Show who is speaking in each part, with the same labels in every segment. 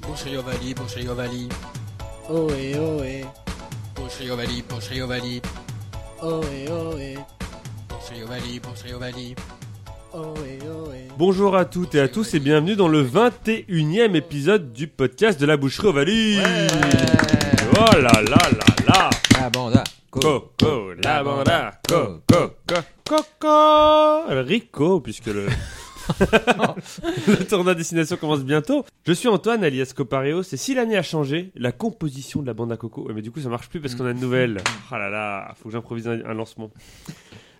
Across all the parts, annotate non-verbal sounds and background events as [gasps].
Speaker 1: Pochriovali, Pochriovali,
Speaker 2: Ohé, ohé,
Speaker 1: Pochriovali, Pochriovali,
Speaker 2: ohé, ohé,
Speaker 1: Pochriovali, Pochriovali.
Speaker 2: ohé, ohé.
Speaker 3: Bonjour à toutes et à tous et bienvenue dans le 21e épisode du podcast de la boucherie au Valis. Oh là là là là
Speaker 4: La banda.
Speaker 3: Coco, la banda,
Speaker 4: Oh,
Speaker 3: coco, coco, coco, Rico, puisque le... [laughs] le tournoi destination commence bientôt. Je suis Antoine, alias Copareos, et si l'année a changé, la composition de la bande à coco... Ouais, mais du coup, ça marche plus parce qu'on a une nouvelle. Ah là là, faut que j'improvise un, un lancement.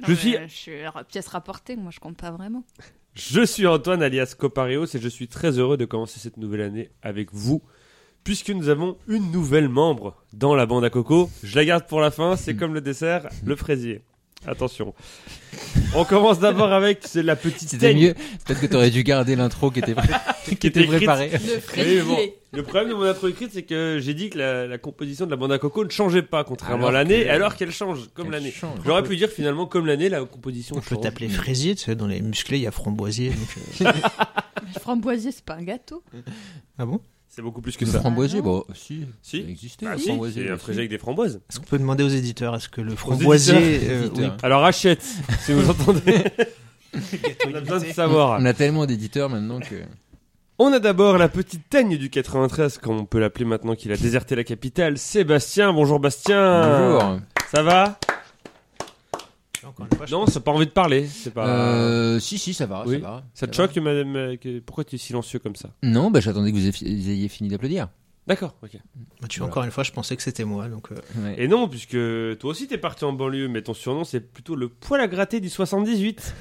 Speaker 5: Non,
Speaker 3: Je
Speaker 5: mais
Speaker 3: suis-
Speaker 5: Je suis ra- pièce rapportée, moi je compte pas vraiment.
Speaker 3: Je suis Antoine, alias Copareos, et je suis très heureux de commencer cette nouvelle année avec vous, puisque nous avons une nouvelle membre dans la bande à coco. Je la garde pour la fin, c'est comme le dessert, le fraisier. Attention. On commence d'abord avec c'est la petite
Speaker 4: C'était
Speaker 3: teigne.
Speaker 4: mieux. Peut-être que t'aurais dû garder l'intro qui
Speaker 3: [laughs]
Speaker 4: était, pré- qui était
Speaker 3: écrite.
Speaker 4: préparée.
Speaker 5: Le
Speaker 3: Oui, mais bon. Le problème de mon intro écrite, c'est que j'ai dit que la, la composition de la bande à coco ne changeait pas, contrairement à
Speaker 4: Alors
Speaker 3: l'année,
Speaker 4: que-
Speaker 3: alors qu'elle change, comme
Speaker 4: Elle
Speaker 3: l'année.
Speaker 4: change.
Speaker 3: J'aurais pu dire finalement, comme l'année, la composition
Speaker 2: On peut
Speaker 3: change.
Speaker 2: t'appeler fraisier, tu sais, dans les musclés, il y a framboisier. donc, euh,
Speaker 5: Framboisier, c'est pas un gâteau.
Speaker 2: Ah bon
Speaker 3: C'est beaucoup plus que
Speaker 4: Le
Speaker 3: ça.
Speaker 4: framboisier,
Speaker 5: Ah
Speaker 4: bon, si, ça
Speaker 3: Si
Speaker 4: existait.
Speaker 3: Bah
Speaker 4: le
Speaker 3: si,
Speaker 4: framboisier,
Speaker 3: c'est un
Speaker 4: aussi.
Speaker 3: fraisier avec des framboises.
Speaker 2: Est-ce qu'on peut demander aux éditeurs est-ce que le framboisier.
Speaker 4: Aux
Speaker 2: euh,
Speaker 4: éditeurs, éditeurs.
Speaker 3: hein. Alors achète, si vous entendez. On a besoin de savoir.
Speaker 4: On a tellement d'éditeurs maintenant que.
Speaker 3: On a d'abord la petite teigne du 93, comme on peut l'appeler maintenant qu'il a déserté la capitale, Sébastien. Bonjour Bastien.
Speaker 4: Bonjour.
Speaker 3: Ça va
Speaker 2: oui, encore une fois, je-
Speaker 3: Non, ça pas envie de parler. C'est pas.
Speaker 4: Euh, si, si, ça va.
Speaker 3: Bah. oui.
Speaker 4: Ça, va,
Speaker 3: ça te
Speaker 4: va.
Speaker 3: choque, madame euh, que- Pourquoi tu es silencieux comme ça
Speaker 4: Non, bah, j'attendais que vous ayez fi- vous ayez fini d'applaudir.
Speaker 3: D'accord, ok.
Speaker 2: Bah, tu vois, encore une fois, je pensais que c'était moi. Donc, euh,
Speaker 4: Ouais.
Speaker 3: Et non, puisque toi aussi t'es parti en banlieue, mais ton surnom c'est plutôt le poil à gratter du 78.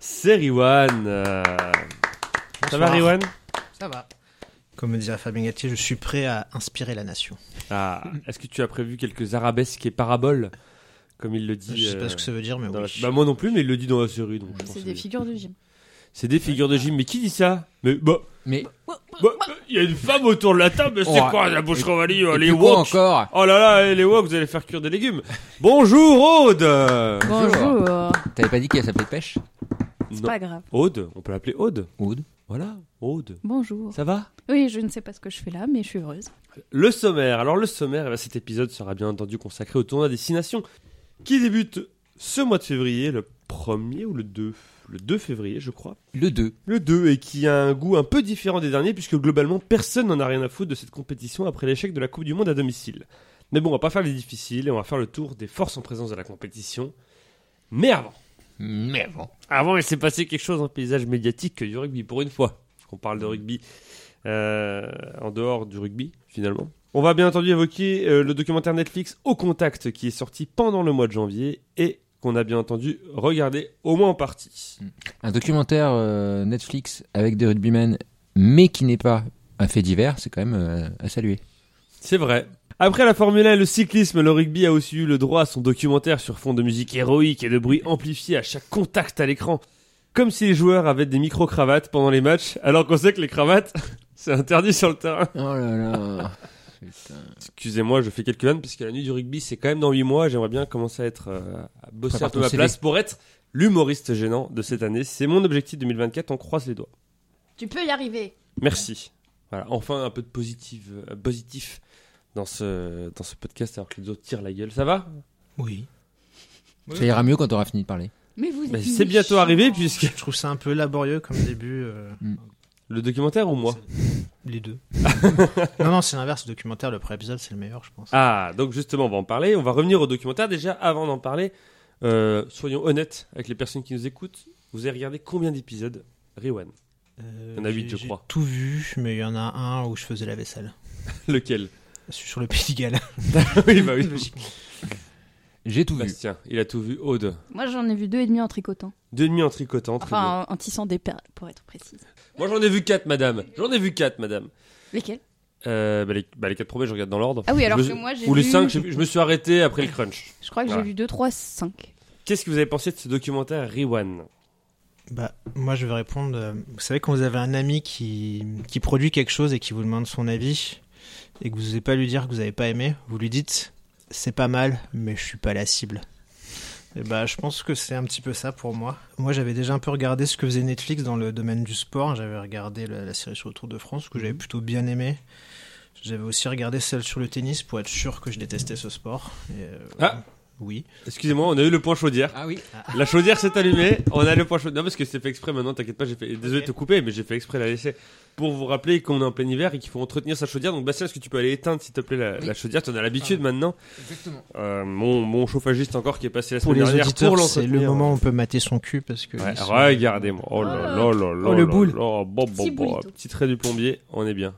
Speaker 3: C'est Riwan. euh. Ça va
Speaker 2: bonsoir.
Speaker 3: Riwan
Speaker 2: Ça va. Comme me disait Fabien Gatier, je suis prêt à inspirer la nation.
Speaker 3: Ah, [laughs] est-ce que tu as prévu quelques arabesques et paraboles Comme il le dit.
Speaker 2: je sais
Speaker 3: euh,
Speaker 2: pas ce que ça veut dire, mais
Speaker 3: Dans la-
Speaker 2: oui.
Speaker 3: Bah moi non plus, mais il le dit dans la série, donc je pense
Speaker 5: C'est
Speaker 3: que
Speaker 5: des
Speaker 3: c'est-
Speaker 5: figures de gym.
Speaker 3: C'est des figures de gym, mais qui dit ça Mais bah,
Speaker 4: Mais
Speaker 3: bah, il y a une femme autour de la table, mais c'est
Speaker 4: Oh,
Speaker 3: quoi la bouche revalie, euh,
Speaker 4: et
Speaker 3: les
Speaker 4: plus quoi
Speaker 3: wok
Speaker 4: encore
Speaker 3: Oh là là, eh, les wok, vous allez faire cuire des légumes. Bonjour Aude Euh,
Speaker 4: Bonjour.
Speaker 5: Bonjour.
Speaker 4: T'avais pas dit qu'elle s'appelait Pêche
Speaker 5: C'est
Speaker 3: non.
Speaker 5: pas grave.
Speaker 3: Aude, on peut l'appeler Aude.
Speaker 4: Aude.
Speaker 3: Voilà, Aude.
Speaker 5: Bonjour.
Speaker 3: Ça va
Speaker 5: Oui, je ne sais pas ce que je fais là, mais je suis heureuse.
Speaker 3: Le sommaire. Alors le sommaire, eh ben, cet épisode sera bien entendu consacré au tournoi Destination, qui débute ce mois de février, le 1er ou le 2 Le 2 février, je crois.
Speaker 4: Le 2.
Speaker 3: Le 2 et qui a un goût un peu différent des derniers puisque globalement personne n'en a rien à foutre de cette compétition après l'échec de la Coupe du Monde à domicile. Mais bon, on va pas faire les difficiles et on va faire le tour des forces en présence de la compétition. Mais avant,
Speaker 4: Mais bon.
Speaker 3: avant il s'est passé quelque chose dans le paysage médiatique que du rugby pour une fois. Qu'on parle de rugby euh, en dehors du rugby finalement. On va bien entendu évoquer euh, le documentaire Netflix Au Contact qui est sorti pendant le mois de janvier et qu'on a bien entendu regardé au moins en partie.
Speaker 4: Un documentaire euh, Netflix avec des rugbymen, mais qui n'est pas un fait divers, c'est quand même euh, à saluer.
Speaker 3: C'est vrai. Après la Formule 1 et le cyclisme, le rugby a aussi eu le droit à son documentaire sur fond de musique héroïque et de bruit amplifié à chaque contact à l'écran. Comme si les joueurs avaient des micro-cravates pendant les matchs, alors qu'on sait que les cravates, [laughs] c'est interdit sur le terrain.
Speaker 4: Oh là là. Putain.
Speaker 3: Excusez-moi, je fais quelques vannes, puisque la nuit du rugby, c'est quand même dans 8 mois. J'aimerais bien commencer à être, euh, à bosser
Speaker 4: Prépare
Speaker 3: un peu
Speaker 4: ton
Speaker 3: ma
Speaker 4: CV.
Speaker 3: place pour être l'humoriste gênant de cette année. C'est mon objectif 2024, on croise les doigts.
Speaker 5: Tu peux y arriver.
Speaker 3: Merci. Voilà, enfin un peu de positive, euh, positif dans ce, dans ce podcast, alors que les autres tirent la gueule. Ça va [laughs]
Speaker 2: Oui.
Speaker 4: Ça ira mieux quand t'auras fini de parler.
Speaker 5: Mais vous
Speaker 3: Mais
Speaker 5: êtes
Speaker 3: c'est bientôt
Speaker 5: méchants.
Speaker 3: arrivé puisque
Speaker 2: Je trouve ça un peu laborieux comme début. euh,
Speaker 3: le documentaire ou moi [laughs]
Speaker 2: Les deux. non, non, c'est l'inverse. Le documentaire, le premier épisode, c'est le meilleur, je pense.
Speaker 3: Ah, donc justement, on va en parler. On va revenir au documentaire. Déjà, avant d'en parler, euh, soyons honnêtes avec les personnes qui nous écoutent. Vous avez regardé combien d'épisodes Rewan.
Speaker 2: Euh,
Speaker 3: il y en a huit,
Speaker 2: j'ai-
Speaker 3: je
Speaker 2: j'ai
Speaker 3: crois.
Speaker 2: tout vu, mais il y en a un où je faisais la vaisselle.
Speaker 3: [laughs] Lequel
Speaker 2: Je suis Sur le Pays de Galles.
Speaker 3: [laughs] Oui,
Speaker 5: [laughs]
Speaker 2: [laughs]
Speaker 3: bah oui.
Speaker 4: J'ai tout vu.
Speaker 3: Bastien, il a tout vu. Aude,
Speaker 5: Moi j'en ai vu deux et demi en tricotant.
Speaker 3: deux demi en tricotant. très bien.
Speaker 5: Enfin, euh, en, en tissant des perles, pour être précise.
Speaker 3: Moi, j'en ai vu quatre, madame. J'en ai vu quatre, madame.
Speaker 5: Lesquels
Speaker 3: Euh, bah, les, bah, les quatre premiers, je regarde dans l'ordre.
Speaker 5: Ah oui,
Speaker 3: Je
Speaker 5: alors
Speaker 3: me
Speaker 5: que
Speaker 3: suis-
Speaker 5: moi j'ai
Speaker 3: Ou les
Speaker 5: vu-
Speaker 3: cinq, je, je me suis arrêté après le crunch.
Speaker 5: Je crois que j'ai
Speaker 3: Voilà.
Speaker 5: vu deux, trois, cinq.
Speaker 3: Qu'est-ce que vous avez pensé de ce documentaire Rewan
Speaker 2: Bah, moi, je vais répondre. euh, Vous savez, quand vous avez un ami qui, qui produit quelque chose et qui vous demande son avis, et que vous n'osez pas lui dire que vous n'avez pas aimé, vous lui dites c'est pas mal, mais je suis pas la cible. Et bah, je pense que c'est un petit peu ça pour moi. Moi, j'avais déjà un peu regardé ce que faisait Netflix dans le domaine du sport. J'avais regardé la, la série sur le Tour de France que
Speaker 3: Mhm.
Speaker 2: j'avais plutôt bien aimé. J'avais aussi regardé celle sur le tennis pour être sûr que je détestais ce sport. Et, euh,
Speaker 3: Ah.
Speaker 2: Oui.
Speaker 3: Excusez-moi, on a eu le point chaudière.
Speaker 4: Ah oui.
Speaker 3: La chaudière s'est allumée, on a le point chaudière. Non, parce que c'est fait exprès maintenant, t'inquiète pas, j'ai fait... désolé de te couper, mais j'ai fait exprès la laisser. Pour vous rappeler qu'on est en plein hiver et qu'il faut entretenir sa chaudière. Donc, Bastien, est-ce que tu peux aller éteindre, s'il te plaît, la,
Speaker 4: Oui.
Speaker 3: la chaudière T'en as l'habitude maintenant.
Speaker 4: Exactement.
Speaker 3: Euh, mon, mon chauffagiste encore qui est passé la
Speaker 2: Pour
Speaker 3: semaine
Speaker 2: les
Speaker 3: dernière
Speaker 2: auditeurs,
Speaker 3: pour
Speaker 2: c'est le
Speaker 3: l'entretenir.
Speaker 2: moment où on peut mater son cul parce que.
Speaker 3: Ouais,
Speaker 2: ils sont-
Speaker 3: regardez-moi. Oh là là là là.
Speaker 2: Oh, le
Speaker 3: là
Speaker 2: boule.
Speaker 3: là. Bon, bon,
Speaker 5: Petit
Speaker 3: bon.
Speaker 5: boulito.
Speaker 3: Petit trait du plombier, on est bien.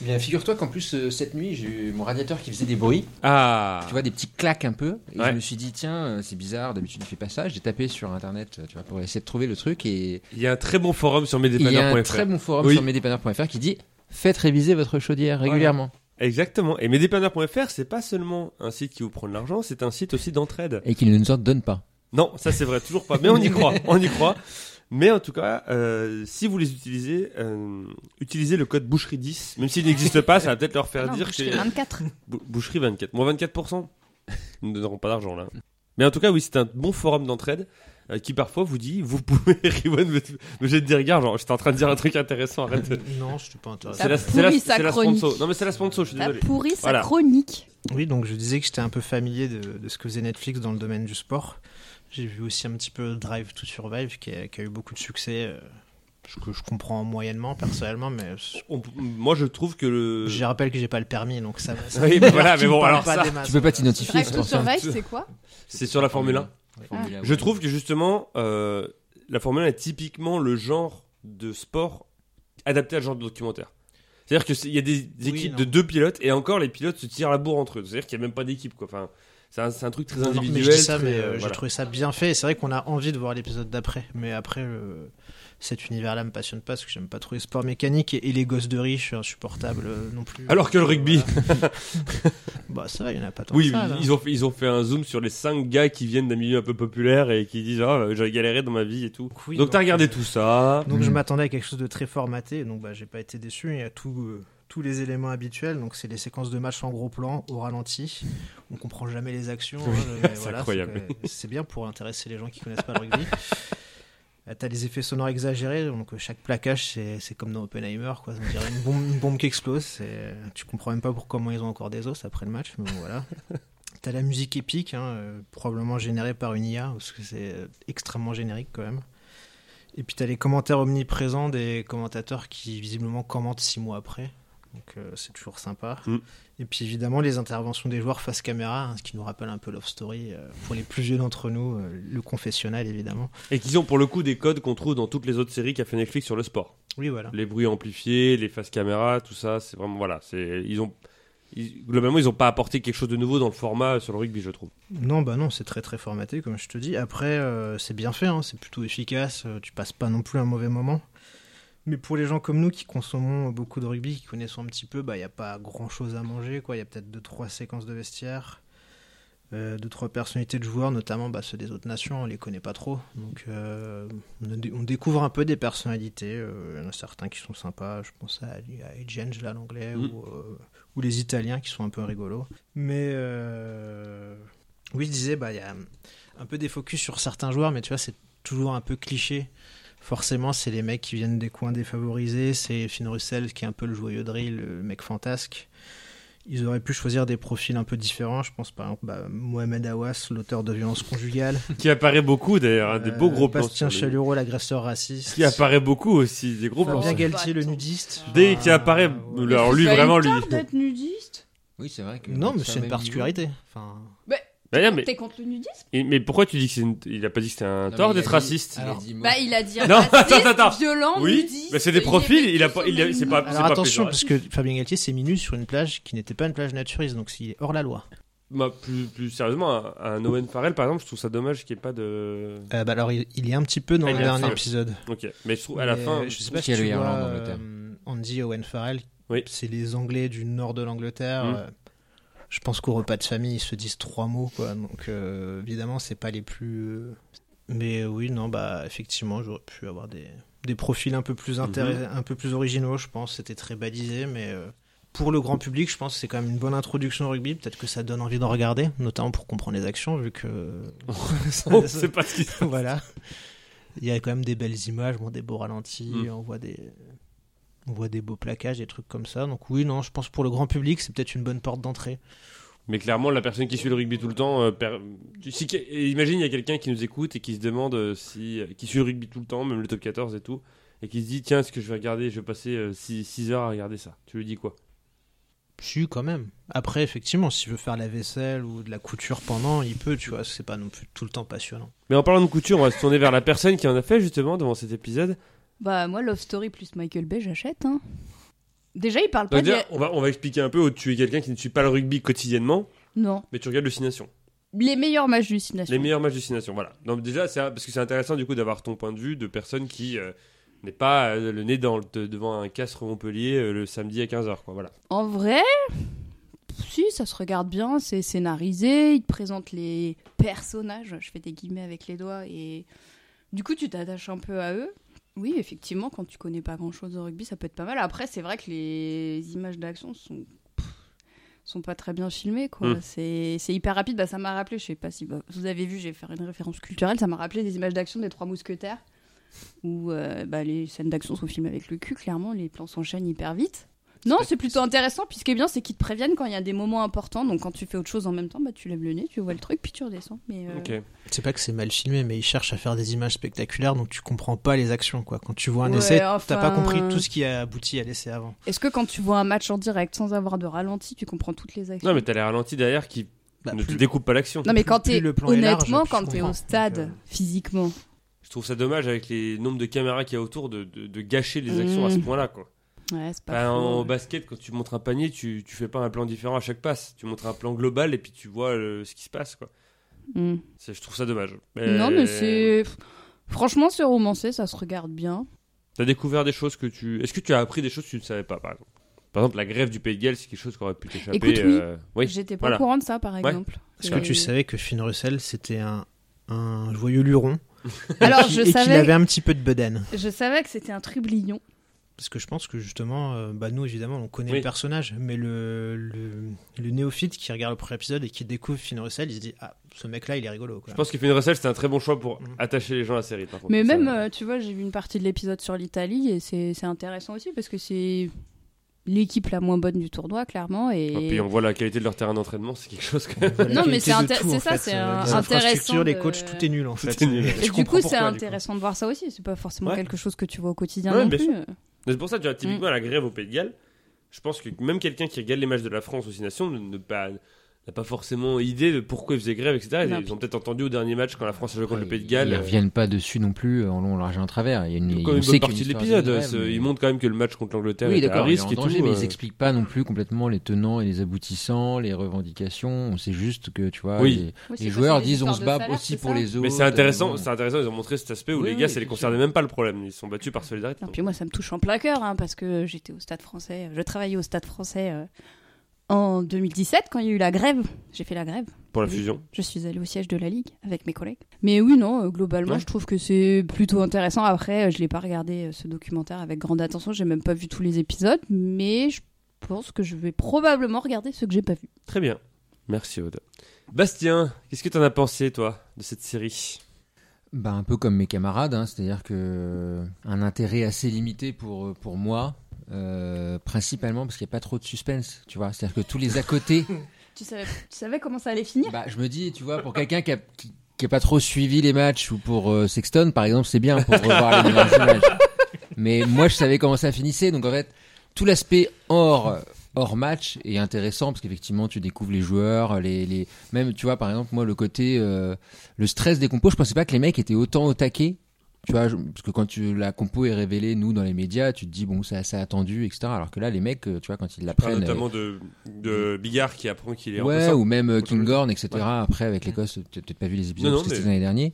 Speaker 4: Eh Bien, figure-toi qu'en plus, euh, cette nuit, j'ai eu mon radiateur qui faisait des bruits.
Speaker 3: Ah
Speaker 4: Tu vois, des petits claques un peu. Et
Speaker 3: Ouais.
Speaker 4: je me suis dit, tiens, euh, c'est bizarre, d'habitude, il fait pas ça. J'ai tapé sur internet, euh, tu vois, pour essayer de trouver le truc. Et
Speaker 3: Il y a un très bon forum sur
Speaker 4: et il y a un
Speaker 3: mesdépanneurs.fr.
Speaker 4: très bon forum
Speaker 3: Oui.
Speaker 4: sur mesdépanneurs.fr qui dit Faites réviser votre chaudière régulièrement.
Speaker 3: Exactement. Et mesdépanneurs.fr, c'est pas seulement un site qui vous prend de l'argent, c'est un site aussi d'entraide.
Speaker 4: Et qu'ils ne nous en donnent pas.
Speaker 3: Non, ça c'est vrai, toujours pas. Mais on y
Speaker 5: [laughs]
Speaker 3: croit, on y croit. Mais en tout cas, euh, si vous les utilisez, euh, utilisez le code boucherie 10. Même s'il n'existe pas, ça va peut-être leur faire
Speaker 5: Non,
Speaker 3: dire
Speaker 5: boucherie
Speaker 3: que [laughs]
Speaker 5: 24.
Speaker 3: Bou- boucherie 24. Moins [laughs] 24 Ils ne donneront pas d'argent là. Mais en tout cas, oui, c'est un bon forum d'entraide euh, qui parfois vous dit, vous pouvez. [laughs] Riwan me, me jette des regards, genre j'étais en train de dire un truc intéressant. Arrête. de-
Speaker 2: Non, je suis pas intéressé.
Speaker 5: T'as
Speaker 3: C'est la, c'est la-
Speaker 5: pourri sa
Speaker 3: c'est la
Speaker 5: chronique.
Speaker 3: sponsor. Non mais c'est la sponsor. Je suis
Speaker 5: T'as
Speaker 3: désolé.
Speaker 5: pourri sa
Speaker 3: Voilà.
Speaker 5: chronique.
Speaker 2: Oui, donc je disais que j'étais un peu familier de, de ce que faisait Netflix dans le domaine du sport. J'ai vu aussi un petit peu Drive to Survive qui a, qui a eu beaucoup de succès, euh, ce que je comprends moyennement personnellement, mais je-
Speaker 3: On- moi, je trouve que le.
Speaker 2: je rappelle que j'ai pas le permis, donc ça va. ça-
Speaker 3: Euh. Oui, mais voilà,
Speaker 2: Tu
Speaker 3: mais
Speaker 2: me
Speaker 3: bon,
Speaker 2: parles
Speaker 3: alors
Speaker 2: pas
Speaker 3: ça,
Speaker 2: des masses,
Speaker 4: Tu peux pas
Speaker 2: voilà.
Speaker 4: t'identifier.
Speaker 5: Drive to Survive, c'est quoi
Speaker 3: c'est sur la Formule 1.
Speaker 2: Ah
Speaker 3: Je trouve que justement, euh, la Formule 1 est typiquement le genre de sport adapté à ce genre de documentaire. C'est-à-dire qu'il y a des, des
Speaker 2: Oui,
Speaker 3: équipes
Speaker 2: non.
Speaker 3: de deux pilotes et encore les pilotes se tirent la bourre entre eux. C'est-à-dire qu'il n'y a même pas d'équipe. quoi. Enfin, c'est un, c'est un truc très
Speaker 2: Non,
Speaker 3: individuel.
Speaker 2: mais je dis ça,
Speaker 3: très,
Speaker 2: mais
Speaker 3: euh,
Speaker 2: euh, j'ai
Speaker 3: voilà.
Speaker 2: trouvé ça bien fait. et C'est vrai qu'on a envie de voir l'épisode d'après, mais après le- cet univers-là me passionne pas parce que j'aime pas trop les sports mécaniques et, et les gosses de riches insupportables euh, non plus.
Speaker 3: Alors que le rugby.
Speaker 2: Voilà. [laughs] bah ça, va, il y en a pas tant.
Speaker 3: Oui,
Speaker 2: que ça, là.
Speaker 3: ils ont, fait, ils ont fait un zoom sur les cinq gars qui viennent d'un milieu un peu populaire et qui disent Ah, j'ai galéré dans ma vie et tout.
Speaker 2: Oui,
Speaker 3: Donc t'as
Speaker 2: donc,
Speaker 3: regardé
Speaker 2: euh,
Speaker 3: tout ça.
Speaker 2: Donc je
Speaker 4: Mm.
Speaker 2: m'attendais à quelque chose de très formaté, donc bah, j'ai pas été déçu. Il y a tout, euh, tous les éléments habituels, donc c'est les séquences de match en gros plan, au ralenti. On comprend jamais les actions. hein,
Speaker 3: [laughs]
Speaker 2: mais
Speaker 3: c'est
Speaker 2: voilà,
Speaker 3: incroyable.
Speaker 2: c'est pas- C'est bien pour intéresser les gens qui connaissent pas
Speaker 3: [laughs]
Speaker 2: le rugby. Euh, T'as les effets sonores exagérés, donc euh, chaque plaquage c'est c'est comme dans Oppenheimer, quoi. On dirait une bombe, une bombe qui explose. c'est- Tu comprends même pas pour comment ils ont encore des os après le match, mais bon,
Speaker 3: [laughs]
Speaker 2: voilà. T'as la musique épique, hein, euh, probablement générée par une IA, parce que c'est euh, extrêmement générique quand même. Et puis t'as les commentaires omniprésents des commentateurs qui visiblement commentent six mois après. Donc euh, c'est toujours sympa.
Speaker 3: Mm.
Speaker 2: Et puis évidemment les interventions des joueurs face caméra, hein, ce qui nous rappelle un peu Love Story euh, pour les plus vieux d'entre nous, euh, le confessionnal évidemment.
Speaker 3: Et qu'ils ont pour le coup des codes qu'on trouve dans toutes les autres séries qu'a fait Netflix sur le sport.
Speaker 2: Oui voilà.
Speaker 3: les bruits amplifiés, les faces caméra, tout ça, c'est vraiment voilà, c'est ils ont ils- globalement ils ont pas apporté quelque chose de nouveau dans le format euh, sur le rugby, je trouve. [laughs]
Speaker 2: Non bah non c'est très très formaté comme je te dis. Après euh, c'est bien fait, hein, c'est plutôt efficace, euh, tu passes pas non plus un mauvais moment. Mais pour les gens comme nous qui consommons beaucoup de rugby, qui connaissons un petit peu, bah il y a pas grand chose à manger quoi. Il y a peut-être deux trois séquences de vestiaire, euh, deux trois personnalités de joueurs, notamment bah, ceux des autres nations, on les connaît pas trop. Donc euh, on, a dé- on découvre un peu des personnalités. euh, Il y en a certains qui sont sympas. Je pense à, à Edgenge là l'anglais
Speaker 3: Mm.
Speaker 2: ou, euh, ou les Italiens qui sont un peu rigolos. Mais euh, oui je disais bah il y a un peu des focus sur certains joueurs, mais tu vois c'est toujours un peu cliché forcément, c'est les mecs qui viennent des coins défavorisés. C'est Finn Russell qui est un peu le joyeux drill, le mec fantasque. Ils auraient pu choisir des profils un peu différents. Je pense par exemple bah, Mohamed Awas, l'auteur de violences conjugales.
Speaker 3: Qui apparaît beaucoup d'ailleurs, hein, des
Speaker 2: Euh,
Speaker 3: beaux gros plans.
Speaker 2: Bastien
Speaker 3: sur le-
Speaker 2: Chalureau, l'agresseur raciste.
Speaker 3: Qui apparaît beaucoup aussi, des gros plans.
Speaker 2: Fabien
Speaker 3: sur-
Speaker 2: Galtier, le nudiste.
Speaker 3: Dès
Speaker 2: Enfin,
Speaker 3: qu'il apparaît,
Speaker 2: ouais.
Speaker 3: alors lui
Speaker 5: Ça a
Speaker 3: vraiment
Speaker 5: une
Speaker 3: lui.
Speaker 5: tarte d'être nudiste
Speaker 4: Oui, c'est vrai que.
Speaker 2: Non, mais
Speaker 4: ça,
Speaker 2: c'est une
Speaker 4: même
Speaker 2: particularité. Enfin,
Speaker 3: Mais, non, mais,
Speaker 5: T'es contre le nudisme
Speaker 3: et- mais pourquoi tu dis que c'est une- il a pas dit que c'était un
Speaker 4: niveau- Non,
Speaker 3: tort
Speaker 4: mais il a
Speaker 3: d'être
Speaker 4: dit-
Speaker 3: raciste
Speaker 4: il a
Speaker 3: Alors,
Speaker 4: dit moi-
Speaker 5: Bah, il a dit
Speaker 3: Non,
Speaker 5: raciste,
Speaker 3: attends, attends.
Speaker 5: violent,
Speaker 3: Oui,
Speaker 5: nudiste.
Speaker 3: mais c'est des
Speaker 5: il est
Speaker 3: profils, il a
Speaker 5: plutôt
Speaker 3: pas- il a- c'est pas-
Speaker 5: féministe.
Speaker 2: alors
Speaker 3: pas
Speaker 2: attention, parce
Speaker 3: péjoratif.
Speaker 2: que Fabien Galtier s'est mis nu sur une plage qui n'était pas une plage naturiste, donc il est hors la loi.
Speaker 3: bah, plus, plus sérieusement, un, un Owen Farrell par exemple, je trouve ça dommage qu'il n'y ait pas de.
Speaker 2: Euh, bah, alors il, il y a un petit peu dans
Speaker 3: Ah,
Speaker 2: le
Speaker 3: il y a la
Speaker 2: dernier
Speaker 3: fin.
Speaker 2: épisode.
Speaker 3: Ok, mais je trouve à la
Speaker 2: Mais,
Speaker 3: fin. [laughs]
Speaker 2: euh, je sais pas
Speaker 4: Oui,
Speaker 2: si
Speaker 4: il y a
Speaker 2: tu
Speaker 4: le
Speaker 2: vois,
Speaker 4: Irlande, Angleterre.
Speaker 2: euh, Andy Owen Farrell.
Speaker 3: Oui.
Speaker 2: C'est les Anglais du nord de l'Angleterre.
Speaker 3: Mm.
Speaker 2: euh, Je pense qu'au repas de famille, ils se disent trois mots, quoi. Donc, euh, évidemment, c'est pas les plus. euh, Mais oui, non, bah, effectivement, j'aurais pu
Speaker 3: Mhm.
Speaker 2: avoir des, des profils un peu plus intéress- un peu plus originaux, je pense. C'était très balisé, mais euh, pour le grand public, je pense que c'est quand même une bonne introduction au rugby. Peut-être que ça donne envie d'en regarder, notamment pour comprendre les actions,
Speaker 3: [laughs]
Speaker 2: vu que. [laughs]
Speaker 3: Oh, c'est pas ce qui se
Speaker 2: voilà. Il y a quand même des belles images, bon, des beaux ralentis,
Speaker 3: Mm.
Speaker 2: on, voit des... on voit des beaux plaquages, des trucs comme ça. Donc, oui, non, je pense pour le grand public, c'est peut-être une bonne porte d'entrée.
Speaker 3: Mais clairement, la personne qui suit le rugby tout le temps, euh, per- si que- et imagine il y a quelqu'un qui nous écoute et qui se demande euh, si euh, qui suit le rugby tout le temps, même le top 14 et tout, et qui se dit tiens, est-ce que je vais regarder, je vais passer 6 heures à regarder ça. Tu lui dis quoi
Speaker 2: Si, quand même. Après, effectivement, si veut faire la vaisselle ou de la couture pendant, il peut, tu vois, c'est pas non plus tout le temps passionnant.
Speaker 3: Mais en parlant de couture, on va se tourner vers la personne qui en a fait justement devant cet épisode.
Speaker 5: Bah, moi, Love Story plus Michael Bay, j'achète. Hein. Déjà, il parle pas
Speaker 3: Donc
Speaker 5: de.
Speaker 3: déjà, on va on va expliquer un peu. oh, tu es quelqu'un qui ne suit pas le rugby quotidiennement,
Speaker 5: Non.
Speaker 3: mais tu regardes destination.
Speaker 5: Les meilleurs matchs du Six Nations.
Speaker 3: Les meilleurs matchs destination. Voilà. Donc déjà, c'est parce que c'est intéressant du coup d'avoir ton point de vue de personne qui euh, n'est pas euh, le nez dans le- de- devant un castre Montpellier euh, le samedi à 15h quoi. Voilà.
Speaker 5: En vrai, si, ça se regarde bien, c'est scénarisé, il te présente les personnages, je fais des guillemets avec les doigts, et du coup, tu t'attaches un peu à eux. Oui, effectivement, quand tu connais pas grand-chose au rugby, ça peut être pas mal. Après, c'est vrai que les images d'action sont pff, sont pas très bien filmées quoi
Speaker 3: Mm.
Speaker 5: c'est c'est hyper rapide bah ça m'a rappelé je sais pas si bah, vous avez vu j'ai fait une référence culturelle ça m'a rappelé des images d'action des trois mousquetaires où euh, bah, les scènes d'action sont filmées avec le cul clairement les plans s'enchaînent hyper vite non, c'est plutôt intéressant, puis ce qui est bien, c'est qu'ils te préviennent quand il y a des moments importants. Donc quand tu fais autre chose en même temps, bah, tu lèves le nez, tu vois le truc, puis tu redescends. Mais euh,
Speaker 3: Ok.
Speaker 2: C'est pas que c'est mal filmé, mais ils cherchent à faire des images spectaculaires, donc tu comprends pas les actions, quoi. Quand tu vois un
Speaker 5: Ouais,
Speaker 2: essai,
Speaker 5: enfin. euh.
Speaker 2: t'as pas compris tout ce qui a abouti à l'essai avant.
Speaker 5: est-ce que quand tu vois un match en direct sans avoir de ralenti, tu comprends toutes les actions
Speaker 3: Non, mais t'as les ralentis derrière qui
Speaker 2: Bah,
Speaker 3: ne te
Speaker 2: plus-
Speaker 3: découpent pas l'action.
Speaker 5: Non, mais
Speaker 2: plus-
Speaker 5: quand
Speaker 2: plus
Speaker 5: t'es
Speaker 2: le plan est large,
Speaker 5: honnêtement,
Speaker 2: plus
Speaker 5: quand
Speaker 2: je
Speaker 5: t'es
Speaker 2: comprends.
Speaker 5: au stade
Speaker 2: Donc, euh,
Speaker 5: physiquement,
Speaker 3: Je trouve ça dommage avec les nombres de caméras qu'il y a autour de, de- de gâcher les actions
Speaker 5: Mm.
Speaker 3: à ce point-là. quoi.
Speaker 5: ouais, c'est
Speaker 3: Bah,
Speaker 5: pas.
Speaker 3: en
Speaker 5: faux.
Speaker 3: basket, quand tu montres un panier, tu, tu fais pas un plan différent à chaque passe. Tu montres un plan global et puis tu vois euh, ce qui se passe. quoi.
Speaker 5: Mm.
Speaker 3: C'est- Je trouve ça dommage.
Speaker 5: Non,
Speaker 2: Euh,
Speaker 5: mais c'est franchement, c'est romancé, ça se regarde bien.
Speaker 3: T'as découvert des choses que tu. Est-ce que tu as appris des choses que tu ne savais pas, par exemple Par exemple, la grève du Pays de Galles, c'est quelque chose qui aurait pu t'échapper.
Speaker 5: Écoute, oui.
Speaker 3: euh,
Speaker 5: J'étais pas
Speaker 3: voilà.
Speaker 5: au courant de ça, par exemple.
Speaker 2: Est-ce que
Speaker 5: Et-
Speaker 2: tu savais que Finn Russell, c'était un, un joyeux luron
Speaker 5: Alors,
Speaker 2: qui-
Speaker 5: je
Speaker 2: et qu'il avait
Speaker 5: savais,
Speaker 2: un petit peu de bedaine
Speaker 5: je savais que c'était un trublion.
Speaker 2: Parce que je pense que justement, euh, bah nous évidemment, on connaît
Speaker 3: Oui.
Speaker 2: le personnage, mais le, le, le néophyte qui regarde le premier épisode et qui découvre Finn Russell, il se dit Ah, ce mec-là, il est rigolo. Quoi.
Speaker 3: Je pense que Finn Russell, c'était un très bon choix pour
Speaker 2: Mm.
Speaker 3: attacher les gens à la série. Par contre.
Speaker 5: Mais
Speaker 3: Ça-
Speaker 5: même, euh, tu vois, j'ai vu une partie de l'épisode sur l'Italie et c'est c'est intéressant aussi parce que c'est l'équipe la moins bonne du tournoi, clairement. Et...
Speaker 3: Et Ah, puis on voit la qualité de leur terrain d'entraînement, c'est quelque chose que.
Speaker 2: Voilà,
Speaker 5: Non, mais
Speaker 2: qualité
Speaker 5: c'est
Speaker 2: de
Speaker 5: inté-
Speaker 2: tout, en
Speaker 5: c'est ça,
Speaker 2: fait.
Speaker 5: c'est
Speaker 2: Euh,
Speaker 5: un-
Speaker 2: les infrastructures,
Speaker 5: intéressant
Speaker 2: les
Speaker 5: de-
Speaker 2: coachs, tout est nul en fait.
Speaker 3: est nul.
Speaker 2: Mmh. Je
Speaker 5: Et du
Speaker 2: comprends
Speaker 5: coup, c'est
Speaker 3: pourquoi, du coup.
Speaker 5: intéressant de voir ça aussi. C'est pas forcément
Speaker 3: Ouais.
Speaker 5: quelque chose que tu vois au quotidien
Speaker 3: Ouais,
Speaker 5: non
Speaker 3: bien
Speaker 5: plus.
Speaker 3: C'est pour ça, tu vois, typiquement, à la grève au Pays de Galles, je pense que même quelqu'un qui regarde les matchs de la France aux Six Nations ne- ne pas- n'a pas forcément idée de pourquoi ils faisaient grève, etc.
Speaker 5: Non,
Speaker 3: Ils, ont peut-être entendu au dernier match quand la France a joué contre le Pays de
Speaker 4: Ils
Speaker 3: Galles. euh,
Speaker 4: reviennent pas dessus non plus euh, en long, en large et en travers. Il y a une,
Speaker 3: donc,
Speaker 4: il-
Speaker 3: quand
Speaker 4: on
Speaker 3: même une bonne
Speaker 4: sait qu'il y a
Speaker 3: partie de
Speaker 4: une
Speaker 3: l'épisode, euh,
Speaker 4: histoire
Speaker 3: ce-
Speaker 4: grève, mais-
Speaker 3: ils montrent quand même que le match contre l'Angleterre
Speaker 4: Oui,
Speaker 3: était à
Speaker 4: d'accord, il est
Speaker 3: risque
Speaker 4: en
Speaker 3: et
Speaker 4: danger,
Speaker 3: tout.
Speaker 4: mais
Speaker 3: euh,
Speaker 4: ils expliquent pas non plus complètement les tenants et les aboutissants, les revendications. On sait juste que, tu vois,
Speaker 3: Oui.
Speaker 4: les-
Speaker 5: Oui, c'est
Speaker 4: les
Speaker 5: parce
Speaker 4: joueurs
Speaker 5: que les
Speaker 4: disent on
Speaker 5: histoires
Speaker 4: se
Speaker 5: de
Speaker 4: bat
Speaker 5: salaire,
Speaker 4: aussi
Speaker 5: c'est
Speaker 4: pour
Speaker 5: ça.
Speaker 4: les autres.
Speaker 3: Mais c'est intéressant,
Speaker 4: Euh,
Speaker 3: c'est intéressant, ils ont montré cet aspect où
Speaker 4: Oui,
Speaker 3: les gars,
Speaker 4: oui, Ah,
Speaker 3: ça les
Speaker 4: effectivement.
Speaker 3: concernait même pas le problème, ils se sont battus par solidarité.
Speaker 5: Non, puis moi, ça me touche en plein cœur hein, parce que j'étais au stade français. euh, Je travaillais au stade français euh, en 2017 quand il y a eu la grève. J'ai fait la grève.
Speaker 3: Pour la
Speaker 5: Oui.
Speaker 3: fusion.
Speaker 5: Je suis allée au siège de la Ligue avec mes collègues. Mais oui, non, euh, globalement,
Speaker 3: Ouais.
Speaker 5: je trouve que c'est plutôt intéressant. Après, euh, je l'ai pas regardé euh, ce documentaire avec grande attention. J'ai même pas vu tous les épisodes, mais je pense que je vais probablement regarder ceux que j'ai pas vus.
Speaker 3: Très bien. Merci Aude. Bastien, qu'est-ce que t'en as pensé toi de cette série
Speaker 4: Bah, un peu comme mes camarades, hein, c'est-à-dire que euh, un intérêt assez limité pour, pour moi, euh, principalement parce qu'il n'y a pas trop de suspense, tu vois. C'est-à-dire que tous les à côté,
Speaker 5: Tu savais, comment ça allait finir
Speaker 4: bah, je me dis, tu vois, pour quelqu'un qui a, qui, qui a pas trop suivi les matchs ou pour euh, Sexton, par exemple, c'est bien pour revoir les meilleures images. Mais moi, je savais comment ça finissait, donc en fait, tout l'aspect hors hors match est intéressant parce qu'effectivement tu découvres les joueurs les, les même tu vois par exemple moi le côté euh, le stress des compos je pensais pas que les mecs étaient autant au taquet tu vois je- parce que quand tu la compo est révélée nous dans les médias tu te dis bon c'est assez attendu etc alors que là les mecs euh, tu vois quand ils
Speaker 3: Je parle
Speaker 4: l'apprennent
Speaker 3: notamment de, de Bigard qui apprend qu'il est en
Speaker 4: euh, ouais,
Speaker 3: enceinte.
Speaker 4: ou même euh,
Speaker 3: Faut changer.
Speaker 4: Kinghorn, etc. Après, avec l'Écosse, tu peut-être pas vu les épisodes
Speaker 3: Non, non,
Speaker 4: parce que
Speaker 3: mais-
Speaker 4: c'était l'année dernière.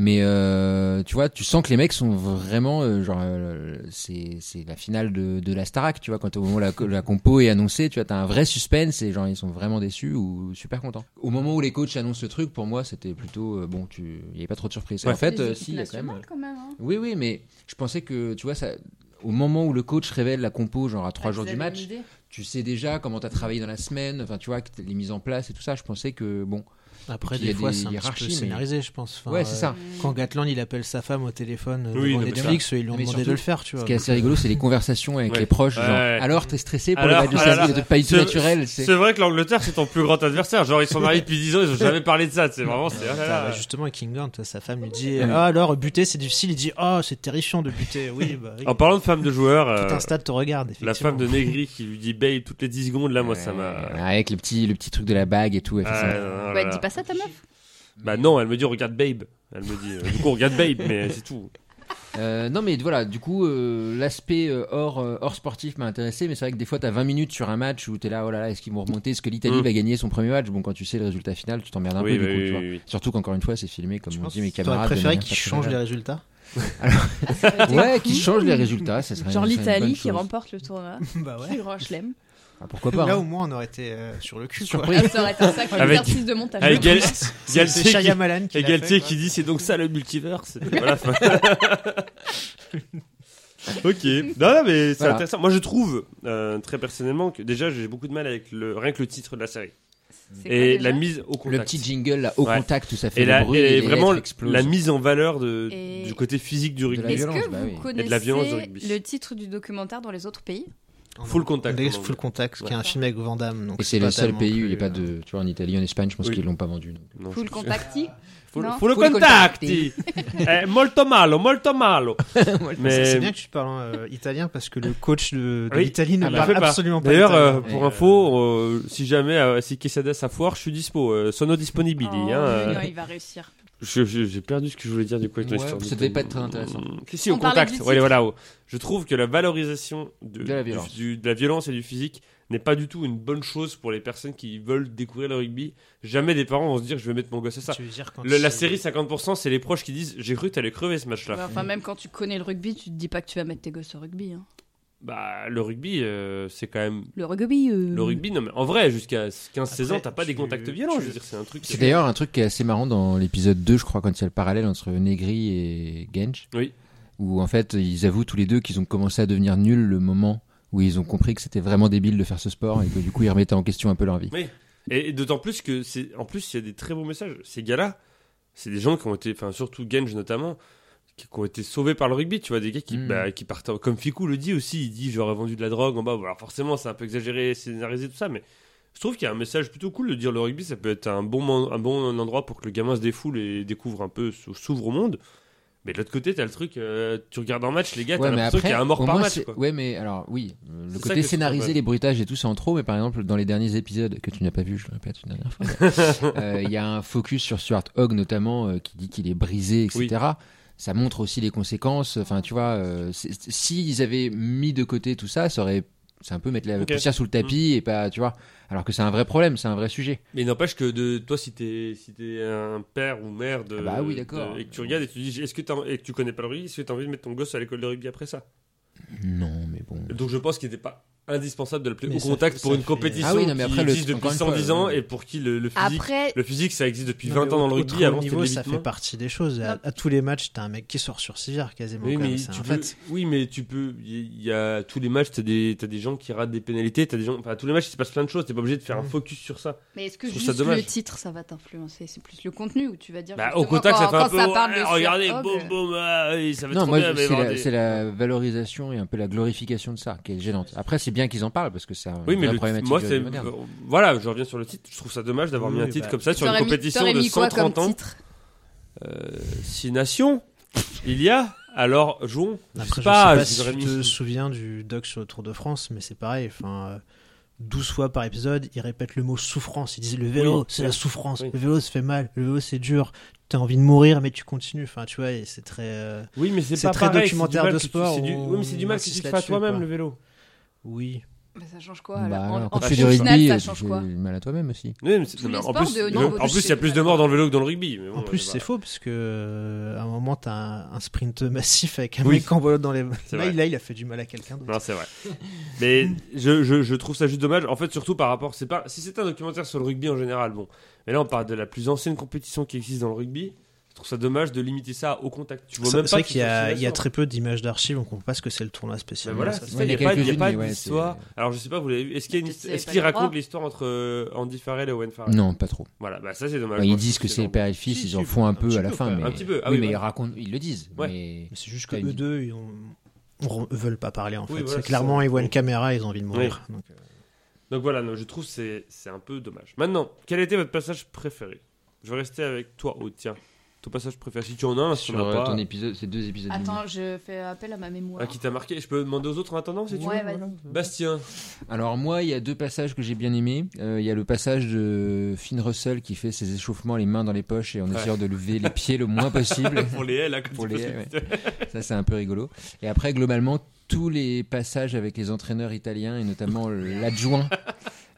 Speaker 4: Mais euh, tu vois, tu sens que les mecs sont vraiment euh, genre euh, c'est c'est la finale de, de la Starac, tu vois quand au moment où la, la compo est annoncée, tu vois, t'as un vrai suspense et genre ils sont vraiment déçus ou super contents. Au moment où les coachs annoncent le truc, pour moi c'était plutôt euh, bon, tu il y avait pas trop de surprise.
Speaker 3: Ouais.
Speaker 4: En fait, euh, si il y a quand même.
Speaker 5: hein.
Speaker 4: euh, Oui, oui,
Speaker 5: Bah,
Speaker 4: mais je pensais que tu vois ça au moment où le coach révèle la compo genre à trois jours du match, tu sais déjà comment t'as travaillé dans la semaine, enfin, tu vois, que t- les mises en place et tout ça. Je pensais que, bon,
Speaker 2: Après,
Speaker 4: Puis il y
Speaker 2: des
Speaker 4: a
Speaker 2: fois,
Speaker 4: des
Speaker 2: c'est un petit
Speaker 4: hiérarchies,
Speaker 2: peu
Speaker 4: mais-
Speaker 2: scénarisé, je pense. Enfin,
Speaker 4: ouais, c'est
Speaker 2: euh,
Speaker 4: ça.
Speaker 2: Quand Gatland il appelle sa femme au téléphone euh,
Speaker 3: Oui,
Speaker 2: devant
Speaker 3: non, mais
Speaker 2: Netflix, ils lui ont
Speaker 4: Mais
Speaker 2: demandé
Speaker 4: surtout,
Speaker 2: de le faire, tu vois.
Speaker 4: Ce qui est assez rigolo, c'est les conversations avec
Speaker 3: Ouais.
Speaker 4: les proches. Genre,
Speaker 3: Ouais, ouais.
Speaker 4: alors t'es stressé pour
Speaker 3: Alors,
Speaker 4: le match de
Speaker 3: ah là
Speaker 4: samedi,
Speaker 3: là.
Speaker 4: le truc pas du tout
Speaker 3: C'est-
Speaker 4: naturel. c'est-
Speaker 3: C'est vrai que l'Angleterre, c'est ton plus grand adversaire. Genre, ils sont mariés depuis 10 ans, ils ont jamais parlé de ça. C'est vraiment, c'est. ah là
Speaker 2: Putain,
Speaker 3: là.
Speaker 2: bah, justement, King Hunt, sa femme lui dit
Speaker 4: Ouais.
Speaker 2: Ah, alors, buter, c'est difficile. Il dit Ah, c'est terrifiant de buter. Oui, bah. oui.
Speaker 3: En parlant de femme de joueur, euh,
Speaker 2: Tout un stade te regarde.
Speaker 3: la
Speaker 2: effectivement.
Speaker 3: femme de Negri qui lui dit babe toutes les 10 secondes, là, moi, ça m'a.
Speaker 4: Ouais, Avec le petit, le petit truc de la bague et tout. elle fait
Speaker 3: Ah,
Speaker 4: ça.
Speaker 3: non, non,
Speaker 5: Ouais,
Speaker 3: là,
Speaker 5: dis
Speaker 3: là.
Speaker 5: pas ça à ta meuf.
Speaker 3: Bah non, elle me dit regarde Babe. Elle me dit euh, du coup regarde Babe, mais c'est tout.
Speaker 4: Euh, non mais voilà, du coup euh, l'aspect euh, hors, euh, hors sportif m'a intéressé, mais c'est vrai que des fois t'as 20 minutes sur un match où t'es là, oh là là, est-ce qu'ils vont remonter, est-ce que l'Italie
Speaker 3: Mm.
Speaker 4: va gagner son premier match Bon quand tu sais le résultat final, tu t'emmerdes [laughs] un
Speaker 3: Oui,
Speaker 4: peu
Speaker 3: bah
Speaker 4: du coup,
Speaker 3: oui,
Speaker 4: tu vois.
Speaker 3: oui, oui.
Speaker 4: Surtout qu'encore une fois c'est filmé comme
Speaker 2: Tu
Speaker 4: on
Speaker 2: penses
Speaker 4: dit mes
Speaker 2: t'aurais
Speaker 4: camarades. de
Speaker 2: préféré
Speaker 4: manière
Speaker 2: qu'ils
Speaker 4: pas très
Speaker 2: changent les
Speaker 4: agréable.
Speaker 2: résultats
Speaker 4: Ouais, qu'ils changent les résultats, ça serait
Speaker 5: Genre
Speaker 4: ça serait une bonne
Speaker 5: l'Italie qui
Speaker 4: chose.
Speaker 5: remporte le tournoi.
Speaker 2: Bah
Speaker 5: Tu je l'aime.
Speaker 4: Ah, Pourquoi pas
Speaker 2: Là,
Speaker 4: hein.
Speaker 2: au moins, on aurait été euh, sur le cul. quoi.
Speaker 4: Surpris.
Speaker 5: Ah, Ça aurait été un sacré
Speaker 3: Avec-
Speaker 5: exercice de
Speaker 2: Bah,
Speaker 5: montage.
Speaker 3: Avec Gal- Ah, Galtier
Speaker 2: C'est
Speaker 3: qui-
Speaker 2: Shyamalan qui.
Speaker 3: et
Speaker 2: l'a
Speaker 3: Galtier
Speaker 2: fait,
Speaker 3: qui dit c'est donc ça le
Speaker 2: [laughs]
Speaker 3: multiverse. Voilà. [laughs] ok. Non, non, mais c'est
Speaker 4: Voilà.
Speaker 3: intéressant. Moi je trouve euh, très personnellement que déjà j'ai beaucoup de mal avec le rien que le titre de la série
Speaker 5: C'est quoi,
Speaker 3: et
Speaker 5: déjà
Speaker 3: la mise au contact.
Speaker 4: Le petit jingle là, au
Speaker 3: Ouais.
Speaker 4: contact où ça fait
Speaker 3: et
Speaker 4: le
Speaker 3: la,
Speaker 4: bruit
Speaker 3: et
Speaker 4: et les
Speaker 3: vraiment
Speaker 4: lettres explosent.
Speaker 3: la mise en valeur de,
Speaker 5: Et-
Speaker 3: du côté physique du
Speaker 4: de
Speaker 3: rugby.
Speaker 4: la
Speaker 5: Est-ce
Speaker 4: violence,
Speaker 5: que
Speaker 4: bah
Speaker 5: vous
Speaker 4: oui. Et
Speaker 5: connaissez
Speaker 3: de la violence de rugby.
Speaker 5: le titre du documentaire dans les autres pays
Speaker 2: quoi.
Speaker 3: Full Contact,
Speaker 2: Lex
Speaker 3: comme on
Speaker 2: Full
Speaker 3: dit.
Speaker 2: Contact, qui est un
Speaker 5: Ouais.
Speaker 2: film avec Van Damme. donc
Speaker 4: Et c'est
Speaker 2: pas
Speaker 4: le seul
Speaker 2: tellement
Speaker 4: pays où il n'y a
Speaker 2: plus,
Speaker 4: pas
Speaker 2: euh,
Speaker 4: de, tu vois en Italie, en Espagne, je pense
Speaker 3: Oui.
Speaker 4: qu'ils l'ont pas vendu. donc.
Speaker 3: Non,
Speaker 5: Full
Speaker 3: je-
Speaker 5: [laughs] contacti
Speaker 3: [laughs] Full,
Speaker 5: Non.
Speaker 3: full
Speaker 4: Full
Speaker 3: contacti. [laughs] Eh, molto malo, molto malo. [laughs]
Speaker 2: C'est
Speaker 3: mais
Speaker 2: c'est bien que tu parles euh, italien parce
Speaker 3: [laughs]
Speaker 2: que le coach de, de
Speaker 3: Oui.
Speaker 2: l'Italie ne
Speaker 3: Ah bah,
Speaker 2: parle
Speaker 3: fais pas.
Speaker 2: absolument pas.
Speaker 3: D'ailleurs,
Speaker 2: italien.
Speaker 3: euh, pour
Speaker 4: Et,
Speaker 3: info, euh, si jamais euh, si Quesada sa foire, je suis dispo. euh, sono
Speaker 5: Oh,
Speaker 3: disponibili. hein, euh,
Speaker 5: il va réussir.
Speaker 3: je- je- J'ai perdu ce que je voulais dire du coup. avec
Speaker 4: Ouais,
Speaker 3: l'histoire
Speaker 4: ça
Speaker 3: de-
Speaker 4: devait pas être très intéressant.
Speaker 3: Mm, Si, au
Speaker 5: On parlait
Speaker 3: contact.
Speaker 5: du
Speaker 3: ouais,
Speaker 5: titre.
Speaker 3: voilà, oh. Je trouve que la valorisation de,
Speaker 4: De la
Speaker 3: du-
Speaker 4: violence.
Speaker 3: du- de la violence et du physique n'est pas du tout une bonne chose pour les personnes qui veulent découvrir le rugby. Jamais des parents vont se dire je vais mettre mon gosse à ça.
Speaker 2: Tu veux dire quand
Speaker 3: Le- la
Speaker 2: c'est-
Speaker 3: série 50%, c'est les proches qui disent j'ai cru que t'allais crever ce match-là.
Speaker 5: Ouais, enfin, même quand tu connais le rugby, tu te dis pas que tu vas mettre tes gosses au rugby. hein.
Speaker 3: Bah, le rugby, euh, c'est quand même.
Speaker 5: Le rugby. euh,
Speaker 4: Mm.
Speaker 3: Le rugby, non, mais en vrai, jusqu'à 15-16 ans,
Speaker 2: Après,
Speaker 3: t'as pas des
Speaker 2: tu-
Speaker 3: contacts violents.
Speaker 2: tu-
Speaker 3: Je veux dire, c'est un truc.
Speaker 4: C'est d'ailleurs un truc qui est assez marrant dans l'épisode 2, je crois, quand il y a le parallèle entre Negri et Gench.
Speaker 3: Oui.
Speaker 4: Où en fait, ils avouent tous les deux qu'ils ont commencé à devenir nuls le moment où ils ont compris que c'était vraiment débile de faire ce sport et que du coup ils remettaient en question un peu leur vie.
Speaker 3: Et, et d'autant plus que c'est en plus il y a des très beaux messages. Ces gars-là, c'est des gens qui ont été, enfin surtout Genge notamment, qui, qui ont été sauvés par le rugby. Tu vois des gars qui,
Speaker 4: Mm.
Speaker 3: bah, qui partent, en- comme Ficou le dit aussi, il dit j'aurais vendu de la drogue en bas. Bon, Alors forcément c'est un peu exagéré, scénarisé tout ça, mais je trouve qu'il y a un message plutôt cool de dire le rugby ça peut être un bon man- un bon endroit pour que le gamin se défoule et découvre un peu s'ou- s'ouvre au monde. Mais de l'autre côté t'as le truc, euh, tu regardes un match les gars, t'as l'impression qu'il y a un mort
Speaker 4: au
Speaker 3: par
Speaker 4: moins,
Speaker 3: match.
Speaker 4: c'est-
Speaker 3: quoi.
Speaker 4: ouais, mais alors oui, euh,
Speaker 3: C'est ça
Speaker 4: le côté
Speaker 3: que je trouve pas
Speaker 4: scénarisé,
Speaker 3: mal.
Speaker 4: les bruitages et tout, c'est en trop. Mais par exemple, dans les derniers épisodes que tu n'as pas vu, je le répète une dernière fois,
Speaker 3: [laughs]
Speaker 4: mais, euh, il y a un focus sur Stuart Hogg notamment euh, qui dit qu'il est brisé, etc. Ça montre aussi les conséquences. Enfin, tu vois, euh, c'est- c'est- s'ils avaient mis de côté tout ça, ça aurait, c'est un peu mettre la
Speaker 3: Ok. Mm.
Speaker 4: poussière sous le tapis et pas, tu vois. Alors que c'est un vrai problème, c'est un vrai sujet.
Speaker 3: Mais il n'empêche que de toi, si t'es si t'es un père ou mère de,
Speaker 4: Ah bah oui, d'accord.
Speaker 3: de- et que tu regardes et tu dis, est-ce que t'as- et que tu connais pas le rugby, est-ce que t'as envie de mettre ton gosse à l'école de rugby après ça
Speaker 4: Non, mais bon.
Speaker 3: Donc je pense qu'il n'était pas indispensable de l'appeler
Speaker 2: Mais
Speaker 3: au
Speaker 2: ça
Speaker 3: contact
Speaker 2: fait-
Speaker 3: pour
Speaker 2: ça
Speaker 3: une
Speaker 2: fait-
Speaker 3: compétition
Speaker 4: Ah oui, non, mais après,
Speaker 3: qui
Speaker 4: le-
Speaker 3: existe depuis
Speaker 4: encore une
Speaker 3: 110
Speaker 4: fois,
Speaker 3: ans
Speaker 4: euh,
Speaker 3: et pour qui le, le physique
Speaker 5: Après,
Speaker 3: le physique ça existe depuis
Speaker 2: Non,
Speaker 3: 20
Speaker 2: mais
Speaker 3: ans dans le
Speaker 2: au- au
Speaker 3: rugby.
Speaker 2: très haut
Speaker 3: Avant
Speaker 2: niveau,
Speaker 3: c'était
Speaker 2: ça fait
Speaker 3: l'évitement.
Speaker 2: partie des choses. À,
Speaker 5: Non.
Speaker 2: à tous les matchs, t'as un mec qui sort sur civière quasiment.
Speaker 3: Oui
Speaker 2: quand
Speaker 4: euh,
Speaker 3: mais,
Speaker 2: même, c'est
Speaker 3: tu
Speaker 2: un
Speaker 3: peux-
Speaker 2: fait.
Speaker 3: oui, mais tu peux. Il y a tous les matchs, t'as des, t'as des gens qui ratent des pénalités, t'as des gens. Enfin, à tous les matchs, il se passe plein de choses. T'es pas obligé de faire un
Speaker 2: Mm.
Speaker 3: focus sur ça.
Speaker 5: mais est-ce que
Speaker 3: Je trouve
Speaker 5: juste
Speaker 3: ça dommage.
Speaker 5: le titre, ça va t'influencer C'est plus le contenu où tu vas dire.
Speaker 3: Bah,
Speaker 5: justement,
Speaker 3: au contact,
Speaker 5: quand,
Speaker 3: ça fait un
Speaker 5: quand
Speaker 3: peu.
Speaker 5: ça parle
Speaker 3: ouais,
Speaker 5: de
Speaker 3: regardez,
Speaker 5: Stuart
Speaker 3: boum,
Speaker 5: Hogg,
Speaker 3: boum, ah, oui, ça va
Speaker 4: Non,
Speaker 3: trop
Speaker 4: moi,
Speaker 3: bien, mais
Speaker 4: c'est la,
Speaker 3: regardez.
Speaker 4: c'est la valorisation et un peu la glorification de ça qui est gênante. Après, c'est bien qu'ils en parlent parce que c'est un-
Speaker 3: Oui,
Speaker 4: une
Speaker 3: mais
Speaker 4: vraie
Speaker 3: le-
Speaker 4: problématique
Speaker 3: moi,
Speaker 4: de-
Speaker 3: c'est. euh,
Speaker 4: moderne.
Speaker 3: Voilà, je reviens sur le titre. Je trouve ça dommage d'avoir
Speaker 2: Oui,
Speaker 3: mis un
Speaker 2: bah,
Speaker 3: titre comme ça sur une
Speaker 5: t'aurais mis-
Speaker 3: compétition
Speaker 5: t'aurais
Speaker 3: de
Speaker 5: mis quoi comme
Speaker 3: 130 ans.
Speaker 5: titre
Speaker 3: Euh, six nations, il y a. Alors, jouons.
Speaker 2: Après, je sais
Speaker 3: pas,
Speaker 2: pas,
Speaker 3: je
Speaker 2: si
Speaker 3: dirais
Speaker 2: tu te
Speaker 3: mi-
Speaker 2: souviens du doc sur le Tour de France, mais c'est pareil. Enfin, euh, 12 fois par épisode, ils répètent le mot souffrance. Ils disent le vélo,
Speaker 3: Oui,
Speaker 2: c'est
Speaker 3: oui,
Speaker 2: la souffrance.
Speaker 3: oui.
Speaker 2: Le vélo, ça fait mal. Le vélo, c'est dur. T'as envie de mourir, mais tu continues. Enfin, tu vois, et c'est très. euh,
Speaker 3: Oui, mais c'est
Speaker 2: C'est
Speaker 3: pas
Speaker 2: très
Speaker 3: pareil,
Speaker 2: documentaire
Speaker 3: c'est du mal
Speaker 2: de
Speaker 3: que tu-
Speaker 2: sport,
Speaker 3: c'est du-
Speaker 2: on
Speaker 3: Oui, mais c'est du mal que tu
Speaker 2: insiste
Speaker 3: te fasses
Speaker 2: là-dessus,
Speaker 3: toi-même
Speaker 2: quoi.
Speaker 3: le vélo.
Speaker 2: Oui.
Speaker 5: Mais ça change quoi
Speaker 4: Bah,
Speaker 5: alors En-
Speaker 4: alors,
Speaker 5: En
Speaker 4: quand tu fais du
Speaker 5: finale,
Speaker 4: rugby,
Speaker 5: ça
Speaker 4: tu
Speaker 5: change
Speaker 4: fais
Speaker 5: quoi
Speaker 4: du mal à toi-même aussi.
Speaker 3: Oui, mais c'est-
Speaker 5: Tous
Speaker 3: non, mais
Speaker 5: les
Speaker 3: en
Speaker 5: sports
Speaker 3: plus,
Speaker 5: de haut
Speaker 3: je-
Speaker 5: niveau,
Speaker 3: en plus,
Speaker 5: je
Speaker 3: il y a
Speaker 5: sais
Speaker 3: plus
Speaker 5: pas.
Speaker 3: de morts dans le vélo que dans le rugby. mais bon,
Speaker 2: En
Speaker 3: ouais,
Speaker 2: plus,
Speaker 3: bah,
Speaker 2: c'est faux parce que euh, à un moment, t'as un, un sprint [laughs] massif avec un
Speaker 3: Oui.
Speaker 2: mec en volant dans les.
Speaker 3: C'est vrai.
Speaker 2: Là,
Speaker 3: Bah,
Speaker 2: il- là, il a fait du mal à quelqu'un d'autre.
Speaker 3: Non, c'est vrai. Mais je, je, je trouve ça juste dommage. En fait, surtout par rapport. C'est pas, si c'était un documentaire sur le rugby en général, bon. Mais là, on parle de la plus ancienne compétition qui existe dans le rugby. Je trouve ça dommage de limiter ça au contact. Tu vois
Speaker 2: C'est
Speaker 3: même
Speaker 2: c'est
Speaker 3: pas
Speaker 2: vrai
Speaker 3: qui
Speaker 2: qu'il y a,
Speaker 3: sont
Speaker 2: il y a
Speaker 3: dessinateurs.
Speaker 2: très peu d'images d'archives, on comprend pas ce que c'est le tournoi
Speaker 3: Ben
Speaker 2: spécial.
Speaker 3: voilà,
Speaker 2: Ça,
Speaker 3: c'est
Speaker 2: c'est-
Speaker 3: ça,
Speaker 4: ouais,
Speaker 3: il n'y a
Speaker 4: il y a
Speaker 3: pas, il y a
Speaker 4: quelques-unes,
Speaker 3: pas
Speaker 4: mais ouais,
Speaker 3: d'histoire. Alors je sais pas, vous l'avez vu. Est-ce qu'il y a une-
Speaker 5: Peut-être c'est
Speaker 3: est-ce
Speaker 5: pas
Speaker 3: qu'il
Speaker 5: les droits.
Speaker 3: raconte l'histoire entre euh, Andy Farrell et Owen Farrell
Speaker 4: Non, pas trop.
Speaker 3: Voilà, bah ça c'est dommage.
Speaker 4: Bah, ils
Speaker 3: Moi, je
Speaker 4: disent que
Speaker 3: trouve
Speaker 4: c'est le
Speaker 3: vraiment-
Speaker 4: père et le fils,
Speaker 2: Si,
Speaker 4: ils
Speaker 2: si,
Speaker 4: en font un
Speaker 2: un
Speaker 4: peu
Speaker 2: petit
Speaker 4: à la
Speaker 2: peu,
Speaker 4: fin.
Speaker 2: quand
Speaker 4: Mais...
Speaker 2: même.
Speaker 3: Un petit peu, ah
Speaker 4: oui,
Speaker 3: oui,
Speaker 4: mais ils
Speaker 3: voilà.
Speaker 4: racontent, ils le disent.
Speaker 3: Ouais.
Speaker 4: Mais...
Speaker 2: Mais c'est juste que
Speaker 4: Pas
Speaker 2: eux
Speaker 4: une-
Speaker 2: deux, ils ont- re- veulent pas parler en fait.
Speaker 3: Oui, voilà,
Speaker 2: c'est clairement,
Speaker 3: c'est ça.
Speaker 2: ils voient une caméra, ils ont envie de mourir. Donc, euh,
Speaker 3: Donc voilà, non, je trouve que c'est c'est un peu dommage. Maintenant, quel était votre passage préféré Je vais rester avec toi, oh tiens. Ton passage préféré, si tu en as un, si tu
Speaker 4: Sur
Speaker 3: en as
Speaker 4: euh,
Speaker 3: pas,
Speaker 4: ton épisode, ces deux épisodes.
Speaker 5: Attends, je fais appel à ma mémoire.
Speaker 3: un Ah, qui t'a marqué, je peux demander aux autres en attendant si tu
Speaker 5: Ouais,
Speaker 3: veux
Speaker 5: vas-y.
Speaker 3: voilà. Bastien,
Speaker 4: Alors moi, il y a deux passages que j'ai bien aimés. Euh, Il y a le passage de Finn Russell qui fait ses échauffements les mains dans les poches et en
Speaker 3: Ouais.
Speaker 4: essayant de lever les pieds le
Speaker 3: [laughs]
Speaker 4: moins possible.
Speaker 3: pour les L, là, quand
Speaker 4: Pour
Speaker 3: tu
Speaker 4: les
Speaker 3: fais-
Speaker 4: haies, Ça, c'est un peu rigolo. Et après, globalement, tous les passages avec les entraîneurs italiens et notamment l'adjoint.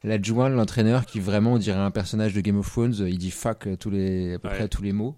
Speaker 4: L'adjoint, de l'entraîneur qui vraiment, on dirait un personnage de Game of Thrones, il dit fuck à, tous les, à peu
Speaker 3: Ouais.
Speaker 4: près à tous les mots.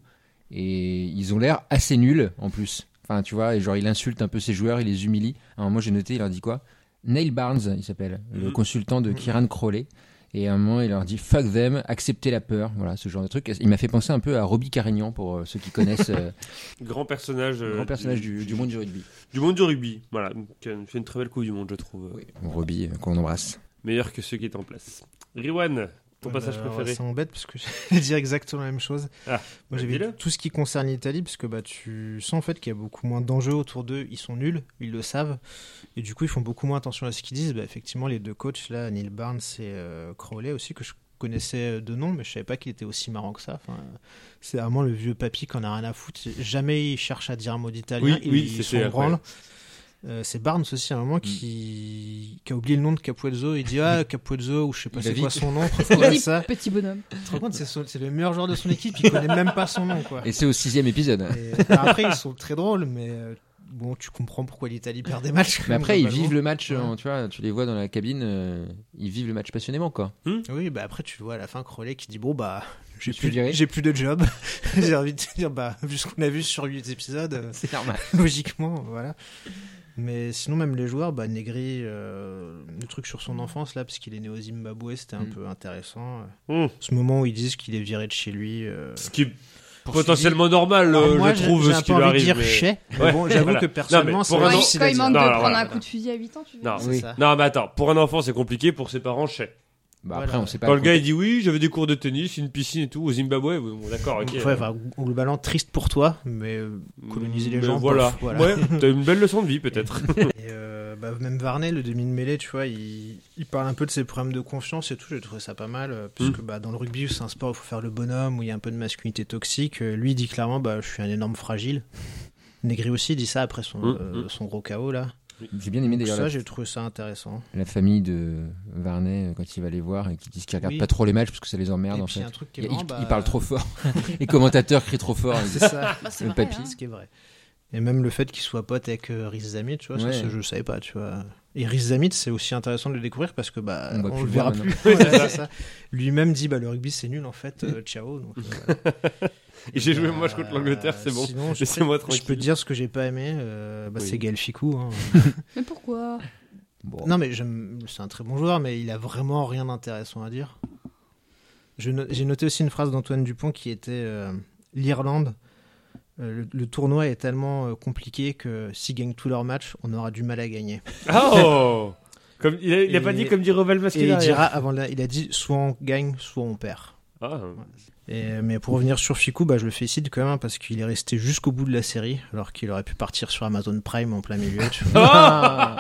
Speaker 4: Et ils ont l'air assez nuls en plus. Enfin, tu vois, et genre il insulte un peu ses joueurs, il les humilie. À un moment, j'ai noté, il leur dit quoi Neil Barnes, il s'appelle, le
Speaker 3: Mhm.
Speaker 4: consultant de Kiran Crowley. Et à un moment, il leur dit fuck them, acceptez la peur. Voilà, ce genre de truc. Il m'a fait penser un peu à Robbie Carignan pour euh, ceux qui connaissent euh,
Speaker 3: [laughs] Grand personnage, [laughs] euh,
Speaker 4: le grand personnage du, du monde du rugby.
Speaker 3: du monde du rugby. Voilà, qui a fait une très belle Coupe du Monde, je trouve.
Speaker 4: Roby, euh, qu'on embrasse.
Speaker 3: Meilleur que ceux qui étaient en place. Riwan, ton
Speaker 2: ouais,
Speaker 3: passage
Speaker 2: bah, alors,
Speaker 3: préféré
Speaker 2: Ça m'embête parce que [laughs] j'allais dire exactement la même chose.
Speaker 3: Ah,
Speaker 2: Moi, j'avais
Speaker 3: dis-le.
Speaker 2: tout ce qui concerne l'Italie parce que bah, tu sens en fait qu'il y a beaucoup moins d'enjeux autour d'eux. Ils sont nuls, ils le savent. Et du coup, ils font beaucoup moins attention à ce qu'ils disent. Bah, effectivement, les deux coachs, là, Neil Barnes et euh, Crowley aussi, que je connaissais de nom, mais je savais pas qu'il était aussi marrant que ça. Enfin, euh, c'est vraiment le vieux papy qu'on a rien à foutre. Jamais il cherche à dire un mot d'italien.
Speaker 3: Oui, oui,
Speaker 2: il
Speaker 3: c'est- c'est
Speaker 2: s'en branle. Euh, c'est Barnes aussi à un moment
Speaker 3: Mm.
Speaker 2: qui... qui a oublié le nom de Capuzzo. Il dit Ah, Capuzzo, ou je sais pas
Speaker 4: Il
Speaker 2: c'est
Speaker 4: va
Speaker 2: quoi
Speaker 4: vite.
Speaker 3: [laughs]
Speaker 2: son nom. Ouais,
Speaker 5: Petit,
Speaker 2: ça.
Speaker 5: petit bonhomme.
Speaker 2: Tu te rends compte, c'est son- c'est le meilleur joueur de son équipe, il connaît même pas son nom, quoi.
Speaker 4: Et c'est au sixième épisode.
Speaker 2: Et, enfin, après, ils sont très drôles, mais euh, bon, tu comprends pourquoi l'Italie perd des matchs.
Speaker 4: Mais après, ils
Speaker 2: globalement.
Speaker 4: vivent le match,
Speaker 2: Ouais.
Speaker 4: euh, tu vois, tu les vois dans la cabine, euh, ils vivent le match passionnément, quoi.
Speaker 2: Oui, bah après, tu le vois à la fin Crowley qui dit Bon, bah, j'ai
Speaker 4: Je suis
Speaker 2: plus,
Speaker 4: viré.
Speaker 2: [laughs] j'ai plus de job. j'ai envie de te dire, bah, vu ce qu'on a vu sur 8 épisodes,
Speaker 4: [laughs]
Speaker 2: euh, [laughs]
Speaker 4: C'est normal.
Speaker 2: logiquement, voilà. Mais sinon, même les joueurs, bah, Negri, euh, le truc sur son enfance, là, parce qu'il est né au Zimbabwe, c'était un
Speaker 4: Mm.
Speaker 2: peu intéressant. euh.
Speaker 3: Hum,
Speaker 2: Ce moment où ils disent qu'il est viré de chez lui. euh,
Speaker 3: Ce qui est
Speaker 2: poursuivi.
Speaker 3: potentiellement normal,
Speaker 2: Alors
Speaker 3: euh,
Speaker 2: moi,
Speaker 3: je
Speaker 2: j'ai-
Speaker 3: trouve
Speaker 2: j'ai un
Speaker 3: ce
Speaker 2: peu
Speaker 3: qui lui
Speaker 2: envie de
Speaker 3: arrive.
Speaker 2: dire
Speaker 3: mais-
Speaker 2: chais, mais
Speaker 3: Ouais.
Speaker 2: bon, [laughs] j'avoue
Speaker 3: Voilà.
Speaker 2: que
Speaker 3: Non, mais
Speaker 2: personnellement,
Speaker 3: pour
Speaker 2: c'est
Speaker 3: un
Speaker 5: Quand
Speaker 3: an-
Speaker 5: il,
Speaker 2: difficile
Speaker 5: quand
Speaker 2: à
Speaker 5: il
Speaker 2: dire.
Speaker 5: manque de
Speaker 3: Non, alors,
Speaker 5: prendre
Speaker 3: voilà.
Speaker 5: un coup de fusil à 8 ans, tu veux
Speaker 4: Non.
Speaker 5: dire.
Speaker 2: C'est
Speaker 4: Oui.
Speaker 2: ça.
Speaker 3: Non, mais attends, pour un enfant, c'est compliqué, pour ses parents, je sais.
Speaker 4: Bah,
Speaker 2: Voilà.
Speaker 4: Après, on sait pas.
Speaker 3: Quand le
Speaker 4: quoi.
Speaker 3: gars il dit oui, j'avais des cours de tennis, une piscine et tout au Zimbabwe, oui, bon, d'accord, ok.
Speaker 2: Ouais, enfin, globalement, triste pour toi, mais euh, coloniser les
Speaker 3: Mais
Speaker 2: gens,
Speaker 3: Voilà.
Speaker 2: bof, voilà.
Speaker 3: Ouais, t'as une belle leçon de vie peut-être.
Speaker 2: [laughs] et, euh, bah, même Varney, le demi de mêlée, tu vois, il, il parle un peu de ses problèmes de confiance et tout. J'ai trouvé ça pas mal, euh, puisque bah, dans le rugby, c'est un sport où il faut faire le bonhomme, où il y a un peu de masculinité toxique. Euh, Lui il dit clairement, bah, je suis un énorme fragile. Negri aussi dit ça après son,
Speaker 3: Mm,
Speaker 2: euh,
Speaker 3: mm.
Speaker 2: son gros KO là.
Speaker 4: J'ai bien aimé
Speaker 2: Donc
Speaker 4: d'ailleurs
Speaker 2: ça,
Speaker 4: la,
Speaker 2: j'ai trouvé ça intéressant.
Speaker 4: la famille de Varney euh, quand il va les voir et qui disent qu'ils regardent
Speaker 2: Oui.
Speaker 4: pas trop les matchs parce que ça les emmerde
Speaker 2: et
Speaker 4: en
Speaker 2: puis
Speaker 4: fait.
Speaker 2: un truc qui
Speaker 4: Il,
Speaker 2: est
Speaker 4: il-
Speaker 2: marrant,
Speaker 4: il
Speaker 2: bah,
Speaker 4: parle trop
Speaker 2: [laughs]
Speaker 4: fort. les commentateurs crient trop fort.
Speaker 2: C'est ça.
Speaker 5: Bah, c'est
Speaker 4: Le
Speaker 5: vrai,
Speaker 4: papy,
Speaker 5: hein.
Speaker 2: ce qui est vrai. Et même le fait qu'il soit pote avec euh, Riz Zamit, tu vois, ça,
Speaker 4: Ouais.
Speaker 2: ça, je savais pas, tu vois. Et Riz Zamit, c'est aussi intéressant de le découvrir parce que bah
Speaker 4: On va
Speaker 2: on,
Speaker 4: plus
Speaker 2: le
Speaker 4: le
Speaker 2: verra
Speaker 4: voir
Speaker 2: plus. [laughs]
Speaker 3: Oui, c'est
Speaker 4: [laughs]
Speaker 2: Voilà,
Speaker 3: ça.
Speaker 2: c'est ça. Lui-même dit bah le rugby c'est nul en fait, euh, ciao. Donc, euh,
Speaker 4: [laughs]
Speaker 2: voilà.
Speaker 3: Et j'ai
Speaker 2: Euh,
Speaker 3: joué moi je contre l'Angleterre, c'est bon.
Speaker 2: sinon, je,
Speaker 3: Laissez-moi
Speaker 2: je
Speaker 3: tranquille.
Speaker 2: peux te dire ce que j'ai pas aimé, euh, bah,
Speaker 3: Oui.
Speaker 2: c'est Gaël Ficou. hein.
Speaker 5: Mais pourquoi
Speaker 4: Bon.
Speaker 2: Non mais j'aime- c'est un très bon joueur, mais il a vraiment rien d'intéressant à dire. Je no- J'ai noté aussi une phrase d'Antoine Dupont qui était euh, l'Irlande. euh, le, le tournoi est tellement euh, compliqué que s'ils gagnent tous leurs matchs, on aura du mal à gagner.
Speaker 3: Ah, oh comme, il, a, il a pas
Speaker 2: Et-
Speaker 3: dit comme dit Roval
Speaker 2: Et il
Speaker 3: Masquerade.
Speaker 2: dira avant la- il a dit soit on gagne, soit on perd.
Speaker 3: Ah,
Speaker 2: Et, euh, mais pour revenir sur Fikou, bah, je le félicite quand même hein, parce qu'il est resté jusqu'au bout de la série, alors qu'il aurait pu partir sur Amazon Prime en plein milieu. tu vois.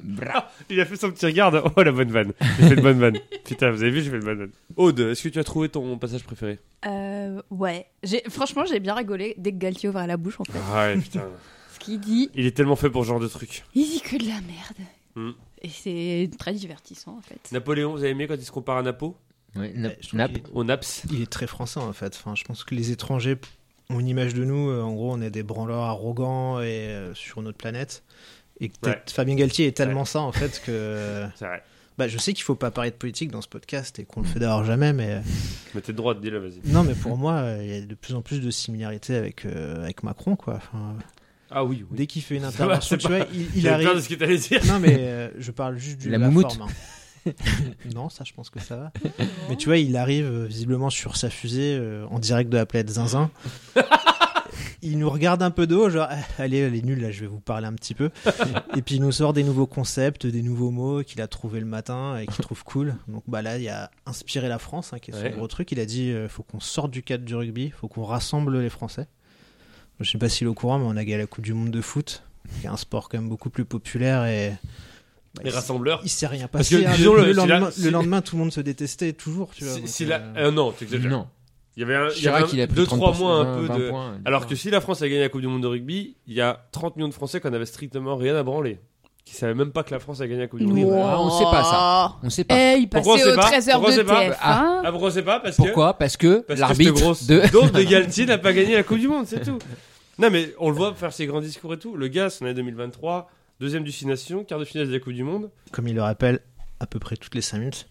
Speaker 4: Bra-
Speaker 3: il a fait son petit regard. de- Oh la bonne vanne. J'ai fait une bonne
Speaker 2: [laughs]
Speaker 3: vanne. Putain, vous avez vu, j'ai fait une bonne vanne. Aude, est-ce que tu as trouvé ton passage préféré
Speaker 5: Euh, Ouais. J'ai- Franchement, j'ai bien rigolé dès que Galtier ouvre la bouche, en fait.
Speaker 3: Ah ouais, putain.
Speaker 5: Ce qu'il dit,
Speaker 3: Il est tellement fait pour ce genre de truc.
Speaker 5: il dit que de la merde.
Speaker 3: Hmm.
Speaker 5: Et c'est très divertissant, en fait.
Speaker 3: Napoléon, vous avez aimé quand il se compare à Napo
Speaker 4: Ouais, nap-
Speaker 2: Je trouve
Speaker 4: nap.
Speaker 2: qu'il est-
Speaker 3: Au Naps
Speaker 2: Il est très français en fait. Enfin, je pense que les étrangers ont une image de nous. euh, En gros, on est des branleurs arrogants et euh, sur notre planète. Et que peut-être Fabien Galtier est tellement ça en fait que. [laughs]
Speaker 3: C'est vrai.
Speaker 2: Bah, je sais qu'il faut pas parler de politique dans ce podcast et qu'on le fait d'ailleurs jamais, mais euh,
Speaker 3: Mais t'es de droite, dis-le, vas-y.
Speaker 2: non,
Speaker 4: [laughs]
Speaker 2: mais pour moi, euh, il y a de plus en plus de similarités avec euh, avec Macron quoi. Enfin,
Speaker 3: Ah oui, oui.
Speaker 2: dès qu'il fait une
Speaker 3: Ça va,
Speaker 2: intervention,
Speaker 3: c'est
Speaker 2: tu
Speaker 3: pas-
Speaker 2: vois, il, il
Speaker 3: J'avais peur de
Speaker 2: arrive.
Speaker 3: ce que t'allais dire.
Speaker 2: Non, mais euh, je parle juste du
Speaker 4: La
Speaker 2: la
Speaker 4: moumoute.
Speaker 2: forme, hein. non, ça, je pense que ça va. Mais tu vois, il arrive euh, visiblement sur sa fusée euh, en direct de la planète Zinzin. il nous regarde un peu de haut, genre, Ah, allez, elle est nulle, là, je vais vous parler un petit peu. et puis il nous sort des nouveaux concepts, des nouveaux mots qu'il a trouvé le matin et qu'il trouve cool. Donc bah, là, il a inspiré la France, hein, qui est son
Speaker 3: Ouais.
Speaker 2: gros truc. Il a dit, euh, faut qu'on sorte du cadre du rugby, faut qu'on rassemble les Français. Je sais pas s'il est au courant, mais on a gagné la Coupe du Monde de foot, qui est un sport quand même beaucoup plus populaire et. bah,
Speaker 3: Les
Speaker 2: il-
Speaker 3: rassembleurs.
Speaker 2: il s'est rien
Speaker 3: Parce
Speaker 2: passé.
Speaker 3: que,
Speaker 2: hein.
Speaker 3: disons,
Speaker 2: le,
Speaker 3: le-
Speaker 2: le
Speaker 3: si la-
Speaker 2: lendemain,
Speaker 3: si-
Speaker 2: le lendemain, tout le monde se détestait toujours. Tu vois,
Speaker 3: Si,
Speaker 2: donc,
Speaker 3: si la...
Speaker 2: euh,
Speaker 3: euh, non, tu exagères.
Speaker 4: Non.
Speaker 3: Il y avait un, il y avait
Speaker 4: Chirac, il
Speaker 3: un-
Speaker 4: a pris
Speaker 3: deux, trois
Speaker 4: 30%,
Speaker 3: mois un peu
Speaker 4: 20
Speaker 3: de.
Speaker 4: euh, points,
Speaker 3: Alors que si la France a gagné la Coupe du Monde de rugby, il y a 30 millions de Français qu'on avait strictement rien à branler. Qui savaient même pas que la France a gagné la Coupe du Monde.
Speaker 4: Oui, voilà.
Speaker 5: Wow.
Speaker 4: On sait pas ça. on sait pas.
Speaker 5: Eh, il
Speaker 3: Pourquoi on
Speaker 5: passait
Speaker 3: sait
Speaker 5: aux
Speaker 3: pas
Speaker 5: 13h
Speaker 3: Pourquoi on
Speaker 5: de
Speaker 3: sait pas
Speaker 5: TF1.
Speaker 3: Ah, vous ne pas parce que.
Speaker 4: Pourquoi Parce que
Speaker 3: Parce que cette
Speaker 4: l'arbitre
Speaker 3: grosse
Speaker 4: de
Speaker 3: dose de Galtier n'a pas gagné la Coupe du Monde, c'est tout. Non, mais on le voit faire ses grands discours et tout. Le gars, son année 2023, deuxième du Six Nations, quart de finale de la Coupe du Monde. [laughs]
Speaker 2: Comme il le rappelle à peu près toutes les 5 minutes,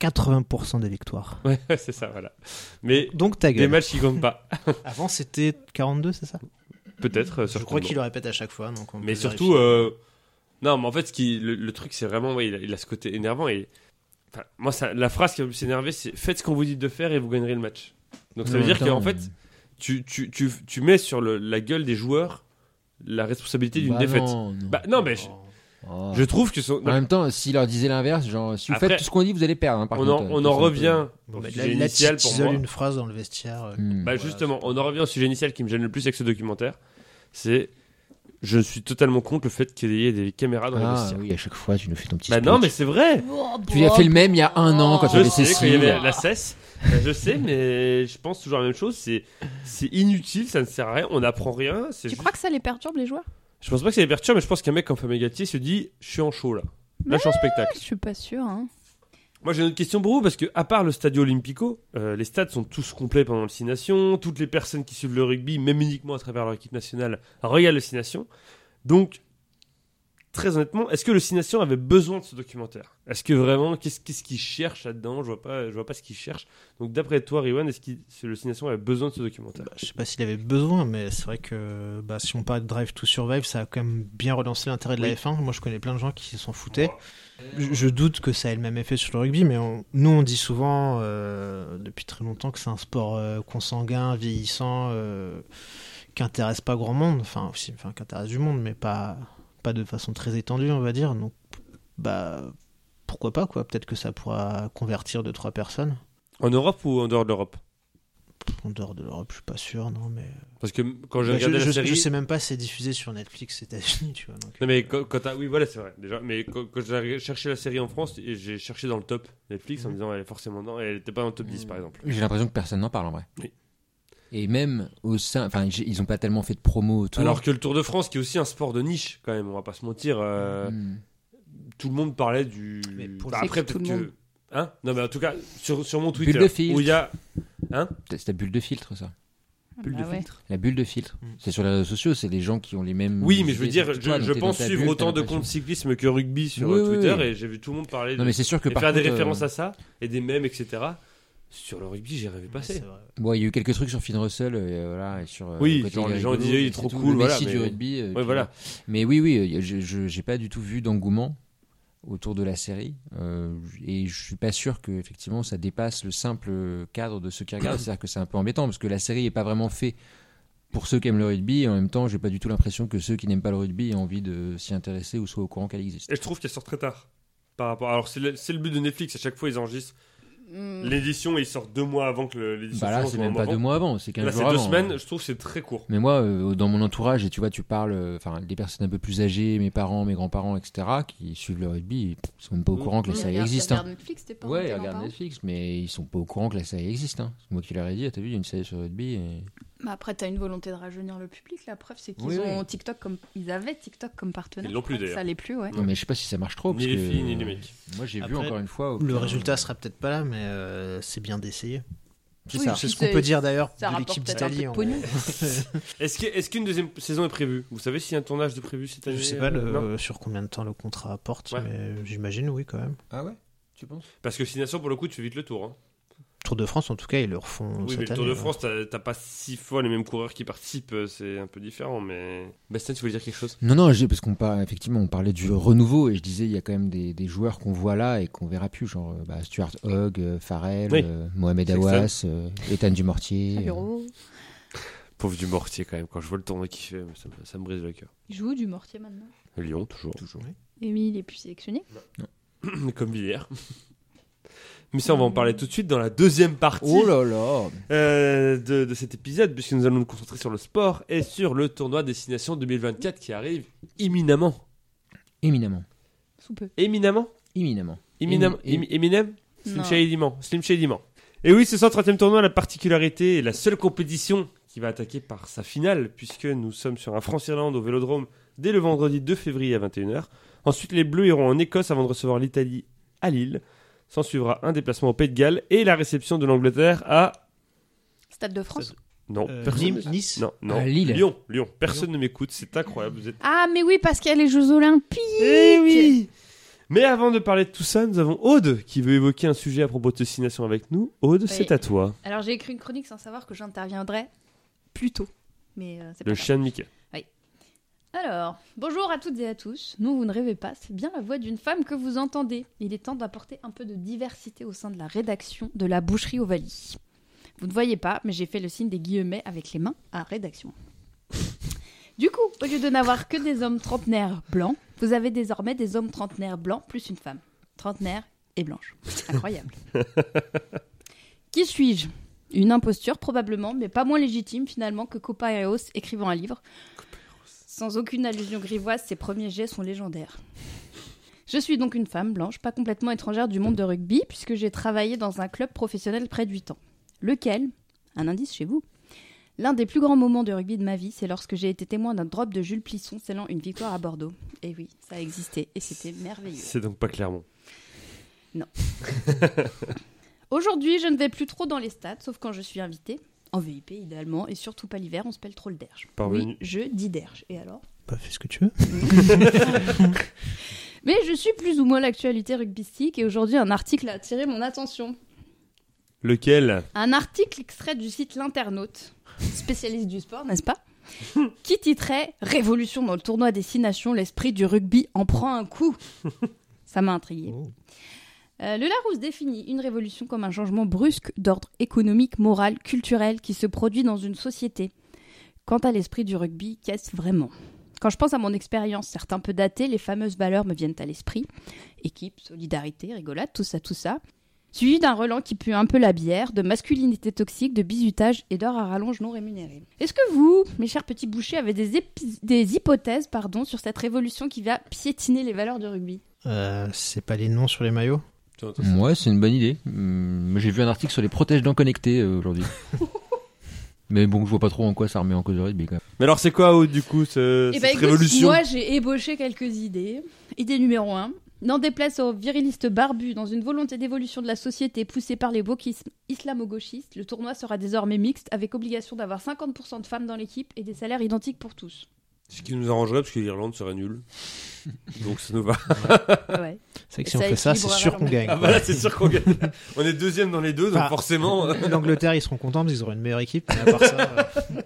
Speaker 2: 80% des victoires.
Speaker 3: Ouais, c'est ça, voilà. Mais
Speaker 2: Donc ta
Speaker 3: des
Speaker 2: gueule.
Speaker 3: matchs qui comptent pas.
Speaker 2: Avant, c'était 42, c'est ça
Speaker 3: Peut-être, euh,
Speaker 2: Je
Speaker 3: certainement.
Speaker 2: crois qu'il le répète à chaque fois. donc on
Speaker 3: Mais
Speaker 2: peut
Speaker 3: surtout,
Speaker 2: vérifier.
Speaker 3: euh, non, mais en fait, ce qui, le, le truc, c'est vraiment, ouais, il, a, il a ce côté énervant. Et, enfin, moi, ça, la phrase qui m'a le plus énervé, c'est faites ce qu'on vous dit de faire et vous gagnerez le match. Donc ça
Speaker 4: Mais
Speaker 3: veut
Speaker 4: en
Speaker 3: dire
Speaker 4: même
Speaker 3: qu'en
Speaker 4: temps,
Speaker 3: fait, tu, tu, tu, tu mets sur le- la gueule des joueurs la responsabilité d'une
Speaker 4: Bah
Speaker 3: défaite.
Speaker 4: non, non.
Speaker 3: Bah non, mais je,
Speaker 4: Oh.
Speaker 3: je trouve que son-
Speaker 4: En même temps, s'il leur disait l'inverse, genre si vous
Speaker 3: Après,
Speaker 4: faites tout ce qu'on dit, vous allez perdre. hein, par
Speaker 3: on en,
Speaker 4: contre,
Speaker 3: on
Speaker 4: Ça,
Speaker 3: en
Speaker 4: c'est un peu- bah,
Speaker 3: revient.
Speaker 2: Bon,
Speaker 3: au
Speaker 2: mais
Speaker 3: sujet
Speaker 2: là, là, tu
Speaker 3: initial pour
Speaker 2: t'isoles
Speaker 3: moi.
Speaker 2: une phrase dans le vestiaire. euh,
Speaker 4: Hmm.
Speaker 3: Bah
Speaker 2: Voilà,
Speaker 3: justement, on en revient au sujet initial qui me gêne le plus avec ce documentaire. C'est, je suis totalement contre le fait qu'il y ait des caméras dans les
Speaker 4: Ah
Speaker 3: vestiaires.
Speaker 4: oui, à chaque fois, tu nous fais ton petit.
Speaker 3: Bah
Speaker 4: speech.
Speaker 3: non, mais c'est vrai.
Speaker 4: Tu as fait le même il y a un an quand tu
Speaker 3: Je
Speaker 4: avais
Speaker 3: sais qu'il y
Speaker 4: Cécile.
Speaker 3: avait la cesse, Bah, je sais, mais je pense toujours la même chose. C'est c'est inutile, ça ne sert à rien, on n'apprend rien. c'est
Speaker 5: Tu
Speaker 3: juste-
Speaker 5: crois que ça les perturbe les joueurs
Speaker 3: Je pense pas que c'est les perturbe, mais je pense qu'un mec comme Fabien Gatti se dit Je suis en show là. Là, je suis en spectacle.
Speaker 5: Je suis pas sûr. Hein.
Speaker 3: Moi, j'ai une autre question pour vous, parce que, à part le Stadio Olimpico, euh, les stades sont tous complets pendant le Six Nations. Toutes les personnes qui suivent le rugby, même uniquement à travers leur équipe nationale, regardent le Six Nations. Donc, très honnêtement, est-ce que le Six Nations avait besoin de ce documentaire Est-ce que vraiment, qu'est-ce qu'est-ce qu'ils cherchent là-dedans Je vois pas, je vois pas ce qu'ils cherchent. Donc, d'après toi, Riwan, est-ce que le Six Nations avait besoin de ce documentaire
Speaker 2: Bah, je sais pas s'il avait besoin, mais c'est vrai que bah, si on parle de Drive to Survive, ça a quand même bien relancé l'intérêt de la
Speaker 3: Oui.
Speaker 2: F1. Moi, je connais plein de gens qui s'en foutaient. Je, je doute que ça ait le même effet sur le rugby, mais on- nous, on dit souvent euh, depuis très longtemps que c'est un sport euh, consanguin, vieillissant, euh, qui intéresse pas grand monde, enfin, aussi, enfin qui intéresse du monde, mais pas, pas de façon très étendue, on va dire. Donc, bah, pourquoi pas, quoi. Peut-être que ça pourra convertir deux, trois personnes.
Speaker 3: En Europe ou en dehors de l'Europe
Speaker 2: En dehors de l'Europe, je suis pas sûr, non, mais.
Speaker 3: Parce que quand j'ai
Speaker 2: Bah,
Speaker 3: regardé
Speaker 2: je,
Speaker 3: la
Speaker 2: je-
Speaker 3: série.
Speaker 2: je sais même pas si c'est diffusé sur Netflix États-Unis, tu vois. donc,
Speaker 3: Non mais
Speaker 2: euh,
Speaker 3: quand, quand t'as- oui voilà c'est vrai déjà mais quand, quand j'ai cherché la série en France et j'ai cherché dans le top Netflix
Speaker 4: Mhm.
Speaker 3: en me disant elle est forcément dans elle était pas dans le top 10 par exemple.
Speaker 4: J'ai l'impression que personne n'en parle en vrai.
Speaker 3: Oui.
Speaker 4: Et même au sein, enfin, j'ai- ils ont pas tellement fait de promo autour.
Speaker 3: Alors que le Tour de France qui est aussi un sport de niche quand même on va pas se mentir euh,
Speaker 4: Hmm.
Speaker 3: tout le monde parlait du
Speaker 2: Mais pour-
Speaker 5: C'est que tout le monde.
Speaker 3: hein non mais en tout cas sur, sur mon
Speaker 4: de
Speaker 3: Twitter
Speaker 4: filtre.
Speaker 3: où il y a
Speaker 4: c'est ta bulle de filtre ça.
Speaker 3: Bulle de
Speaker 5: Bah ouais.
Speaker 4: La bulle de filtre.
Speaker 2: Mm.
Speaker 4: C'est sur les réseaux sociaux, c'est les gens qui ont les mêmes.
Speaker 3: Hmm. oui mais je veux
Speaker 4: idées,
Speaker 3: dire
Speaker 4: c'est
Speaker 3: je,
Speaker 4: toi, donc
Speaker 3: je
Speaker 4: t'es
Speaker 3: pense
Speaker 4: dans ta
Speaker 3: suivre
Speaker 4: bulle,
Speaker 3: autant
Speaker 4: t'as
Speaker 3: de
Speaker 4: l'impression.
Speaker 3: comptes cyclisme que rugby sur
Speaker 4: Oui,
Speaker 3: euh,
Speaker 4: oui,
Speaker 3: Twitter
Speaker 4: oui.
Speaker 3: et j'ai vu tout le monde parler de,
Speaker 4: Non mais c'est sûr que
Speaker 3: et
Speaker 4: par
Speaker 3: faire des
Speaker 4: contre, euh,
Speaker 3: références à ça et des mèmes etc sur le rugby j'y rêvais
Speaker 4: Bah,
Speaker 3: pas
Speaker 2: c'est vrai.
Speaker 4: Bon, il y a eu quelques trucs sur Finn Russell, euh, voilà, et sur. euh,
Speaker 3: Oui,
Speaker 4: le côté
Speaker 3: genre, les
Speaker 4: rigolo,
Speaker 3: gens disaient, il est
Speaker 4: c'est
Speaker 3: trop
Speaker 4: tout.
Speaker 3: cool,
Speaker 4: le
Speaker 3: voilà,
Speaker 4: Messi du
Speaker 3: mais-
Speaker 4: rugby. euh, tu
Speaker 3: ouais voilà
Speaker 4: vois. Mais oui, oui, euh, je- je j'ai pas du tout vu d'engouement autour de la série, euh, et je suis pas sûr que effectivement ça dépasse le simple cadre de ceux qui regardent. C'est-à-dire que c'est un peu embêtant parce que la série est pas vraiment faite pour ceux qui aiment le rugby. Et en même temps, j'ai pas du tout l'impression que ceux qui n'aiment pas le rugby aient envie de s'y intéresser ou soient au courant qu'elle existe.
Speaker 3: et je trouve qu'elle sort très tard par rapport alors c'est le, c'est le but de Netflix à chaque fois ils enregistrent
Speaker 5: Mm.
Speaker 3: L'édition, il sort deux mois avant que le- l'édition
Speaker 4: Bah là,
Speaker 3: sorte,
Speaker 4: c'est
Speaker 3: ou un
Speaker 4: même
Speaker 3: mois
Speaker 4: pas deux
Speaker 3: avant.
Speaker 4: mois avant, c'est quinze
Speaker 3: Là,
Speaker 4: jours
Speaker 3: c'est
Speaker 4: avant. hein.
Speaker 3: deux semaines, je trouve que c'est très court.
Speaker 4: Mais moi, euh, dans mon entourage, et tu vois, tu parles, euh, enfin, des personnes un peu plus âgées, mes parents, mes grands-parents, etc., qui suivent le rugby, ils sont même pas au
Speaker 3: Mmh.
Speaker 4: courant que la
Speaker 5: Ouais,
Speaker 4: série
Speaker 5: regarde-
Speaker 4: existe.
Speaker 5: regarde
Speaker 4: hein.
Speaker 5: Netflix, t'es pas hein.
Speaker 4: Ouais,
Speaker 5: t'es
Speaker 4: ils regardent
Speaker 5: pas-
Speaker 4: Netflix, mais ils sont pas au courant que la série existe. hein. C'est moi qui leur ai dit, ah, t'as vu, il y a une série sur le rugby. et-
Speaker 5: Mais après, t'as une volonté de rajeunir le public. La preuve, c'est qu'ils
Speaker 4: Oui,
Speaker 5: ont
Speaker 4: oui.
Speaker 5: TikTok comme ils avaient TikTok comme partenaire.
Speaker 3: Ils l'ont plus,
Speaker 5: Ah, Ça
Speaker 3: d'ailleurs.
Speaker 5: l'est plus, ouais.
Speaker 4: Non, mais je sais pas si ça marche trop.
Speaker 3: Ni
Speaker 4: parce
Speaker 3: les
Speaker 4: que,
Speaker 3: filles, ni les
Speaker 4: euh, [laughs]
Speaker 3: mecs.
Speaker 4: Moi, j'ai vu
Speaker 2: Après,
Speaker 4: encore une fois.
Speaker 2: Le
Speaker 4: aucun-
Speaker 2: résultat sera peut-être pas là, mais euh, c'est bien d'essayer.
Speaker 4: C'est
Speaker 5: Oui,
Speaker 4: ça.
Speaker 5: puis
Speaker 2: C'est ce qu'on peut dire d'ailleurs
Speaker 5: Ça
Speaker 2: de
Speaker 5: rapporte
Speaker 2: l'équipe
Speaker 5: peut-être un peu
Speaker 2: d'Italie.
Speaker 5: de
Speaker 2: en
Speaker 5: pognon.
Speaker 2: vrai.
Speaker 3: Est-ce que- est-ce qu'une deuxième saison est prévue Vous savez s'il y a un tournage de prévu cette année
Speaker 2: Je sais pas
Speaker 3: euh,
Speaker 2: le-
Speaker 3: non
Speaker 2: sur combien de temps le contrat apporte,
Speaker 3: Ouais.
Speaker 2: mais j'imagine oui quand même.
Speaker 4: Ah ouais Tu penses
Speaker 3: Parce que Six Nations, pour le coup, tu fais vite le tour. hein.
Speaker 2: Tour de France, en tout cas, ils le refont
Speaker 3: Oui,
Speaker 2: cette
Speaker 3: mais le
Speaker 2: année.
Speaker 3: Tour de
Speaker 2: ouais.
Speaker 3: France, t'as t'as pas six fois les mêmes coureurs qui participent, euh, c'est un peu différent, mais. Bastien, tu voulais dire quelque chose
Speaker 4: Non, non, j'ai- parce qu'on parle, effectivement, on parlait du renouveau et je disais, il y a quand même des, des joueurs qu'on voit là et qu'on verra plus, genre euh, bah, Stuart Hogg, euh, Farrell,
Speaker 3: Oui.
Speaker 4: euh, Mohamed
Speaker 3: Sexton.
Speaker 4: Awas, euh, Ethan Dumortier. euh,
Speaker 5: Bureau.
Speaker 3: Pauvre du Mortier, quand même, quand je vois le tournoi qu'il fait, ça, me- ça me brise le cœur.
Speaker 5: Il joue du mortier maintenant.
Speaker 3: Lyon, toujours.
Speaker 5: Amy, il est plus sélectionné.
Speaker 3: Comme Villiers. [laughs] Mais ça, on va en parler tout de suite dans la deuxième partie.
Speaker 4: Oh là là
Speaker 3: euh, de, de cet épisode, puisque nous allons nous concentrer sur le sport et sur le tournoi Destination 2024 qui arrive imminemment.
Speaker 4: Éminemment.
Speaker 5: Sous peu.
Speaker 3: Éminemment
Speaker 4: Éminemment.
Speaker 3: Eminem,
Speaker 4: Émi-
Speaker 3: Eminem Slim
Speaker 5: Non.
Speaker 3: Shady Man, Slim Shady Man. Et oui, ce 130e tournoi a la particularité et la seule compétition qui va attaquer par sa finale, puisque nous sommes sur un France-Irlande au Vélodrome dès le vendredi 2 février à 21h. Ensuite, les Bleus iront en Écosse avant de recevoir l'Italie à Lille. S'en suivra un déplacement au Pays de Galles et la réception de l'Angleterre à...
Speaker 5: Stade de France.
Speaker 3: Non,
Speaker 2: Euh,
Speaker 3: personne
Speaker 2: Nîmes-
Speaker 3: ne-
Speaker 2: Nice
Speaker 3: Non, non.
Speaker 4: À Lille.
Speaker 3: Lyon, Lyon. Personne ne m'écoute, c'est incroyable. Vous êtes...
Speaker 5: Ah, mais oui, parce qu'il y a les Jeux Olympiques.
Speaker 3: Eh oui Mais avant de parler de tout ça, nous avons Aude qui veut évoquer un sujet à propos de destination avec nous. Aude, c'est à toi.
Speaker 5: Alors, j'ai écrit une chronique sans savoir que j'interviendrais plus tôt. Mais euh, c'est pas
Speaker 3: Le
Speaker 5: grave.
Speaker 3: chien de Mickey.
Speaker 5: Alors, bonjour à toutes et à tous. Non, vous ne rêvez pas, c'est bien la voix d'une femme que vous entendez. Il est temps d'apporter un peu de diversité au sein de la rédaction de la boucherie Ovalie. Vous ne voyez pas, mais j'ai fait le signe des guillemets avec les mains à rédaction. Du coup, au lieu de n'avoir que des hommes trentenaires blancs, vous avez désormais des hommes trentenaires blancs plus une femme. Trentenaire et blanche. Incroyable. [laughs] Qui suis-je Une imposture probablement, mais pas moins légitime finalement que Copaeos écrivant un livre. Sans aucune allusion grivoise, ses premiers jets sont légendaires. Je suis donc une femme blanche, pas complètement étrangère du monde de rugby, puisque j'ai travaillé dans un club professionnel près de 8 ans. Lequel Un indice chez vous L'un des plus grands moments de rugby de ma vie, c'est lorsque j'ai été témoin d'un drop de Jules Plisson scellant une victoire à Bordeaux. Et oui, ça a existé, et c'était merveilleux.
Speaker 3: C'est donc pas Clermont.
Speaker 5: Aujourd'hui, je ne vais plus trop dans les stades, sauf quand je suis invitée. En VIP, idéalement, et surtout pas l'hiver, on se pèle trop le derge.
Speaker 3: Parvenu.
Speaker 5: Oui, je dis derge. Et alors
Speaker 2: Bah, fais ce que tu veux.
Speaker 5: Mais je suis plus ou moins l'actualité rugbystique, et aujourd'hui, un article a attiré mon attention.
Speaker 3: Lequel
Speaker 5: Un article extrait du site L'Internaute, spécialiste du sport, n'est-ce pas Qui titrait Révolution dans le tournoi des six nations, l'esprit du rugby en prend un coup. Ça m'a intrigué.
Speaker 2: Oh.
Speaker 5: Euh, le Larousse définit une révolution comme un changement brusque d'ordre économique, moral, culturel qui se produit dans une société. Quant à l'esprit du rugby, qu'est-ce vraiment Quand je pense à mon expérience, certes un peu datée, les fameuses valeurs me viennent à l'esprit. Équipe, solidarité, rigolade, tout ça, tout ça suivi d'un relent qui pue un peu la bière, de masculinité toxique, de bizutage et d'heures à rallonge non rémunérées. Est-ce que vous, mes chers petits bouchers, avez des, épi- des hypothèses pardon, sur cette révolution qui va piétiner les valeurs du rugby
Speaker 2: Euh, c'est pas les noms sur les maillots
Speaker 4: Ouais, c'est une bonne idée. Hum, J'ai vu un article sur les protèges dents connectés
Speaker 3: [laughs]
Speaker 4: euh, aujourd'hui. Mais bon, je vois pas trop en quoi ça remet en cause le rugby quand même.
Speaker 3: Mais alors, c'est quoi, Aude, du coup,
Speaker 2: Eh
Speaker 3: ce-
Speaker 2: ben,
Speaker 3: cette révolution
Speaker 5: Eh ben, moi j'ai ébauché quelques idées. Idée numéro 1. N'en déplace aux virilistes barbus, dans une volonté d'évolution de la société poussée par les wokismes islamo-gauchistes, le tournoi sera désormais mixte avec obligation d'avoir 50% de femmes dans l'équipe et des salaires identiques pour tous.
Speaker 3: Ce qui nous arrangerait, parce que l'Irlande serait
Speaker 2: [laughs]
Speaker 3: nulle. Donc ça nous va.
Speaker 5: Ouais.
Speaker 2: C'est vrai que
Speaker 5: Ça
Speaker 2: si on fait ça, c'est
Speaker 5: équilibrera
Speaker 2: sûr qu'on
Speaker 5: vraiment.
Speaker 2: gagne.
Speaker 3: Ah
Speaker 2: quoi.
Speaker 3: bah là, c'est sûr qu'on gagne. On est deuxième dans les deux, donc
Speaker 2: Ah.
Speaker 3: forcément. euh,
Speaker 2: L'Angleterre, ils seront contents parce qu'ils auront une meilleure équipe. mais
Speaker 3: [laughs]
Speaker 2: à part ça, euh,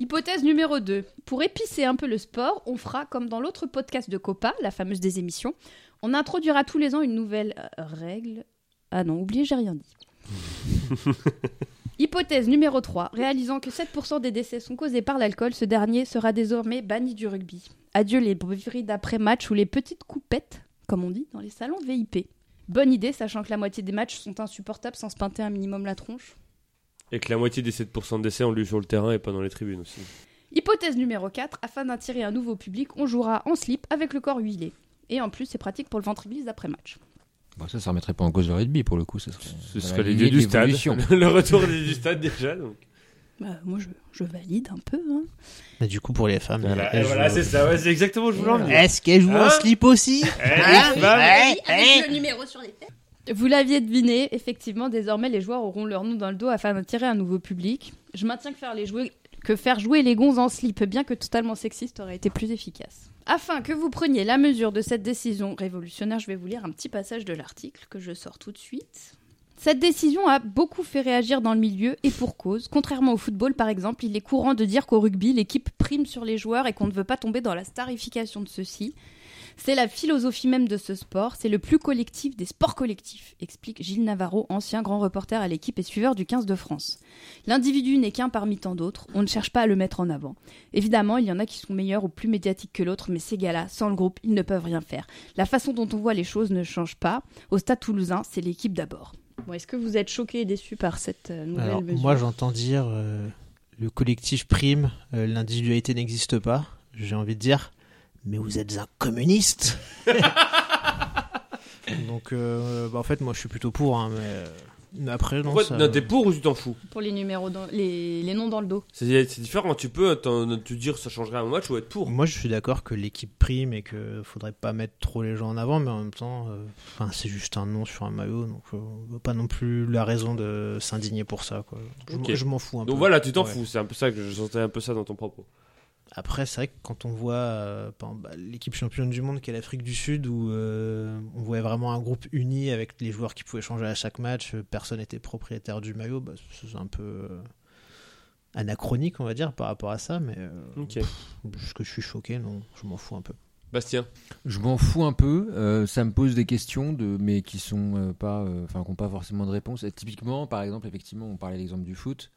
Speaker 5: Hypothèse numéro 2. Pour épicer un peu le sport, on fera, comme dans l'autre podcast de Copa, la fameuse des émissions, on introduira tous les ans une nouvelle euh, règle. Ah non, oubliez, j'ai rien dit. Hypothèse numéro 3. Réalisant que 7% des décès sont causés par l'alcool, ce dernier sera désormais banni du rugby. Adieu les beuveries d'après-match ou les petites coupettes, comme on dit dans les salons VIP. Bonne idée, sachant que la moitié des matchs sont insupportables sans se pinter un minimum la tronche.
Speaker 3: Et que la moitié des 7% de décès ont lieu sur le terrain et pas dans les tribunes aussi.
Speaker 5: Hypothèse numéro 4, afin d'attirer un nouveau public, on jouera en slip avec le corps huilé. Et en plus, c'est pratique pour le ventre glisse après match.
Speaker 4: Bon, ça, ça remettrait pas en cause le rugby pour le coup. Ça serait,
Speaker 3: Ce
Speaker 4: dans
Speaker 3: serait
Speaker 4: la
Speaker 3: les dieux
Speaker 4: lignée
Speaker 3: du
Speaker 4: de
Speaker 3: stade.
Speaker 4: l'évolution.
Speaker 3: [laughs] Le retour des dieux du stade déjà. Donc.
Speaker 5: Bah, moi, je, valide un peu. hein.
Speaker 2: Ah, mais du coup, pour les femmes,
Speaker 3: Voilà,
Speaker 2: elles
Speaker 3: et voilà,
Speaker 2: jouent-
Speaker 3: c'est ça, ouais, c'est exactement où je voulais en venir.
Speaker 2: est-ce qu'elles jouent en
Speaker 3: Hein
Speaker 2: slip aussi
Speaker 3: Eh, bam.
Speaker 5: le numéro sur les têtes. Vous l'aviez deviné, effectivement, désormais, les joueurs auront leur nom dans le dos afin d'attirer un nouveau public. Je maintiens que faire, les jouer, que faire jouer les gonzes en slip, bien que totalement sexiste, aurait été plus efficace. Afin que vous preniez la mesure de cette décision révolutionnaire, je vais vous lire un petit passage de l'article que je sors tout de suite. Cette décision a beaucoup fait réagir dans le milieu et pour cause. Contrairement au football, par exemple, il est courant de dire qu'au rugby, l'équipe prime sur les joueurs et qu'on ne veut pas tomber dans la starification de ceux-ci. C'est la philosophie même de ce sport, c'est le plus collectif des sports collectifs, explique Gilles Navarro, ancien grand reporter à l'équipe et suiveur du 15 de France. L'individu n'est qu'un parmi tant d'autres, on ne cherche pas à le mettre en avant. Évidemment, il y en a qui sont meilleurs ou plus médiatiques que l'autre, mais ces gars-là, sans le groupe, ils ne peuvent rien faire. La façon dont on voit les choses ne change pas. Au stade toulousain, c'est l'équipe d'abord. Bon, Est-ce que vous êtes choqué et déçu par cette euh, nouvelle
Speaker 2: Alors,
Speaker 5: mesure
Speaker 2: moi, j'entends dire euh, le collectif prime, euh, l'individualité n'existe pas. J'ai envie de dire, mais vous êtes un
Speaker 3: [laughs]
Speaker 2: communiste Donc, euh, bah, en fait, moi, je suis plutôt pour, hein, mais euh, mais après, non,
Speaker 3: Pourquoi
Speaker 2: ça-
Speaker 3: non, t'es pour ou tu t'en fous
Speaker 5: Pour les numéros, dans- les, les noms dans le dos.
Speaker 3: C'est c'est différent, tu peux t'en- te dire ça changerait un match ou être pour.
Speaker 2: Moi, je suis d'accord que l'équipe prime et que faudrait pas mettre trop les gens en avant, mais en même temps, euh, enfin, c'est juste un nom sur un maillot, donc euh, on n'a pas non plus la raison de s'indigner pour ça. Quoi. Je,
Speaker 3: Ok.
Speaker 2: je m'en fous un peu.
Speaker 3: Donc voilà, tu t'en
Speaker 2: Ouais.
Speaker 3: fous, c'est un peu ça que je sentais un peu ça dans ton propos.
Speaker 2: Après, c'est vrai que quand on voit euh, par exemple, bah, l'équipe championne du monde qui est l'Afrique du Sud, où euh, on voyait vraiment un groupe uni avec les joueurs qui pouvaient changer à chaque match, euh, personne n'était propriétaire du maillot, bah, c'est un peu euh, anachronique, on va dire, par rapport à ça, mais euh,
Speaker 3: Ok.
Speaker 2: parce que je suis choqué, non, je m'en fous un peu.
Speaker 3: Bastien.
Speaker 4: [laughs] Je m'en fous un peu. euh, ça me pose des questions, de, mais qui sont euh, pas, euh, enfin, qui n'ont pas forcément de réponse. Et typiquement, par exemple, effectivement, on parlait de l'exemple du foot.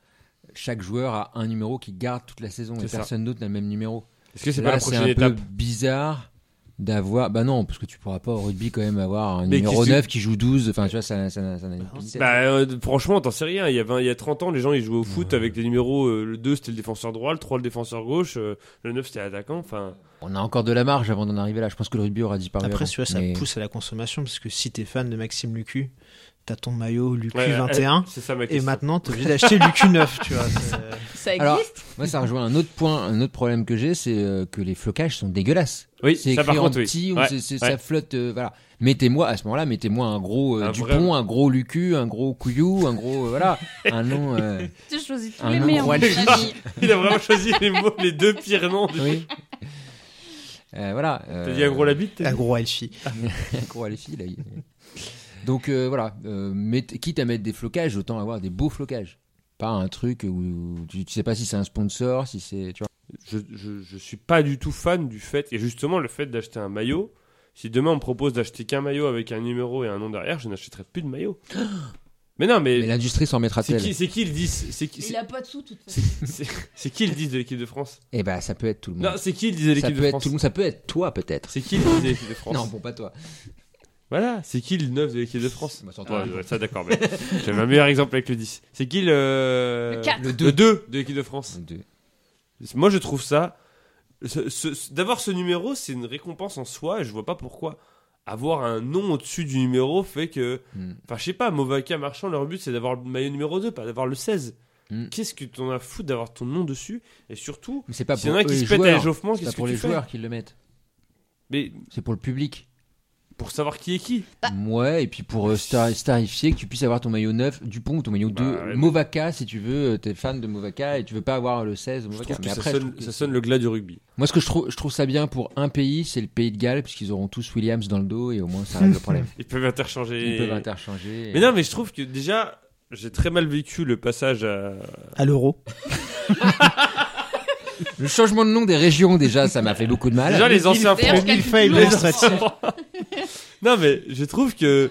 Speaker 4: Chaque joueur a un numéro qui garde toute la saison et
Speaker 3: C'est ça.
Speaker 4: personne d'autre n'a le même numéro.
Speaker 3: Est-ce que c'est
Speaker 4: Là,
Speaker 3: pas la
Speaker 4: c'est
Speaker 3: prochaine
Speaker 4: un
Speaker 3: étape
Speaker 4: peu bizarre d'avoir. Bah non, parce que tu pourras pas au rugby quand même avoir un
Speaker 3: Mais
Speaker 4: numéro
Speaker 3: qu'est-ce que-
Speaker 4: 9 qui joue 12. Enfin, tu vois, ça, ça, ça n'a-
Speaker 3: Bah euh, franchement, t'en sais rien. Il y, a 20 il y a 30 ans, les gens ils jouaient au foot avec des numéros. euh, le 2 c'était le défenseur droit, le 3 le défenseur gauche, euh, le 9 c'était l'attaquant. Enfin,
Speaker 4: On a encore de la marge avant d'en arriver là. Je pense que le rugby aura disparu.
Speaker 2: Après,
Speaker 4: avant.
Speaker 2: tu vois, ça
Speaker 4: Mais-
Speaker 2: pousse à la consommation, parce que si t'es fan de Maxime Lucu, t'as ton maillot Lucu
Speaker 3: ouais,
Speaker 2: 21,
Speaker 4: Hein
Speaker 3: euh, C'est ça ma
Speaker 2: et
Speaker 3: question.
Speaker 2: maintenant t'es obligé d'acheter Lucu 9, tu vois. c'est-
Speaker 3: [laughs]
Speaker 5: Ça existe
Speaker 4: Alors, moi, ça rejoint un autre point, un autre problème que j'ai, c'est euh, que les flocages sont dégueulasses.
Speaker 3: oui,
Speaker 4: C'est
Speaker 3: ça par
Speaker 4: écrit en
Speaker 3: contre, oui.
Speaker 4: petit, ou
Speaker 3: Ouais,
Speaker 4: c'est- c'est-
Speaker 3: ouais.
Speaker 4: ça flotte, euh, voilà. Mettez-moi, à ce moment-là, mettez-moi un gros euh,
Speaker 3: Un
Speaker 4: Dupont,
Speaker 3: vrai-
Speaker 4: un gros Lucu, un gros Couillou, un gros, euh, voilà, un nom,
Speaker 3: [laughs]
Speaker 4: euh,
Speaker 5: Tu choisis tous
Speaker 4: Un
Speaker 5: les meilleurs.
Speaker 4: endroit
Speaker 5: de
Speaker 4: chic.
Speaker 5: ta vie.
Speaker 3: [laughs] Il a vraiment choisi les mots, les deux pires noms. Du...
Speaker 4: oui. Euh, voilà. euh,
Speaker 3: T'as dit un gros la bite t'as dit
Speaker 2: Agro Alfie.
Speaker 4: [laughs] gros à les filles, là. Donc, euh, voilà, euh, mette- quitte à mettre des flocages, autant avoir des beaux flocages. Pas un truc où tu, tu sais pas si c'est un sponsor, si c'est, tu vois.
Speaker 3: je, je, je suis pas du tout fan du fait, et justement le fait d'acheter un maillot, si demain on me propose d'acheter qu'un maillot avec un numéro et un nom derrière, je n'achèterai plus de maillot.
Speaker 4: [gasps]
Speaker 3: mais non, mais,
Speaker 4: Mais l'industrie s'en
Speaker 3: c'est
Speaker 4: mettra-t-elle
Speaker 3: qui, c'est qui le 10 C'est qui, c'est-
Speaker 5: Il a pas de sous, de toute façon.
Speaker 3: c'est- c'est qui le 10 de l'équipe de France
Speaker 4: Eh ben, ça peut être tout le
Speaker 3: Non,
Speaker 4: monde.
Speaker 3: c'est qui le 10 de
Speaker 4: ça
Speaker 3: l'équipe
Speaker 4: peut
Speaker 3: de
Speaker 4: être
Speaker 3: France
Speaker 4: tout le monde. Ça peut être toi, peut-être.
Speaker 3: C'est qui le 10 de l'équipe de France
Speaker 4: Non, bon, pas toi.
Speaker 3: Voilà, c'est qui le 9 de l'équipe de France
Speaker 4: Bah, sans
Speaker 3: Ouais,
Speaker 4: toi.
Speaker 3: ouais, Ça d'accord, mais j'avais un meilleur exemple avec le 10. C'est qui le...
Speaker 5: Le quatre.
Speaker 4: Le deux.
Speaker 3: Le 2 de l'équipe de France
Speaker 4: De-
Speaker 3: Moi, je trouve ça. ce- ce- ce- D'avoir ce numéro, c'est une récompense en soi, et je vois pas pourquoi. Avoir un nom au-dessus du numéro fait que.
Speaker 4: Hmm.
Speaker 3: Enfin, je sais pas, Movaka Marchand, leur but c'est d'avoir le maillot numéro 2, pas d'avoir le 16.
Speaker 4: Mm.
Speaker 3: Qu'est-ce que t'en as foutu d'avoir ton nom dessus Et surtout,
Speaker 4: Mais c'est pas
Speaker 3: s'il y
Speaker 4: pour
Speaker 3: en a
Speaker 4: eux,
Speaker 3: qui
Speaker 4: les
Speaker 3: se pètent à
Speaker 4: joueurs.
Speaker 3: l'échauffement,
Speaker 4: C'est pas
Speaker 3: qu'est-ce que
Speaker 4: pour
Speaker 3: tu
Speaker 4: les
Speaker 3: fais
Speaker 4: joueurs qui le mettent.
Speaker 3: Mais
Speaker 4: C'est pour le public.
Speaker 3: pour savoir qui est qui.
Speaker 4: Ouais, et puis pour euh, star- starifier, que tu puisses avoir ton maillot 9, Dupont ou ton maillot
Speaker 3: Bah,
Speaker 4: 2,
Speaker 3: ouais.
Speaker 4: Movaca si tu veux, euh, t'es fan de Movaca et tu veux pas avoir le 16
Speaker 3: Je
Speaker 4: Movaca.
Speaker 3: trouve que
Speaker 4: Mais
Speaker 3: ça,
Speaker 4: après, je
Speaker 3: sonne,
Speaker 4: trouve que
Speaker 3: ça
Speaker 4: c'est-
Speaker 3: sonne le glas du rugby.
Speaker 4: Moi, ce que je trouve, je trouve ça bien pour un pays, c'est le pays de Galles, puisqu'ils auront tous Williams dans le dos et au moins ça règle
Speaker 3: [laughs]
Speaker 4: le problème.
Speaker 3: Ils peuvent interchanger.
Speaker 4: Ils peuvent interchanger. et-
Speaker 3: Mais non, mais je trouve que déjà, j'ai très mal vécu le passage à.
Speaker 2: À l'euro.
Speaker 4: Le changement de nom des régions, déjà, ça m'a fait beaucoup de mal.
Speaker 3: Déjà, les anciens
Speaker 5: D'ailleurs,
Speaker 3: Français-
Speaker 5: je calcule
Speaker 2: fail
Speaker 5: toujours.
Speaker 2: administratif.
Speaker 3: [laughs] non, mais je trouve que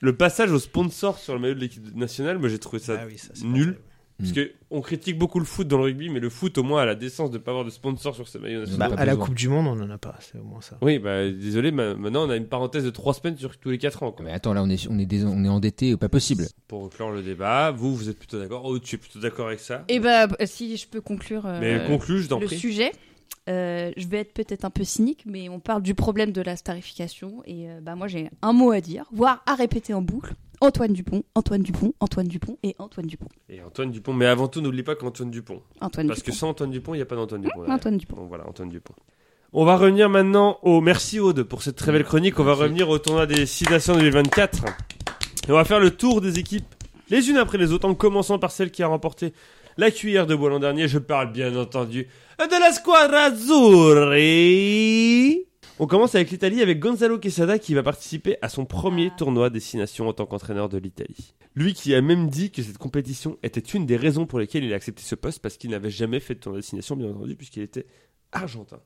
Speaker 3: le passage au sponsor sur le maillot de l'équipe nationale, moi j'ai trouvé ça.
Speaker 2: Ah oui, ça, c'est
Speaker 3: nul.
Speaker 2: pas vrai.
Speaker 3: Parce
Speaker 4: Mm.
Speaker 3: que on critique beaucoup le foot dans le rugby, mais le foot au moins a la décence de ne pas avoir de sponsor sur ses maillots nationaux.
Speaker 4: Bah,
Speaker 2: à
Speaker 4: pas
Speaker 2: la
Speaker 4: besoin.
Speaker 2: Coupe du Monde, on n'en a pas, c'est au moins ça.
Speaker 3: Oui, bah désolé, ma- maintenant on a une parenthèse de 3 semaines sur tous les 4 ans. quoi.
Speaker 4: Mais attends, là, on est, on est, dés- on est endetté, pas possible.
Speaker 3: Pour clore le débat, vous, vous êtes plutôt d'accord Oh, tu es plutôt d'accord avec ça
Speaker 5: Et bah, si je peux conclure euh,
Speaker 3: Mais conclue, je t'en
Speaker 5: le
Speaker 3: prie.
Speaker 5: sujet, euh, je vais être peut-être un peu cynique, mais on parle du problème de la starification. Et euh, bah, moi, j'ai un mot à dire, voire à répéter en boucle. Antoine Dupont, Antoine Dupont, Antoine Dupont et Antoine Dupont.
Speaker 3: Et Antoine Dupont, mais avant tout, n'oublie pas qu'Antoine Dupont.
Speaker 5: Antoine
Speaker 3: Parce que
Speaker 5: Dupont.
Speaker 3: sans Antoine Dupont, il n'y a pas d'Antoine Dupont. derrière.
Speaker 5: Antoine Dupont.
Speaker 3: Bon, voilà, Antoine Dupont. On va revenir maintenant au merci Aude pour cette très belle chronique. On va
Speaker 4: Merci.
Speaker 3: revenir au tournoi des 6 nations 2024. Et on va faire le tour des équipes, les unes après les autres, en commençant par celle qui a remporté la cuillère de bois l'an dernier. Je parle bien entendu de la Squadra Azzurri. On commence avec l'Italie avec Gonzalo Quesada qui va participer à son premier
Speaker 5: Ah.
Speaker 3: tournoi destination en tant qu'entraîneur de l'Italie. Lui qui a même dit que cette compétition était une des raisons pour lesquelles il a accepté ce poste parce qu'il n'avait jamais fait de tournoi destination bien entendu puisqu'il était argentin.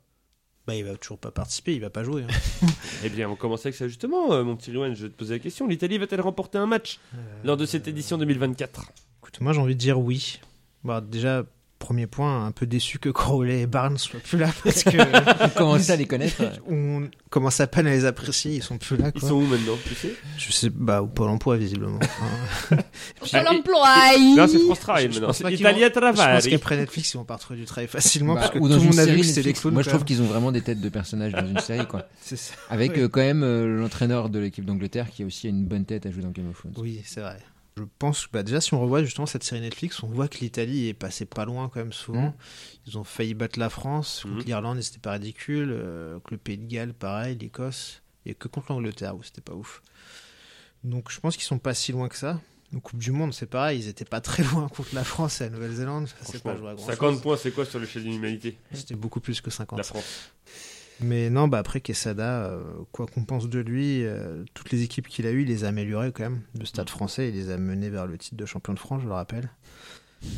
Speaker 2: Bah, il va toujours pas participer, il va pas jouer. hein.
Speaker 3: Eh bien, on commence avec ça justement, euh, mon petit Riwan, je vais te poser la question. L'Italie va-t-elle remporter un match
Speaker 2: Euh,
Speaker 3: lors de cette édition 2024
Speaker 2: [laughs] Écoute, moi j'ai envie de dire oui. Bah, déjà, premier point, un peu déçu que Crowley et Barnes soient plus là parce [laughs] que
Speaker 4: On commence à
Speaker 3: [laughs]
Speaker 4: les connaître.
Speaker 2: on commence à peine à les apprécier, ils sont plus là.
Speaker 3: Ils
Speaker 2: quoi.
Speaker 3: sont où maintenant, tu sais
Speaker 2: Je sais, bah, au Pôle emploi [laughs] visiblement. Enfin,
Speaker 5: Sur
Speaker 3: Ah,
Speaker 5: l'emploi
Speaker 3: Non, c'est France Travail
Speaker 2: je
Speaker 3: maintenant.
Speaker 2: pense pas
Speaker 3: C'est
Speaker 2: qu'ils vont-
Speaker 3: Italia
Speaker 2: je pense
Speaker 3: Travail.
Speaker 2: qu'après Netflix, ils vont pas retrouver du travail facilement
Speaker 4: Bah,
Speaker 2: parce que
Speaker 4: ou
Speaker 2: tout
Speaker 4: dans
Speaker 2: le
Speaker 4: une
Speaker 2: monde a vu
Speaker 4: série
Speaker 2: que c'était des
Speaker 4: Netflix.
Speaker 2: clowns.
Speaker 4: Moi, je
Speaker 2: quoi.
Speaker 4: trouve qu'ils ont vraiment des têtes de personnages dans une série, quoi.
Speaker 2: C'est ça.
Speaker 4: Avec
Speaker 2: Oui.
Speaker 4: euh, quand même euh, l'entraîneur de l'équipe d'Angleterre qui a aussi une bonne tête à jouer dans Game of Thrones.
Speaker 2: Oui, c'est vrai. Je pense, bah déjà, si on revoit justement cette série Netflix, on voit que l'Italie est passée pas loin quand même souvent.
Speaker 4: Mhm.
Speaker 3: Mmh.
Speaker 2: Ils ont failli battre la France, contre
Speaker 3: Mhm.
Speaker 2: l'Irlande, et c'était pas ridicule. euh, que le Pays de Galles, pareil, l'Écosse. Il n'y a que contre l'Angleterre où c'était pas ouf. Donc je pense qu'ils sont pas si loin que ça. En Coupe du Monde, c'est pareil, ils étaient pas [laughs] très loin contre la France et la Nouvelle-Zélande. Ça, c'est pas joué à
Speaker 3: Franchement,
Speaker 2: grand
Speaker 3: 50 points, c'est quoi sur l'échelle de l'humanité
Speaker 2: C'était beaucoup plus que 50.
Speaker 3: La France.
Speaker 2: Mais non, bah après Quesada, euh, quoi qu'on pense de lui, euh, toutes les équipes qu'il a eues, il les a améliorées quand même. Le Stade français, il les a menées vers le titre de champion de France, je le rappelle. Euh,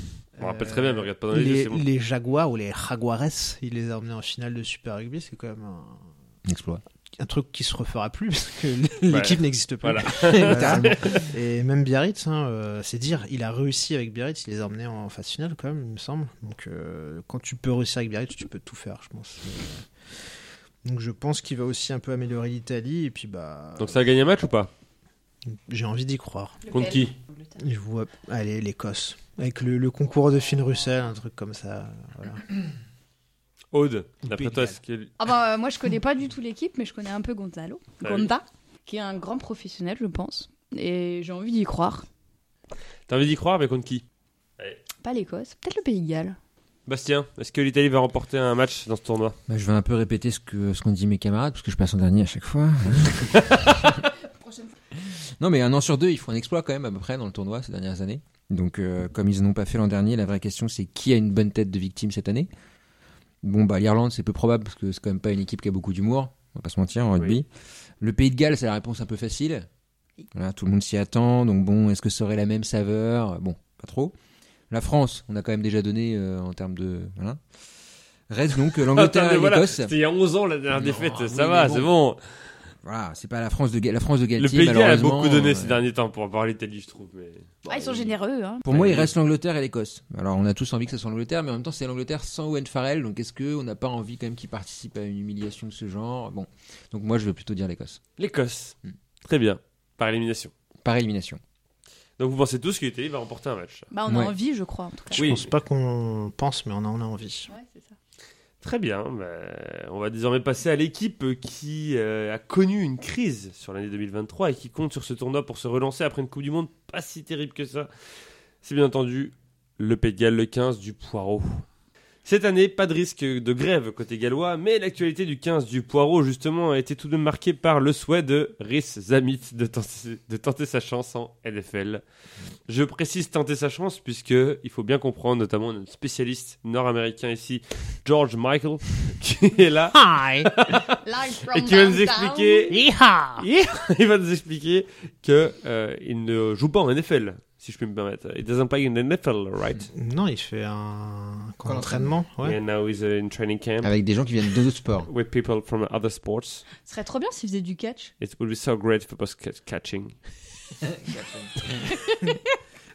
Speaker 3: On rappelle très bien, mais regarde pas dans les yeux,
Speaker 2: les,
Speaker 3: c'est bon.
Speaker 2: les Jaguars ou les Jaguares, il les a emmenés en finale de Super Rugby, c'est quand même un,
Speaker 4: Exploit.
Speaker 2: un truc qui se refera plus parce
Speaker 3: [laughs]
Speaker 2: que [laughs] l'équipe n'existe plus. [laughs]
Speaker 3: Voilà.
Speaker 2: Littéralement. Et même Biarritz, hein, euh, c'est dire, il a réussi avec Biarritz, il les a emmenés en phase finale quand même, il me semble. Donc euh, quand tu peux réussir avec Biarritz, tu peux tout faire, je pense. Euh, Donc je pense qu'il va aussi un peu améliorer l'Italie et puis bah
Speaker 3: Donc ça a gagné un match ou pas
Speaker 2: j'ai envie d'y croire.
Speaker 3: Contre qui
Speaker 2: Je vois allez l'Écosse avec le, le concours de Finn Russell, un truc comme ça. voilà.
Speaker 3: Aude,
Speaker 2: Ou
Speaker 3: d'après
Speaker 2: Pays de
Speaker 3: toi,
Speaker 2: Galles.
Speaker 3: est-ce que-
Speaker 5: Ah bah, euh, moi, je connais pas du tout l'équipe, mais je connais un peu Gonzalo.
Speaker 3: Ah oui.
Speaker 5: Gonta, qui est un grand professionnel, je pense. Et j'ai envie d'y croire.
Speaker 3: T'as envie d'y croire, mais contre qui
Speaker 5: Pas l'Écosse, peut-être le Pays de Galles.
Speaker 3: Bastien, est-ce que l'Italie va remporter un match dans ce tournoi
Speaker 4: Bah, je vais un peu répéter ce que ce qu'ont dit mes camarades parce que je passe en dernier à chaque fois. non mais un an sur deux, ils font un exploit quand même à peu près dans le tournoi ces dernières années. Donc euh, comme ils n'ont pas fait l'an dernier, la vraie question c'est qui a une bonne tête de victime cette année. Bon bah l'Irlande c'est peu probable parce que c'est quand même pas une équipe qui a beaucoup d'humour. On va pas se mentir en rugby. Le Pays de Galles c'est la réponse un peu facile. Voilà, tout le monde s'y attend. Donc bon, est-ce que ça aurait la même saveur Bon, pas trop. La France, on a quand même déjà donné euh, en termes de voilà.
Speaker 3: [laughs]
Speaker 4: Reste donc euh, l'Angleterre
Speaker 3: Attendez,
Speaker 4: et
Speaker 3: voilà,
Speaker 4: l'Écosse.
Speaker 3: C'était il y a 11 ans la dernière
Speaker 4: Non,
Speaker 3: défaite,
Speaker 4: oui,
Speaker 3: ça
Speaker 4: mais
Speaker 3: va,
Speaker 4: bon.
Speaker 3: c'est bon.
Speaker 4: Voilà, c'est pas la France de Ga- la France de Galtier.
Speaker 3: Le Pays de Galles a
Speaker 4: malheureusement,
Speaker 3: beaucoup donné
Speaker 4: euh, Bah,
Speaker 3: ces derniers temps pour avoir l'Italie, je trouve. mais-
Speaker 5: Ah, ils sont
Speaker 3: Bon,
Speaker 5: généreux, hein.
Speaker 4: Pour moi, il
Speaker 3: Ouais.
Speaker 4: reste l'Angleterre et l'Écosse. Alors, on a tous envie que ce soit l'Angleterre, mais en même temps, c'est l'Angleterre sans Owen Farrell. Donc, est-ce qu'on n'a pas envie quand même qu'il participe à une humiliation de ce genre Bon, donc moi, je veux plutôt dire l'Écosse.
Speaker 3: L'Écosse.
Speaker 4: Hmm.
Speaker 3: Très bien. Par élimination.
Speaker 4: Par élimination.
Speaker 3: Donc vous pensez tous que l'Italie va remporter un match
Speaker 5: Bah, on a
Speaker 4: Ouais.
Speaker 5: envie, je crois, en tout cas.
Speaker 2: Je
Speaker 3: Oui.
Speaker 2: pense pas qu'on pense, mais on en a envie.
Speaker 5: Ouais, c'est ça.
Speaker 3: Très bien. bah, on va désormais passer à l'équipe qui euh, a connu une crise sur l'année 2023 et qui compte sur ce tournoi pour se relancer après une Coupe du Monde pas si terrible que ça. C'est bien entendu le Pays de Galles, le 15 du Poireau. Cette année, pas de risque de grève côté gallois, mais l'actualité du 15 du Poireau, justement, a été tout de même marquée par le souhait de Rhys Zamit de tenter, de tenter sa chance en LFL. Je précise tenter sa chance, puisque il faut bien comprendre, notamment notre spécialiste nord-américain ici, George Michael, qui est là
Speaker 5: Live from
Speaker 3: et qui va nous
Speaker 5: downtown.
Speaker 3: expliquer. Il va nous expliquer que euh, il ne joue pas en NFL, si je puis me permettre. It doesn't play in the NFL, right?
Speaker 2: Non, il fait un camp
Speaker 4: Camp
Speaker 2: d'entraînement. Ouais. Ah
Speaker 3: And now he's uh, in training camp
Speaker 4: Avec des gens qui viennent d'autres sports.
Speaker 3: with people from other sports.
Speaker 5: Ce serait trop bien s'ils faisaient du catch.
Speaker 3: It would be so great for us ca- catching.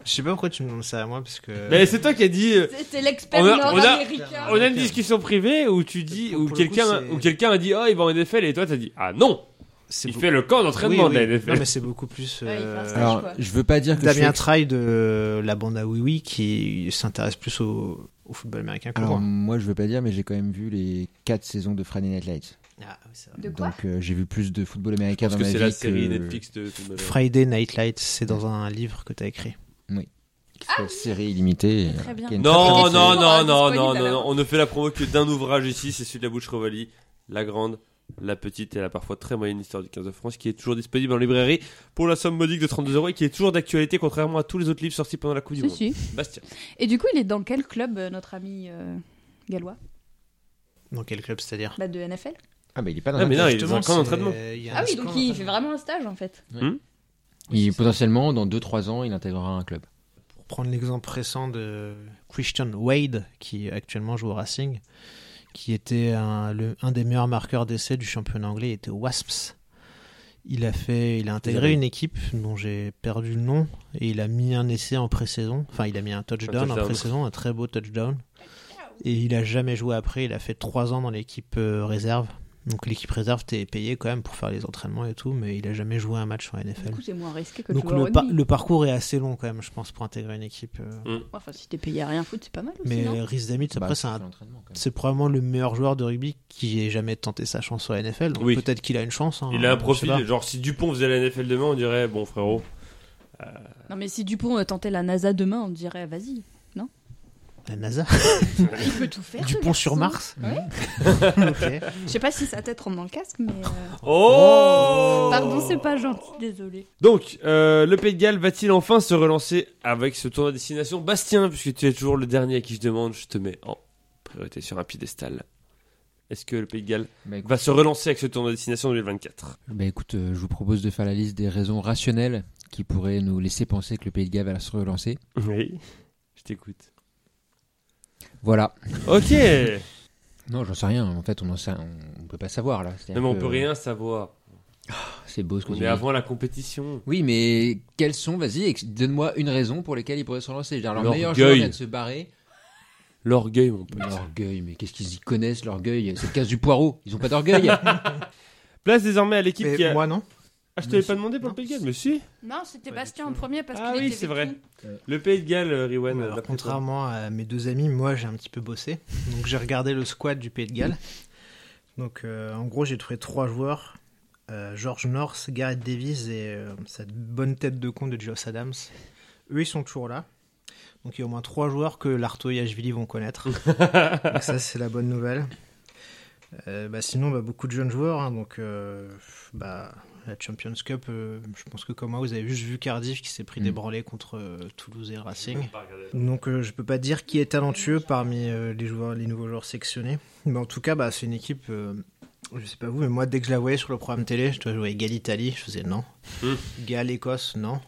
Speaker 2: Je sais pas pourquoi tu me demandes ça à moi parce que.
Speaker 3: Mais c'est toi qui as dit. euh,
Speaker 5: C'est l'expert
Speaker 3: On a- on a-
Speaker 5: nord-américain.
Speaker 3: on a une discussion privée où tu dis,
Speaker 2: Pour-
Speaker 3: où
Speaker 2: pour le
Speaker 3: quelqu'un,
Speaker 2: coup, c'est-
Speaker 3: où quelqu'un a dit, oh, il va en NFL, et toi t'as dit, ah non,
Speaker 2: c'est
Speaker 3: il
Speaker 2: beaucoup-
Speaker 3: fait le camp d'entraînement
Speaker 2: Oui,
Speaker 3: de la
Speaker 2: oui. Non,
Speaker 3: NFL.
Speaker 2: mais c'est beaucoup plus.
Speaker 5: Ouais, Ah, il fait un
Speaker 2: euh,
Speaker 5: stage.
Speaker 2: alors,
Speaker 4: Alors, je veux pas dire que
Speaker 2: Damien
Speaker 4: je suis...
Speaker 2: Trail de euh, la bande à Oui Oui qui s'intéresse plus au, au football américain que
Speaker 4: Alors,
Speaker 2: moi.
Speaker 4: moi, je veux pas dire, mais j'ai quand même vu les 4 saisons de Friday Night Lights.
Speaker 2: Ah, oui, c'est vrai.
Speaker 5: De quoi
Speaker 4: donc, euh, j'ai vu plus de football américain
Speaker 3: Parce
Speaker 4: dans
Speaker 3: que
Speaker 4: ma vie
Speaker 3: c'est la série
Speaker 4: que-
Speaker 3: Netflix de.
Speaker 2: Friday Night Lights, c'est dans un livre que t'as écrit.
Speaker 4: que la série illimitée.
Speaker 5: Très bien.
Speaker 4: qui est une très,
Speaker 3: Ah, Non, non,
Speaker 4: très bonne
Speaker 3: non,
Speaker 5: série.
Speaker 3: non,
Speaker 5: Disponible
Speaker 3: non,
Speaker 5: à
Speaker 3: non,
Speaker 5: la
Speaker 3: non,
Speaker 5: vente.
Speaker 3: on ne fait la promo que d'un ouvrage ici, c'est celui de la bouche Revalie, la grande, la petite et la parfois très moyenne histoire du 15 de France, qui est toujours disponible en librairie pour la somme modique de 32 euros et qui est toujours d'actualité contrairement à tous les autres livres sortis pendant la Coupe du
Speaker 5: Si,
Speaker 3: Monde.
Speaker 5: si.
Speaker 3: Bastien.
Speaker 5: Et du coup, il est dans quel club, euh, notre ami euh, gallois
Speaker 2: Dans quel club, c'est-à-dire
Speaker 5: bah, De NFL
Speaker 4: Ah, bah il est pas dans
Speaker 3: Ah,
Speaker 4: la
Speaker 3: mais non,
Speaker 4: classe.
Speaker 3: il est dans un camp d'entraînement.
Speaker 5: Ah oui, donc il fait vraiment un stage en fait.
Speaker 4: Il- potentiellement, dans 2-3 ans, il intégrera un club.
Speaker 2: Pour prendre l'exemple récent de Christian Wade, qui actuellement joue au Racing, qui était un, le- un des meilleurs marqueurs d'essai du championnat anglais, il était au Wasps. Il a fait, il a intégré
Speaker 4: avez-
Speaker 2: une équipe dont j'ai perdu le nom et il a mis un essai en pré-saison. Enfin, il a mis un touchdown, en
Speaker 3: touchdown.
Speaker 2: pré-saison, un très beau touchdown. Et il a jamais joué après. Il a fait trois ans dans l'équipe euh, réserve. Donc l'équipe réserve, t'es payé quand même pour faire les entraînements et tout, mais il a jamais joué un match en
Speaker 5: Du
Speaker 2: NFL.
Speaker 5: coup, c'est moins risqué que de
Speaker 2: Donc
Speaker 5: jouer au
Speaker 2: le, par-
Speaker 5: rugby.
Speaker 2: le parcours est assez long quand même, je pense, pour intégrer une équipe. euh.
Speaker 5: Enfin, si t'es payé à rien foutre, c'est pas mal aussi,
Speaker 2: Mais
Speaker 5: non
Speaker 2: Riz Damit,
Speaker 4: Bah,
Speaker 2: après, c'est, un-
Speaker 4: fait l'entraînement, quand même.
Speaker 2: c'est probablement le meilleur joueur de rugby qui ait jamais tenté sa chance au NFL. Donc
Speaker 3: Oui.
Speaker 2: peut-être qu'il a une chance. hein,
Speaker 3: Il a un
Speaker 2: je sais pas.
Speaker 3: profil, genre si Dupont faisait la NFL demain, on dirait bon frérot.
Speaker 5: Non, mais si Dupont euh, tentait la NASA demain, on dirait euh, vas-y.
Speaker 2: La NASA.
Speaker 5: Il peut tout faire.
Speaker 2: Dupont sur Mars.
Speaker 5: Ouais.
Speaker 2: [laughs] Ok.
Speaker 5: Je sais pas si sa tête rentre dans le casque, mais. euh,
Speaker 3: Oh
Speaker 5: Pardon, c'est pas gentil, désolé.
Speaker 3: Donc, euh, le Pays de Galles va-t-il enfin se relancer avec ce tournoi destination Bastien, puisque tu es toujours le dernier à qui je demande, je te mets en priorité sur un piédestal. Est-ce que le Pays de Galles
Speaker 4: Bah, écoute,
Speaker 3: va se relancer avec ce tournoi destination 2024
Speaker 4: bah, écoute, euh, je vous propose de faire la liste des raisons rationnelles qui pourraient nous laisser penser que le Pays de Galles va se relancer.
Speaker 3: Oui, je t'écoute.
Speaker 4: Voilà.
Speaker 3: Ok Mais
Speaker 4: Non, j'en sais rien. En fait, on en sait, on, on peut pas savoir là. C'est-à-dire
Speaker 3: on
Speaker 4: que-
Speaker 2: Euh,
Speaker 3: peut rien savoir.
Speaker 4: C'est beau ce que
Speaker 3: On
Speaker 4: tu
Speaker 3: est
Speaker 4: dis.
Speaker 3: avant la compétition.
Speaker 4: Oui, mais quelles sont Vas-y, ex- donne-moi une raison pour lesquelles ils pourraient se relancer. Je veux dire, leur
Speaker 3: L'orgueil.
Speaker 4: meilleur joueur vient de se barrer.
Speaker 3: L'orgueil, mon pote.
Speaker 4: L'orgueil, mais qu'est-ce qu'ils y connaissent l'orgueil C'est le casse du poireau. Ils ont
Speaker 3: [laughs]
Speaker 4: pas d'orgueil.
Speaker 3: Place désormais à l'équipe
Speaker 2: Mais
Speaker 3: qui a.
Speaker 2: moi non.
Speaker 3: Ah, je t'avais pas demandé pour le Pays de Galles, mais si
Speaker 5: Non, c'était
Speaker 2: Pas du
Speaker 5: Bastien
Speaker 2: tout.
Speaker 5: en premier parce
Speaker 3: Ah
Speaker 5: qu'il
Speaker 3: oui,
Speaker 5: était
Speaker 3: c'est
Speaker 5: vécu.
Speaker 3: Le Pays de Galles, euh, Riwan.
Speaker 2: Ouais,
Speaker 3: euh,
Speaker 2: alors,
Speaker 3: d'après toi.
Speaker 2: contrairement à mes deux amis, moi j'ai un petit peu bossé. Donc j'ai regardé le squad du Pays de Galles. Donc euh, en gros j'ai trouvé trois joueurs. euh, George North, Gareth Davies et euh, cette bonne tête de con de Joss Adams. Eux ils sont toujours là. Donc il y a au moins trois joueurs que Larto et Ashvili vont connaître. donc ça c'est la bonne nouvelle. Euh, bah, sinon bah, beaucoup de jeunes joueurs. hein. donc euh, bah, la Champions Cup, euh, je pense que comme moi vous avez juste vu Cardiff qui s'est pris
Speaker 4: Mm.
Speaker 2: des branlés contre euh, Toulouse et le Racing. Donc euh, je peux pas dire qui est talentueux parmi euh, les joueurs, les nouveaux joueurs sélectionnés. Mais en tout cas, bah, c'est une équipe. euh, je sais pas vous, mais moi dès que je la voyais sur le programme télé, je dois jouer Galles Italie, je faisais non.
Speaker 3: Hmm.
Speaker 2: Galles Écosse, non.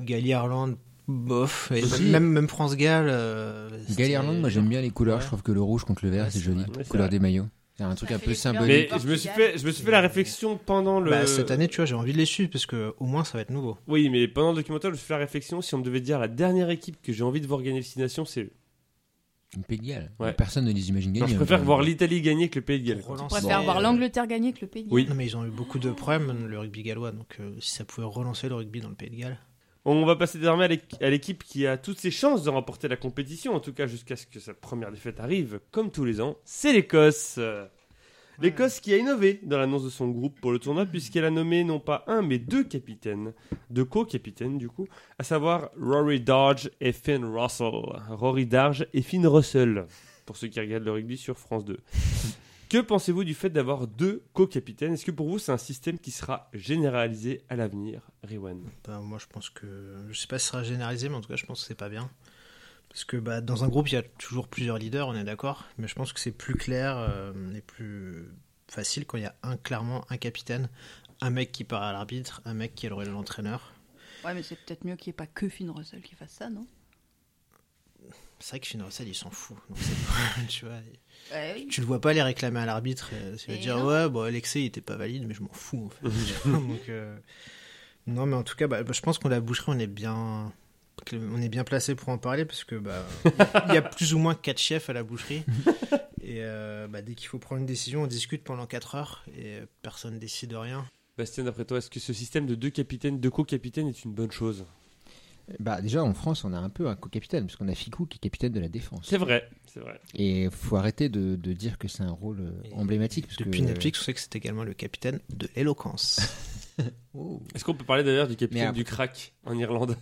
Speaker 2: Galles Irlande, bof. Et
Speaker 4: Aussi.
Speaker 2: même même France Galles. euh, c'était-
Speaker 4: Galles-Irlande, moi j'aime bien les couleurs. Je trouve que le rouge contre le vert,
Speaker 2: Ouais,
Speaker 4: c'est
Speaker 2: c'est
Speaker 4: joli.
Speaker 2: vrai.
Speaker 3: Ouais, c'est
Speaker 4: couleur
Speaker 3: vrai.
Speaker 4: des maillots. C'est un truc un
Speaker 5: fait
Speaker 4: peu
Speaker 5: les couleurs.
Speaker 3: Mais
Speaker 4: symbolique.
Speaker 5: Portugal.
Speaker 3: je me, suis fait, je me suis fait la réflexion pendant le.
Speaker 2: euh, Bah, cette année, tu vois, j'ai envie de les suivre parce que au moins ça va être nouveau.
Speaker 3: Oui, mais pendant le documentaire, je me suis fait la réflexion si on me devait dire la dernière équipe que j'ai envie de voir gagner destination, c'est eux.
Speaker 4: Le Pays de Galles.
Speaker 3: Ouais.
Speaker 4: Personne ne les imagine
Speaker 3: Genre, je
Speaker 4: gagner. hein,
Speaker 2: euh,
Speaker 3: préfère
Speaker 4: vraiment.
Speaker 3: voir l'Italie gagner que le Pays de Galles.
Speaker 2: Pour
Speaker 5: On
Speaker 2: relancer-
Speaker 5: préfère
Speaker 4: Bon,
Speaker 5: voir
Speaker 4: euh,
Speaker 5: l'Angleterre gagner que le pays.
Speaker 3: Oui.
Speaker 2: Non, mais ils ont eu beaucoup de problèmes le rugby gallois, donc euh, si ça pouvait relancer le rugby dans le Pays de Galles.
Speaker 3: On va passer désormais à l'équ- à l'équipe qui a toutes ses chances de remporter la compétition, en tout cas jusqu'à ce que sa première défaite arrive, comme tous les ans, c'est l'Écosse. Euh, L'Écosse qui a innové dans l'annonce de son groupe pour le tournoi, puisqu'elle a nommé non pas un, mais deux capitaines, deux co-capitaines du coup, à savoir Rory Darge et Finn Russell. Rory Darge et Finn Russell, pour ceux qui regardent le rugby sur France 2. Que pensez-vous du fait d'avoir deux co-capitaines Est-ce que pour vous c'est un système qui sera généralisé à l'avenir, Riwan
Speaker 2: Bah, moi, je pense que. Je sais pas si ce sera généralisé, mais en tout cas, je pense que c'est pas bien. Parce que bah, dans un groupe, il y a toujours plusieurs leaders, on est d'accord. Mais je pense que c'est plus clair euh, et plus facile quand il y a un, clairement un capitaine, un mec qui part à l'arbitre, un mec qui est le relais de l'entraîneur.
Speaker 5: Ouais, mais c'est peut-être mieux qu'il n'y ait pas que Finn Russell qui fasse ça, non
Speaker 2: C'est vrai que Finn Russell, il s'en fout. Donc, c'est- [laughs] tu, vois, tu le vois pas les réclamer à l'arbitre. euh, Il va
Speaker 5: Et
Speaker 2: dire
Speaker 5: non.
Speaker 2: Ouais, bon, l'excès, il était pas valide, mais je m'en fous.
Speaker 3: [laughs]
Speaker 2: En fait. Donc, euh, non, mais en tout cas, bah, bah, je pense qu'on la boucherie, on est bien. On est bien placé pour en parler parce que bah, il y a plus ou moins quatre chefs à
Speaker 3: [laughs]
Speaker 2: la boucherie et euh, bah, dès qu'il faut prendre une décision, on discute pendant 4 heures et euh, personne décide de rien.
Speaker 3: Bastien, d'après toi, est-ce que ce système de deux capitaines, deux co-capitaines est une bonne chose
Speaker 4: Bah, déjà en France, on a un peu un co-capitaine, parce qu'on a Ficou qui est capitaine de la défense.
Speaker 3: C'est vrai, c'est vrai.
Speaker 4: Et faut arrêter de, de dire que c'est un rôle euh,
Speaker 2: Et
Speaker 4: emblématique. Parce
Speaker 2: Depuis
Speaker 4: que...
Speaker 2: Netflix, on sait que c'est également le capitaine de l'éloquence.
Speaker 4: Oh,
Speaker 3: Est-ce qu'on peut parler d'ailleurs du
Speaker 4: Mais
Speaker 3: capitaine
Speaker 4: après-
Speaker 3: du crack en Irlande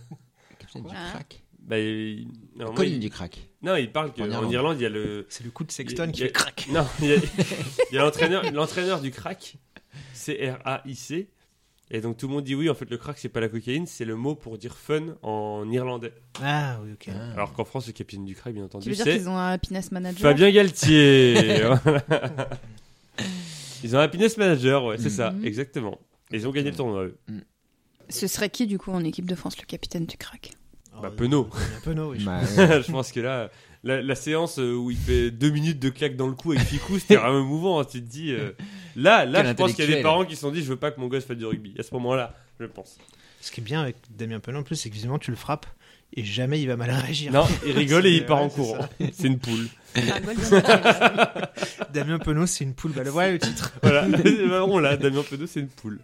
Speaker 4: capitaine du
Speaker 5: Hein
Speaker 4: crack.
Speaker 3: bah, il- normalement,
Speaker 4: Colline
Speaker 3: il-
Speaker 4: du crack.
Speaker 3: Non, il parle
Speaker 4: En
Speaker 3: qu'en Irlande.
Speaker 4: Irlande.
Speaker 3: il y a le.
Speaker 2: C'est le coup de Sexton
Speaker 3: Il-
Speaker 2: qui
Speaker 3: il-
Speaker 2: fait crack.
Speaker 3: Non, il y a, il y a l'entraîneur, l'entraîneur du crack, C-R-A-I-C. Et donc tout le monde dit oui, en fait, le crack, c'est pas la cocaïne, c'est le mot pour dire fun en irlandais.
Speaker 2: Ah oui, ok.
Speaker 4: Ah.
Speaker 3: Alors qu'en France, le capitaine du crack, bien entendu,
Speaker 5: Tu veux dire
Speaker 3: c'est
Speaker 5: qu'ils ont un happiness manager
Speaker 3: Fabien Galtier. Voilà. [laughs] Ils ont un happiness manager, ouais, c'est ça,
Speaker 5: Mhm.
Speaker 3: exactement. Et ils ont gagné le tournoi, eux. [laughs]
Speaker 5: Ce serait qui, du coup, en équipe de France, le capitaine du crack
Speaker 2: Oh,
Speaker 3: Bah, Penaud.
Speaker 2: Penaud, oui. je
Speaker 4: Bah, [laughs]
Speaker 2: pense.
Speaker 4: ouais.
Speaker 3: je pense que là, la, la séance euh, où il fait deux minutes de claque dans le cou avec Ficou, c'était vraiment émouvant. hein, tu te dis, euh, là, là,
Speaker 4: Quel
Speaker 3: je pense qu'il y a des
Speaker 4: intellectuel.
Speaker 3: parents qui se sont dit, je veux pas que mon gosse fasse du rugby. À ce moment-là, je pense.
Speaker 2: Ce qui est bien avec Damien Penaud, en plus, c'est que visiblement, tu le frappes et jamais il va mal réagir. [laughs]
Speaker 3: Non, il rigole et il
Speaker 2: C'est-
Speaker 3: part
Speaker 2: ouais,
Speaker 3: en
Speaker 2: c'est
Speaker 3: courant. C'est une poule.
Speaker 5: Un goal bien intéressant.
Speaker 2: [laughs] Damien Penaud, c'est une poule. Bah, le voilà le titre.
Speaker 3: Voilà, [laughs] Bah, on l'a, Damien Penaud, c'est une poule.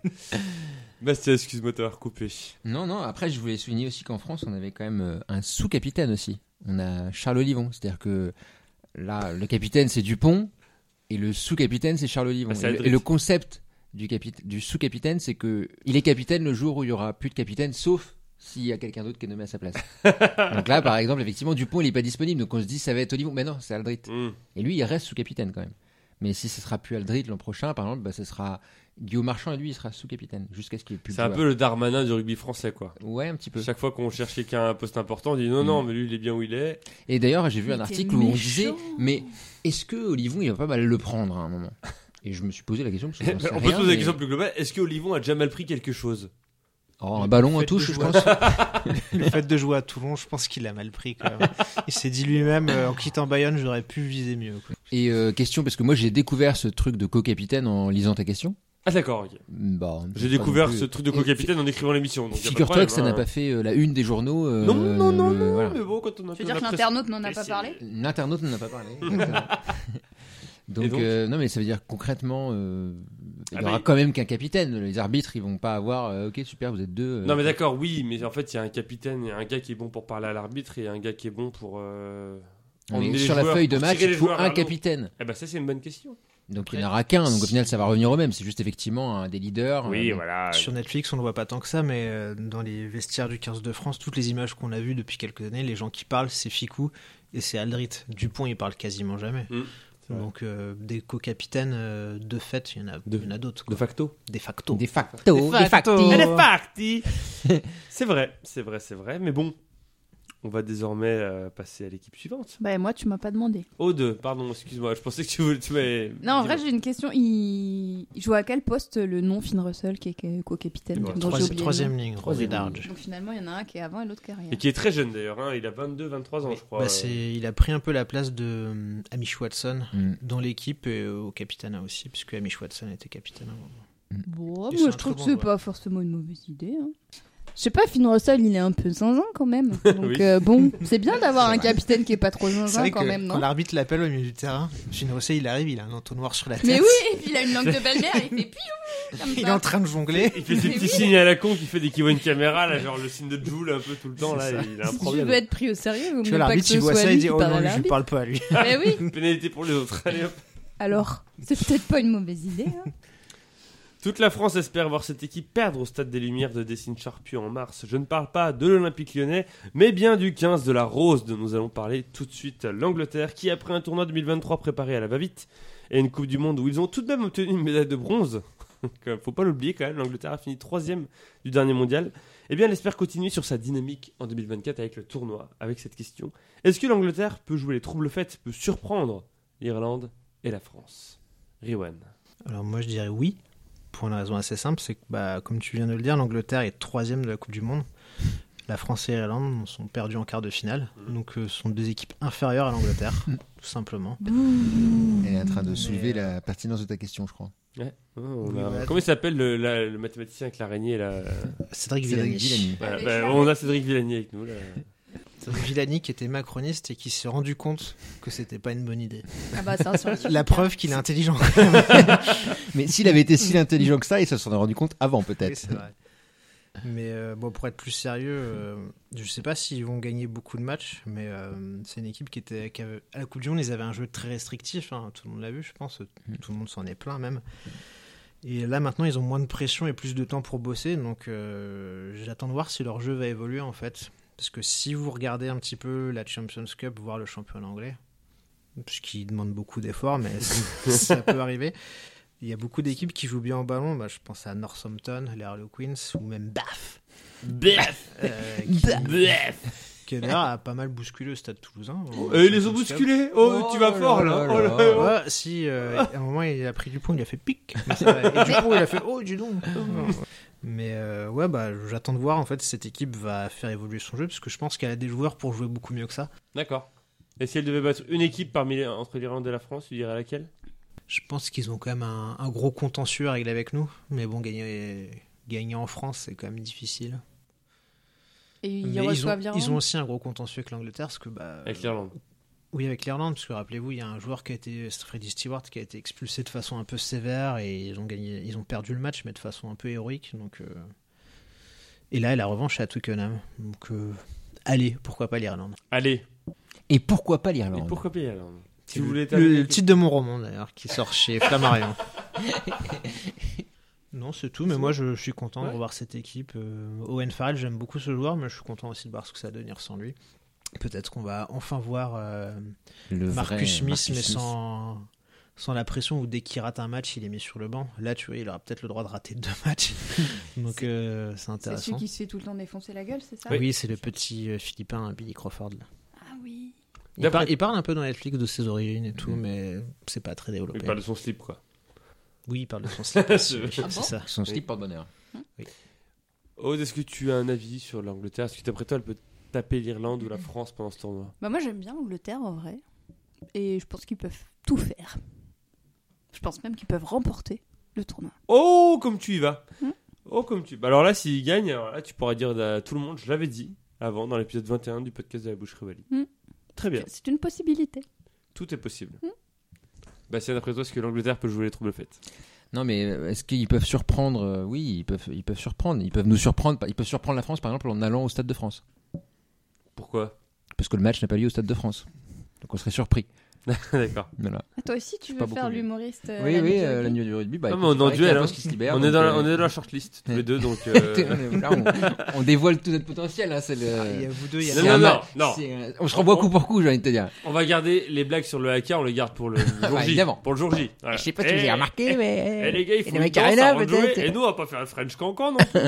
Speaker 3: Bastien, excuse-moi de t'avoir coupé.
Speaker 4: Non, non, après, je voulais souligner aussi qu'en France, on avait quand même euh, un sous-capitaine aussi. On a Charles Olivon. C'est-à-dire que là, le capitaine, c'est Dupont. Et le sous-capitaine, c'est Charles Olivon.
Speaker 3: Ah, c'est
Speaker 4: et,
Speaker 3: Aldrit.
Speaker 4: le, et le concept du, capit- du sous-capitaine, c'est que il est capitaine le jour où il y aura plus de capitaine, sauf s'il y a quelqu'un d'autre qui est nommé à
Speaker 3: [laughs]
Speaker 4: sa place. donc là, par exemple, effectivement, Dupont, il n'est pas disponible. Donc on se dit, ça va être Olivon. Mais non, c'est Aldrit.
Speaker 3: Hmm.
Speaker 4: Et lui, il reste sous-capitaine quand même. Mais si ce sera plus Aldrit l'an prochain, par exemple, bah, ce sera Guillaume Marchand et lui, il sera sous-capitaine jusqu'à ce qu'il ait plus
Speaker 3: C'est un
Speaker 4: de
Speaker 3: peu le Darmanin du rugby français, quoi.
Speaker 4: joueurs. Ouais, un petit peu.
Speaker 3: Chaque fois qu'on cherche quelqu'un à un poste important, on dit non, non, mais lui, il est bien où il [laughs] est.
Speaker 4: Et d'ailleurs, j'ai vu un
Speaker 5: Mais t'es
Speaker 4: article où on
Speaker 5: méchant.
Speaker 4: disait Mais est-ce que Olivon, il va pas mal le prendre à un moment Et je me suis posé la question. Parce que
Speaker 3: [laughs]
Speaker 4: j'en sais
Speaker 3: On peut
Speaker 4: rien,
Speaker 3: se poser la
Speaker 4: mais-
Speaker 3: question plus globale est-ce que Olivon a déjà mal pris quelque chose
Speaker 4: Oh, un ballon, un
Speaker 2: Faites
Speaker 4: touche,
Speaker 2: le
Speaker 4: je
Speaker 2: joueur.
Speaker 4: pense.
Speaker 2: [laughs] Le fait de jouer à Toulon, je pense qu'il a mal pris quand même. Il s'est dit lui-même, euh, en quittant Bayonne, j'aurais pu viser mieux. quoi.
Speaker 4: Et euh, question, parce que moi, j'ai découvert ce truc de co-capitaine en lisant ta question.
Speaker 3: Ah, d'accord, ok.
Speaker 4: Bah,
Speaker 3: J'ai
Speaker 4: pas non
Speaker 3: découvert
Speaker 4: plus.
Speaker 3: ce truc de
Speaker 4: Et fi-
Speaker 3: co-capitaine en écrivant l'émission. donc y a pas de
Speaker 4: Figure-toi que ça
Speaker 3: problème,
Speaker 4: n'a
Speaker 3: hein.
Speaker 4: pas fait euh, la une des journaux. euh,
Speaker 3: Non, non, non,
Speaker 4: euh,
Speaker 3: non,
Speaker 4: voilà.
Speaker 3: mais bon, quand on a
Speaker 5: Tu veux
Speaker 3: on
Speaker 2: [laughs]
Speaker 5: dire
Speaker 3: a
Speaker 5: que
Speaker 3: presque-
Speaker 5: l'internaute n'en a pas
Speaker 3: Et
Speaker 5: parlé
Speaker 4: L'internaute n'en a
Speaker 3: [laughs]
Speaker 4: pas parlé. [laughs] exactement. donc,
Speaker 3: Et donc
Speaker 4: euh, non, mais ça veut dire concrètement, euh, il
Speaker 3: Ah,
Speaker 4: y aura
Speaker 3: mais-
Speaker 4: quand même qu'un capitaine. Les arbitres, ils vont pas avoir. euh, ok, super, vous êtes deux. euh,
Speaker 3: Non, mais d'accord, oui, mais en fait, il y a un capitaine, il y a un gars qui est bon pour parler à l'arbitre et un gars qui est bon pour. euh,
Speaker 4: mais
Speaker 3: emmener les
Speaker 4: sur la
Speaker 3: joueurs,
Speaker 4: feuille de
Speaker 3: pour
Speaker 4: match,
Speaker 3: tirer
Speaker 4: il
Speaker 3: les
Speaker 4: faut
Speaker 3: joueurs
Speaker 4: un
Speaker 3: vers le haut.
Speaker 4: capitaine.
Speaker 3: Eh ben, ça, c'est une bonne question.
Speaker 4: Donc il n'y
Speaker 2: Après,
Speaker 4: en aura qu'un, donc au
Speaker 2: si-
Speaker 4: final ça va revenir au même, c'est juste effectivement un des
Speaker 3: Ah,
Speaker 4: leaders. euh, bon.
Speaker 3: voilà.
Speaker 2: Sur Netflix, on ne voit pas tant que ça, mais euh, dans les vestiaires du 15 de France, toutes les images qu'on a vues depuis quelques années, les gens qui parlent, c'est Ficou et c'est Aldrit. Dupont, il parle quasiment jamais.
Speaker 3: Mm, c'est vrai.
Speaker 2: Donc, euh, des co-capitaines, euh, de fait, il y en a,
Speaker 3: De-
Speaker 2: il y en a d'autres.
Speaker 3: De
Speaker 2: quoi.
Speaker 3: facto.
Speaker 2: De facto.
Speaker 4: De facto,
Speaker 2: De
Speaker 4: de
Speaker 2: facto.
Speaker 4: facto.
Speaker 2: Elle est
Speaker 3: partie C'est vrai, c'est vrai, c'est vrai, mais bon. On va désormais euh, passer à l'équipe suivante.
Speaker 5: Bah, moi, tu m'as pas demandé.
Speaker 3: O2, Oh, pardon, excuse-moi, je pensais que tu voulais. Tu m'avais-
Speaker 5: Non, en vrai,
Speaker 3: Dis-moi.
Speaker 5: j'ai une question. Il... il joue à quel poste le nom Finn Russell, qui est qui est co-capitaine
Speaker 2: Voilà.
Speaker 5: dont j'ai
Speaker 2: Troisi-
Speaker 5: oublié le nom
Speaker 2: troisième ligne,
Speaker 3: Troisième
Speaker 2: Rory Darge.
Speaker 5: Donc finalement, il y en a un qui est avant et l'autre qui est arrière.
Speaker 3: Et qui est très jeune d'ailleurs, hein, il a 22, 23 ans, je crois.
Speaker 2: Bah,
Speaker 3: euh.
Speaker 2: c'est- il a pris un peu la place de euh, Amish Watson
Speaker 4: Mm.
Speaker 2: dans l'équipe et euh, au capitana aussi, puisque Amish Watson était capitaine. à un moment.
Speaker 5: Bon,
Speaker 2: Et c'est
Speaker 5: moi
Speaker 2: un
Speaker 5: je trouve
Speaker 2: très
Speaker 5: que
Speaker 2: bon
Speaker 5: c'est
Speaker 2: joueur.
Speaker 5: pas forcément une mauvaise idée. hein. Je sais pas, Finn Russell, il est un peu zinzin quand
Speaker 2: [laughs]
Speaker 5: même. Donc
Speaker 3: Oui.
Speaker 5: euh, bon, c'est bien d'avoir
Speaker 4: C'est
Speaker 5: un
Speaker 4: vrai.
Speaker 5: capitaine qui est pas trop
Speaker 2: C'est
Speaker 5: zinzin
Speaker 2: vrai
Speaker 5: quand
Speaker 2: que
Speaker 5: même, non
Speaker 2: quand l'arbitre l'appelle au milieu du terrain, Shinrosei il arrive, il a un entonnoir sur la tête.
Speaker 5: Mais oui, et puis il a une langue de belle-mère, il fait piou comme
Speaker 2: [laughs] Il est
Speaker 5: ça.
Speaker 2: en train de jongler.
Speaker 3: Il fait des petits signes à la con qui fait dès qu'il voit une caméra, là, genre le signe de Joule un peu tout le temps, là,
Speaker 2: C'est ça.
Speaker 3: il a un
Speaker 5: Si tu
Speaker 3: problème.
Speaker 5: veux être pris au sérieux, vaut
Speaker 2: Tu
Speaker 5: mieux pas
Speaker 2: vois,
Speaker 5: que
Speaker 2: l'arbitre,
Speaker 5: ce
Speaker 2: il voit
Speaker 5: soit
Speaker 2: ça,
Speaker 5: lui
Speaker 2: il
Speaker 5: qui
Speaker 2: dit Oh
Speaker 5: parle à
Speaker 2: non, lui, je lui
Speaker 5: l'arbitre.
Speaker 2: parle pas à lui.
Speaker 5: [laughs] Mais oui,
Speaker 3: Pénalité pour les autres. Allez, hop.
Speaker 5: alors, c'est peut-être pas une mauvaise idée.
Speaker 2: [laughs]
Speaker 5: hein.
Speaker 3: Toute la France espère voir cette équipe perdre au Stade des Lumières de Dessine Charpieu en mars. Je ne parle pas de l'Olympique lyonnais, mais bien du 15 de la Rose, dont nous allons parler tout de suite. L'Angleterre, qui après un tournoi 2023 préparé à la va-vite et une Coupe du Monde où ils ont tout de même obtenu une médaille de bronze, [laughs] que- faut pas l'oublier quand même, l'Angleterre a fini troisième du dernier mondial, eh bien elle espère continuer sur sa dynamique en 2024 avec le tournoi, avec cette question. Est-ce que l'Angleterre peut jouer les troubles faits, peut surprendre l'Irlande et la France Riwan.
Speaker 2: Alors moi je dirais oui, pour une raison assez simple, c'est que bah, comme tu viens de le dire, l'Angleterre est troisième de la Coupe du Monde. La France et l'Irlande sont perdues en quart de finale, donc euh, ce sont deux équipes inférieures à l'Angleterre, tout simplement.
Speaker 4: Elle est en train de soulever
Speaker 2: Mais, euh,
Speaker 4: la pertinence de ta question, je crois.
Speaker 3: Ouais. Oh, on
Speaker 2: Oui,
Speaker 3: a-
Speaker 2: voilà.
Speaker 3: Comment il s'appelle le, la- le mathématicien avec l'araignée là euh, [laughs]
Speaker 2: Cédric
Speaker 4: Cédric
Speaker 2: Villani.
Speaker 4: Villani.
Speaker 3: Voilà,
Speaker 5: Avec
Speaker 3: bah,
Speaker 5: la-
Speaker 3: On a Cédric Villani avec nous. Là.
Speaker 2: Cédric Villani qui était macroniste et qui s'est rendu compte que c'était pas une bonne [laughs] idée.
Speaker 5: Ah bah, c'est un scientifique.
Speaker 2: La preuve qu'il est intelligent.
Speaker 4: Mais s'il avait été si intelligent que ça, il se s'en est rendu compte avant
Speaker 2: Oui,
Speaker 4: peut-être.
Speaker 2: c'est vrai. Mais euh, bon, pour être plus sérieux, euh, je sais pas s'ils vont gagner beaucoup de matchs, mais euh, c'est une équipe qui était qui avait- à la Coupe du Monde, ils avaient un jeu très restrictif. hein, tout le monde l'a vu, je pense. Tout le monde s'en est plein même. Et là maintenant, ils ont moins de pression et plus de temps pour bosser, donc euh, j'attends de voir si leur jeu va évoluer en fait. Parce que si vous regardez un petit peu la Champions Cup, voire le championnat anglais, ce qui demande beaucoup d'efforts, mais [laughs] ça peut arriver. Il y a beaucoup d'équipes qui jouent bien au ballon. Bah, je pense à Northampton, les Harlequins ou même BAF.
Speaker 3: Bref,
Speaker 2: euh, qui, [laughs] qui d'ailleurs a pas mal bousculé le stade toulousain.
Speaker 3: Et les ont bousculés Ah. Oh,
Speaker 4: Oh
Speaker 3: tu vas
Speaker 4: là
Speaker 3: fort
Speaker 4: là
Speaker 3: là Oh
Speaker 4: là
Speaker 3: là
Speaker 4: là.
Speaker 3: là.
Speaker 2: Ouais, si, euh, à un moment, il a pris Dupont, il a
Speaker 3: [laughs]
Speaker 2: fait pic. Mais c'est vrai. Et Dupont, il a fait oh, du don.
Speaker 3: Ah,
Speaker 2: Mais euh, ouais, bah, j'attends de voir en fait si cette équipe va faire évoluer son jeu, parce que je pense qu'elle a des joueurs pour jouer beaucoup mieux que ça.
Speaker 3: D'accord. Et si elle devait battre une équipe parmi les- entre l'Irlande et la France, tu dirais laquelle
Speaker 2: Je pense qu'ils ont quand même un, un gros contentieux à régler avec nous, mais bon, gagner, gagner en France, c'est quand même difficile.
Speaker 5: Et ils
Speaker 2: Mais ils,
Speaker 5: reçoivent
Speaker 2: ont,
Speaker 5: bien.
Speaker 2: ils ont aussi un gros contentieux avec l'Angleterre, parce que bah, euh,
Speaker 3: Avec l'Irlande.
Speaker 2: Oui, avec l'Irlande, parce que rappelez-vous, il y a un joueur qui a été, Freddy Stewart, qui a été expulsé de façon un peu sévère et ils ont, gagné, ils ont perdu le match, mais de façon un peu héroïque. Donc, euh, Et là, la revanche est à Twickenham. Donc, euh, allez, pourquoi pas l'Irlande
Speaker 3: Allez.
Speaker 4: Et pourquoi pas
Speaker 3: Et
Speaker 4: l'Irlande
Speaker 3: pourquoi pas l'Irlande Si
Speaker 2: C'est
Speaker 3: vous
Speaker 2: le-
Speaker 3: voulez
Speaker 2: le,
Speaker 3: terminer-
Speaker 2: titre de mon roman, d'ailleurs, qui sort [laughs] chez Flammarion. non, c'est tout, mais moi, je, je suis content
Speaker 3: Ouais.
Speaker 2: de revoir cette équipe. Euh, Owen Farrell, j'aime beaucoup ce joueur, mais je suis content aussi de voir ce que ça va devenir sans lui. Peut-être qu'on va enfin voir. euh,
Speaker 4: Le vrai
Speaker 2: Marcus Smith,
Speaker 4: Marcus
Speaker 2: mais sans, sans la pression où dès qu'il rate un match, il est mis sur le banc. Là, tu vois, il aura peut-être le droit de rater deux [laughs] matchs. Donc, euh, c'est
Speaker 5: C'est celui
Speaker 2: intéressant.
Speaker 5: qui se fait tout le temps défoncer la gueule, c'est ça
Speaker 2: Oui, c'est le petit euh, Philippin, Billy Crawford. là.
Speaker 5: Ah oui.
Speaker 2: Il,
Speaker 3: D'après-
Speaker 2: par- il parle un peu dans Netflix de ses origines et tout, mais c'est pas très développé.
Speaker 3: Il parle de son slip, quoi.
Speaker 2: Oui, il parle de son slip aussi,
Speaker 3: Ah
Speaker 2: c'est
Speaker 5: bon
Speaker 2: ça.
Speaker 4: Son
Speaker 3: Oui.
Speaker 4: slip porte-bonheur.
Speaker 3: Aude, est-ce que tu as un avis sur l'Angleterre Est-ce que d'après toi, elle peut taper l'Irlande ou la France pendant ce tournoi
Speaker 5: Bah moi j'aime bien l'Angleterre en vrai. Et je pense qu'ils peuvent tout faire. Je pense même qu'ils peuvent remporter le tournoi.
Speaker 3: Oh, comme tu y vas
Speaker 5: Hmm.
Speaker 3: Oh, comme tu... Bah alors là, s'il gagne, alors là, tu pourras dire à tout le monde, je l'avais dit avant, dans l'épisode 21 du podcast de la boucherie Wally.
Speaker 5: Hmm.
Speaker 3: Très bien,
Speaker 5: C'est une possibilité.
Speaker 3: tout est possible. Bah, Bastien, d'après toi, est-ce que l'Angleterre peut jouer les troubles faites
Speaker 4: Non, mais euh, est-ce qu'ils peuvent surprendre euh, Oui, ils peuvent, ils peuvent surprendre. Ils peuvent nous surprendre. Ils peuvent surprendre la France, par exemple, en allant au Stade de France. [laughs]
Speaker 3: Pourquoi
Speaker 4: Parce que le match n'a pas lieu au Stade de France. Donc on serait surpris.
Speaker 3: D'accord.
Speaker 4: Voilà.
Speaker 5: Ah, toi aussi tu
Speaker 4: C'est
Speaker 5: veux
Speaker 4: pas
Speaker 5: faire
Speaker 4: beaucoup, mais-
Speaker 5: l'humoriste euh,
Speaker 4: oui,
Speaker 5: la
Speaker 4: oui,
Speaker 5: nuit du
Speaker 4: euh, la
Speaker 5: hockey
Speaker 4: nuit du rugby. Bah,
Speaker 3: Non,
Speaker 4: écoute,
Speaker 3: mais on est
Speaker 4: il
Speaker 3: dans le
Speaker 4: paraît que la
Speaker 3: duel,
Speaker 4: France
Speaker 3: hein.
Speaker 4: qui se libère.
Speaker 3: on, est
Speaker 4: donc,
Speaker 3: dans la,
Speaker 4: euh,
Speaker 3: on est dans la shortlist, tous
Speaker 4: ouais.
Speaker 3: les deux,
Speaker 4: [laughs]
Speaker 3: donc... euh,
Speaker 4: Là,
Speaker 5: [laughs]
Speaker 4: on, on dévoile tout notre potentiel. hein, c'est le-
Speaker 2: Ah, Il y a vous deux, il y a
Speaker 4: c'est
Speaker 3: Non,
Speaker 4: un
Speaker 3: non,
Speaker 4: match-
Speaker 3: non, non.
Speaker 4: c'est un- On se renvoie coup pour coup, j'ai envie de te dire.
Speaker 3: On va garder les blagues sur le hacker, on les garde
Speaker 4: [laughs]
Speaker 3: pour le jour J.
Speaker 4: Bah, évidemment.
Speaker 3: pour le jour J. Voilà.
Speaker 4: Je sais pas si vous
Speaker 3: Eh,
Speaker 4: avez remarqué,
Speaker 3: Eh
Speaker 4: mais.
Speaker 3: les gars, il faut
Speaker 4: Et
Speaker 3: une
Speaker 4: les mecs
Speaker 3: danse
Speaker 4: Arena,
Speaker 3: avant de jouer.
Speaker 4: peut-être.
Speaker 3: Et nous, on va pas faire un French cancan non
Speaker 4: [laughs]
Speaker 3: plus.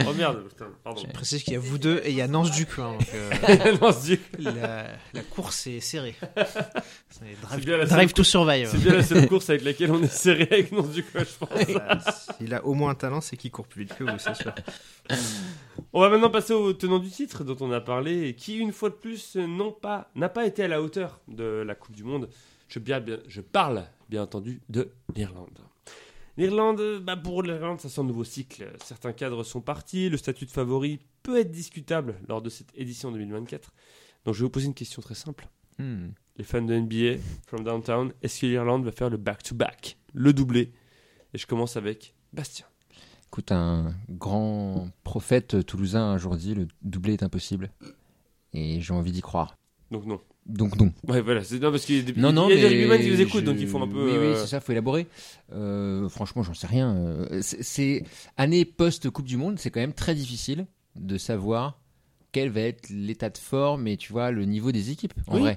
Speaker 3: oh merde, putain, pardon.
Speaker 2: Je précise qu'il y a vous deux et il y a Nance Duclin. donc, euh,
Speaker 3: [laughs] Non, c'est
Speaker 2: la, la course est serrée. C'est drive,
Speaker 3: bien la seule
Speaker 2: drive to survive.
Speaker 3: c'est bien la seule course avec laquelle on est serré avec Nance du coin, je pense.
Speaker 2: S'il a au moins un talent, c'est qu'il court plus vite que vous, c'est sûr.
Speaker 3: On va maintenant passer au tenant du titre dont on a parlé, et qui une fois de plus euh, non pas n'a pas été à la hauteur de la Coupe du Monde. Je, bien, bien- je parle bien entendu de l'Irlande. L'Irlande, euh, bah, pour l'Irlande, ça sent un nouveau cycle. Certains cadres sont partis, le statut de favori peut être discutable lors de cette édition 2024. Donc je vais vous poser une question très simple.
Speaker 4: Hmm.
Speaker 3: Les fans de NBA from downtown, est-ce que l'Irlande va faire le back-to-back, le doublé Et je commence avec Bastien.
Speaker 4: Écoute, un grand prophète toulousain a un jour dit le doublé est impossible. Et j'ai envie d'y croire.
Speaker 3: Donc non.
Speaker 4: Donc non.
Speaker 3: Ouais, voilà, c'est non, parce qu'il y a des,
Speaker 4: Non, non,
Speaker 3: il y a des
Speaker 4: mais
Speaker 3: rugbymen qui nous écoutent,
Speaker 4: je-
Speaker 3: donc ils font un peu.
Speaker 4: Oui, oui,
Speaker 3: euh,
Speaker 4: c'est ça, faut élaborer. Euh, franchement, j'en sais rien. Euh, c'est- C'est année post Coupe du Monde, c'est quand même très difficile de savoir quel va être l'état de forme et tu vois le niveau des équipes. En
Speaker 3: Oui.
Speaker 4: vrai,
Speaker 3: Et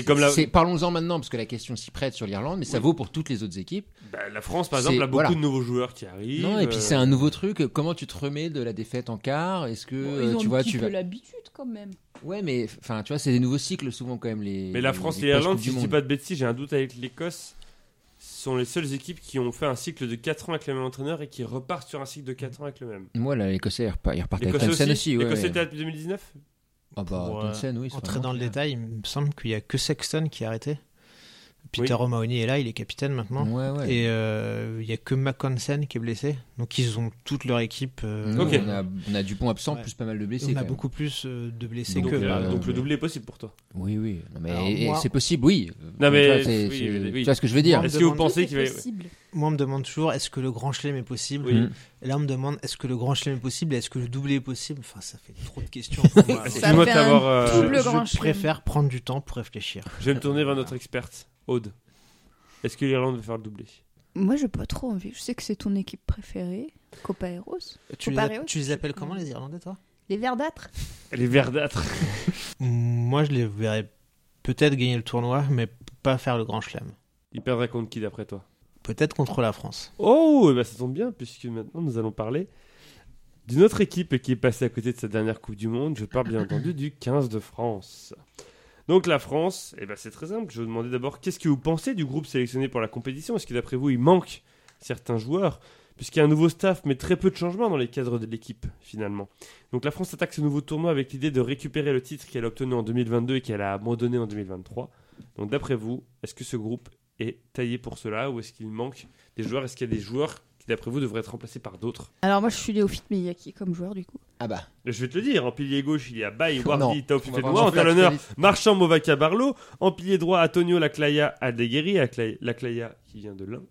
Speaker 4: c'est.
Speaker 3: comme la-
Speaker 4: c'est- Parlons-en maintenant parce que la question s'y prête sur l'Irlande, mais ça vaut pour toutes les autres équipes.
Speaker 3: bah, la France, par
Speaker 4: c'est-
Speaker 3: exemple, a beaucoup
Speaker 4: voilà.
Speaker 3: de nouveaux joueurs qui arrivent.
Speaker 4: Non, et puis
Speaker 3: euh,
Speaker 4: c'est un nouveau truc. Comment tu te remets de la défaite en quart Est-ce que
Speaker 5: Bon,
Speaker 4: euh,
Speaker 5: Oh, ils ont
Speaker 4: tu
Speaker 5: un
Speaker 4: vois,
Speaker 5: petit
Speaker 4: tu
Speaker 5: peu
Speaker 4: vas
Speaker 5: l'habitude quand même.
Speaker 4: Ouais, mais enfin, tu vois, c'est des nouveaux cycles souvent quand même les.
Speaker 3: Mais la
Speaker 4: les-
Speaker 3: France et
Speaker 4: les
Speaker 3: l'Irlande,
Speaker 4: post-Coupe
Speaker 3: si je
Speaker 4: du
Speaker 3: dis
Speaker 4: Monde.
Speaker 3: pas de bêtises, j'ai un doute avec l'Écosse, sont les seules équipes qui ont fait un cycle de 4 ans avec le même entraîneur et qui repartent sur un cycle de 4 ans avec le même.
Speaker 4: Moi, là, l'Écossais, ils repartent ils repartent avec
Speaker 3: L'Écosse
Speaker 4: Thompson Ah, aussi. ouais,
Speaker 3: L'Écosse
Speaker 4: ouais.
Speaker 3: était à 2019
Speaker 4: Ah bah,
Speaker 2: Pour, euh,
Speaker 4: Thompson, oui. c'est
Speaker 2: Entrer
Speaker 4: vraiment
Speaker 2: dans le
Speaker 4: clair.
Speaker 2: détail, il me semble qu'il n'y a que Sexton qui est arrêté. Peter O'Mahony est là, il est capitaine maintenant.
Speaker 4: Ouais, ouais.
Speaker 2: Et euh, il n'y a que Mackonsen qui est blessé. Donc ils ont toute leur équipe. euh,
Speaker 4: Nous,
Speaker 3: Ok.
Speaker 4: on, a, on a Dupont absent,
Speaker 2: Ouais.
Speaker 4: plus pas mal de blessés.
Speaker 2: On
Speaker 4: quand
Speaker 2: a
Speaker 4: même.
Speaker 2: beaucoup plus euh, de blessés
Speaker 4: Donc,
Speaker 3: donc,
Speaker 2: que.
Speaker 3: euh,
Speaker 4: bah,
Speaker 3: donc le
Speaker 4: ouais.
Speaker 3: doublé est possible pour toi.
Speaker 4: Oui, oui. Non, mais
Speaker 2: Alors,
Speaker 4: et-
Speaker 2: moi-
Speaker 4: c'est possible, oui.
Speaker 3: Non, mais-
Speaker 4: Tu vois, euh, c'est-
Speaker 3: oui,
Speaker 4: c'est-
Speaker 3: oui, oui.
Speaker 4: tu vois ce que je veux dire
Speaker 2: me
Speaker 3: Est-ce que vous
Speaker 2: demande-
Speaker 3: pensez
Speaker 5: Tout
Speaker 3: qu'il
Speaker 5: est
Speaker 3: va.
Speaker 5: possible.
Speaker 2: Moi, on me demande toujours est-ce que le grand chelem est possible
Speaker 3: Oui.
Speaker 4: Mm.
Speaker 2: Et là, on me demande est-ce que le grand chelem est possible et est-ce que le doublé est possible Enfin, ça fait trop de
Speaker 5: [laughs]
Speaker 2: questions. Enfin, moi,
Speaker 5: Ça
Speaker 3: Excuse-moi de
Speaker 5: fait un
Speaker 3: t'avoir, euh,
Speaker 2: je-
Speaker 5: double
Speaker 2: je
Speaker 5: grand chelem.
Speaker 2: préfère prendre du temps pour réfléchir.
Speaker 3: Je vais me tourner vers notre experte, Aude. Est-ce que l'Irlande va faire le doublé
Speaker 5: Moi j'ai pas trop envie. Je sais que c'est ton équipe préférée, Copa Eros.
Speaker 2: Tu les,
Speaker 5: Comparé aux-
Speaker 2: tu les appelles comment les Irlandais, toi
Speaker 5: Les verdâtres.
Speaker 3: Elle est verdâtre.
Speaker 2: Mm, Moi, je les verrais peut-être gagner le tournoi, mais pas faire le grand chelem.
Speaker 3: Il perdrait contre qui d'après toi
Speaker 2: Peut-être contre la France.
Speaker 3: Oh, eh ben, ça tombe bien, puisque maintenant nous allons parler d'une autre équipe qui est passée à côté de sa dernière Coupe du Monde. Je parle bien entendu du 15 de France. Donc la France, eh ben, c'est très simple. Je vous demandais d'abord qu'est-ce que vous pensez du groupe sélectionné pour la compétition Est-ce que d'après vous, il manque certains joueurs Puisqu'il y a un nouveau staff, mais très peu de changements dans les cadres de l'équipe, finalement. Donc la France attaque ce nouveau tournoi avec l'idée de récupérer le titre qu'elle a obtenu en 2022 et qu'elle a abandonné en 2023. Donc d'après vous, est-ce que ce groupe est taillé pour cela ou est-ce qu'il manque des joueurs Est-ce qu'il y a des joueurs qui, d'après vous, devraient être remplacés par d'autres
Speaker 5: Alors moi, je suis néophyte, mais il y a qui comme joueur du coup
Speaker 4: Ah bah.
Speaker 3: je vais te le dire, en pilier gauche, il y a Baye,
Speaker 4: Non.
Speaker 3: Wardy, Taofi
Speaker 4: On va
Speaker 3: Fedwa,
Speaker 4: vraiment
Speaker 3: en
Speaker 4: faire la
Speaker 3: talonneur,
Speaker 4: totaliste.
Speaker 3: Marchand, Movaca, Barlow, en pilier droit, Antonio, Laclaya, Adeguerri, Acla- Laclaya qui vient de l'un,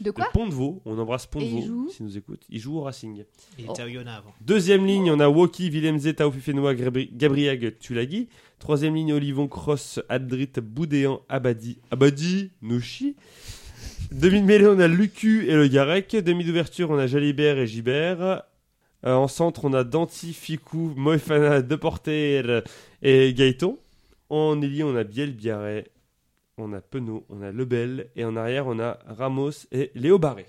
Speaker 5: De
Speaker 3: de
Speaker 5: quoi
Speaker 3: Pont-de-Vaux, on embrasse
Speaker 5: Et il joue
Speaker 3: Pont-de-Vaux, s'il nous écoute, il joue au Racing.
Speaker 2: Il
Speaker 5: Oh.
Speaker 2: était à Yona avant.
Speaker 3: Deuxième ligne, on a Woki, Willemse, Taofi Fenwa, Gabri- Gabriag, Tulagi. Troisième ligne, Olivon, Cross, Adrit, Boudéan, Abadi, Abadi, Nouchi. Demi-mêlée, on a Lucu et le Garek. Demi d'ouverture, on a Jalibert et Gibert. Euh, en centre, on a Danti, Ficou, Moefana, Deporter et Gaëton. En ailier, on a Biel, Biarret. On a Penaud, on a Lebel. Et en arrière, on a Ramos et Léo Barré.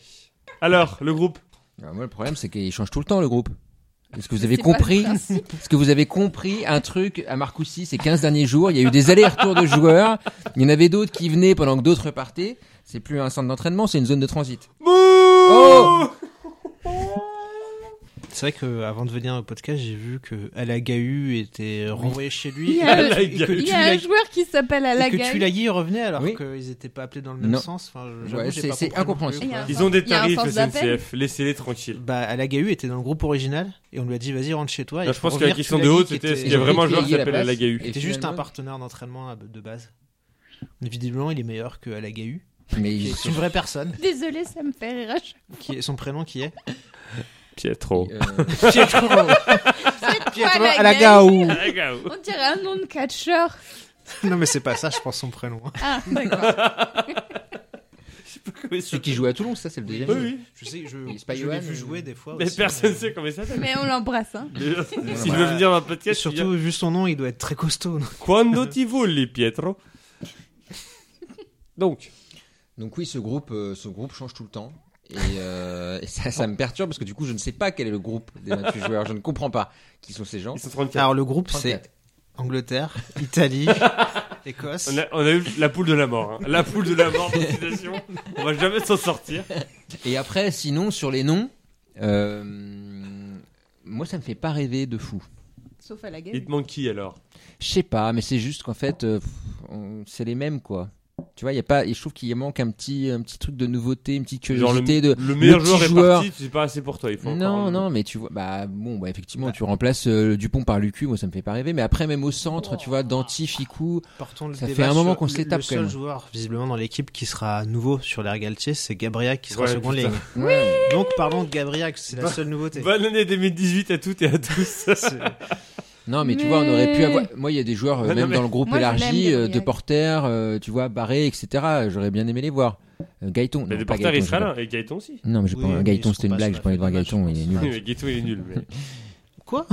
Speaker 3: Alors, le groupe
Speaker 4: Alors, moi, le problème, c'est qu'il change tout le temps, le groupe. Est-ce que vous avez
Speaker 5: C'est pas le
Speaker 4: compris
Speaker 5: principe.
Speaker 4: Est-ce que vous avez compris un truc à Marcoussis ces 15 derniers jours Il y a eu des allers-retours de joueurs. Il y en avait d'autres qui venaient pendant que d'autres partaient. C'est plus un centre d'entraînement, c'est une zone de transit.
Speaker 3: Bouh
Speaker 2: C'est vrai qu'avant de venir au podcast, j'ai vu que Alagahu était renvoyé chez lui.
Speaker 5: Il
Speaker 2: [laughs]
Speaker 5: y a-
Speaker 2: et que
Speaker 5: Il y a un
Speaker 2: Tulagi-
Speaker 5: joueur qui s'appelle
Speaker 2: et
Speaker 5: Alagaï.
Speaker 2: que Tulagi revenait alors
Speaker 4: Oui.
Speaker 2: qu'ils n'étaient pas appelés dans le même
Speaker 4: Non.
Speaker 2: sens. Enfin, je-
Speaker 4: Ouais,
Speaker 2: j'avoue, j'ai
Speaker 4: c'est-
Speaker 2: pas
Speaker 4: c'est
Speaker 2: compris non plus,
Speaker 4: incompréhensible.
Speaker 5: Il
Speaker 2: quoi.
Speaker 5: y a un
Speaker 3: Ils ont des
Speaker 5: Il y a un
Speaker 3: tarifs,
Speaker 5: sens d'appel.
Speaker 3: SNCF. Laissez-les tranquilles.
Speaker 2: Bah, Alagahu était dans le groupe original et on lui a dit vas-y rentre chez toi.
Speaker 3: Là,
Speaker 2: Et
Speaker 3: je
Speaker 2: pour
Speaker 3: pense que la
Speaker 2: revenir,
Speaker 3: question de
Speaker 2: Tulagi
Speaker 3: haute,
Speaker 2: qui
Speaker 3: c'était est-ce
Speaker 2: était-
Speaker 3: qu'il y a vraiment un joueur qui
Speaker 4: Tulagi à la
Speaker 3: s'appelle
Speaker 4: place.
Speaker 3: Alagahu
Speaker 4: Et
Speaker 2: C'était juste un
Speaker 4: finalement-
Speaker 2: partenaire d'entraînement à- de base. Visiblement, il est meilleur que Alagahu.
Speaker 4: Mais
Speaker 2: qui
Speaker 4: il-
Speaker 2: est une vraie personne.
Speaker 5: Désolée, ça me fait rire. à chaque
Speaker 2: Qui est, son prénom qui est
Speaker 3: [laughs] Pietro.
Speaker 4: euh,
Speaker 2: Pietro
Speaker 5: fois.
Speaker 2: Pietro
Speaker 5: Alagaï.
Speaker 2: Alagahu
Speaker 3: Alagahu.
Speaker 5: On dirait un nom de catcheur.
Speaker 2: Non, mais c'est pas ça, je pense son prénom.
Speaker 5: Ah, d'accord.
Speaker 4: celui qui joue à Toulon, ça, c'est le
Speaker 2: Oui,
Speaker 4: deuxième.
Speaker 3: Oui,
Speaker 2: Je sais, je,
Speaker 4: Il est pas
Speaker 2: je
Speaker 4: Johan,
Speaker 2: l'ai vu
Speaker 4: mais-
Speaker 2: jouer des fois.
Speaker 3: oui. Mais
Speaker 2: aussi,
Speaker 3: personne ne
Speaker 2: euh,
Speaker 3: sait comment il
Speaker 4: [laughs]
Speaker 3: s'appelle.
Speaker 5: Mais on l'embrasse, hein.
Speaker 3: Déjà, S'il
Speaker 4: bah,
Speaker 3: veut venir dans le podcast,
Speaker 2: Et
Speaker 3: il vient.
Speaker 2: surtout, vu son nom, il doit être très costaud. non
Speaker 3: Quando ti voli, Pietro Donc,
Speaker 4: Donc oui, ce groupe, euh, ce groupe change tout le temps. Et, euh, et ça, ça me perturbe parce que du coup, je ne sais pas quel est le groupe des 28 joueurs. Je ne comprends pas qui sont ces gens.
Speaker 3: ils sont 34.
Speaker 2: Alors, le groupe, c'est
Speaker 4: 34.
Speaker 2: Angleterre,
Speaker 3: [laughs]
Speaker 2: Italie, Écosse.
Speaker 3: On a, on a eu la poule de la mort. hein. La poule de la mort, destination. On va jamais s'en sortir.
Speaker 4: Et après, sinon, sur les noms, euh, moi, ça me fait pas rêver de fou.
Speaker 5: Sauf Alagaï.
Speaker 3: Il te manque qui alors
Speaker 4: Je sais pas, mais c'est juste qu'en fait, euh, pff, on- c'est les mêmes, quoi. Tu vois, il y a pas, et je trouve qu'il manque un petit, un petit truc de nouveauté, une petite
Speaker 3: Genre le,
Speaker 4: curiosité de.
Speaker 3: le meilleur
Speaker 4: petit
Speaker 3: joueur est
Speaker 4: joueur.
Speaker 3: parti, c'est pas assez pour toi. Il faut encore
Speaker 4: Non,
Speaker 3: un-
Speaker 4: non, mais tu vois, bah bon, bah effectivement, tu remplaces euh, Dupont par Lucu, moi ça me fait pas rêver, mais après même au
Speaker 3: Oh.
Speaker 4: centre, tu vois, Danti, Ficou,
Speaker 2: Portons le
Speaker 4: Ça
Speaker 2: débat
Speaker 4: fait un moment
Speaker 2: sur
Speaker 4: qu'on se
Speaker 2: le-
Speaker 4: les tape,
Speaker 2: Le
Speaker 4: quand
Speaker 2: seul
Speaker 4: même.
Speaker 2: joueur, visiblement, dans l'équipe qui sera nouveau sur l'air Galtier, c'est Gabriel qui sera
Speaker 3: Ouais,
Speaker 2: seconde
Speaker 3: putain. Bah,
Speaker 2: ligne. Donc, parlons de Gabriel, c'est la seule nouveauté.
Speaker 3: Bonne année 2018 à toutes et à tous.
Speaker 2: [laughs] C'est- Ah
Speaker 4: Non, mais, tu vois, on aurait pu
Speaker 5: Mais-
Speaker 4: avoir. Moi, il y a des joueurs, euh,
Speaker 3: Non,
Speaker 4: même
Speaker 3: mais-
Speaker 4: dans le groupe
Speaker 5: Moi, je l'aime,
Speaker 4: élargi, euh,
Speaker 5: Gabriel.
Speaker 4: de porteurs, euh, tu vois, Barré, etc. J'aurais bien aimé les voir. Euh, Gaëton.
Speaker 3: Mais
Speaker 4: non,
Speaker 3: des
Speaker 4: pas
Speaker 3: porteurs,
Speaker 4: Gaëton,
Speaker 3: il
Speaker 4: je
Speaker 3: sera
Speaker 4: sais
Speaker 3: là. Et Gaëton aussi.
Speaker 4: pas. Non, mais j'ai
Speaker 2: Oui,
Speaker 4: pas-
Speaker 2: mais
Speaker 4: Gaëton,
Speaker 2: ils
Speaker 4: c'était
Speaker 2: sont
Speaker 4: une
Speaker 2: pas
Speaker 4: blague,
Speaker 2: sur
Speaker 4: j'ai pas envie de voir
Speaker 2: la fin
Speaker 4: Gaëton,
Speaker 2: du
Speaker 4: il est
Speaker 2: match,
Speaker 4: nul.
Speaker 3: Oui, mais Gaëton, il est nul.
Speaker 4: [laughs]
Speaker 3: Mais,
Speaker 2: Quoi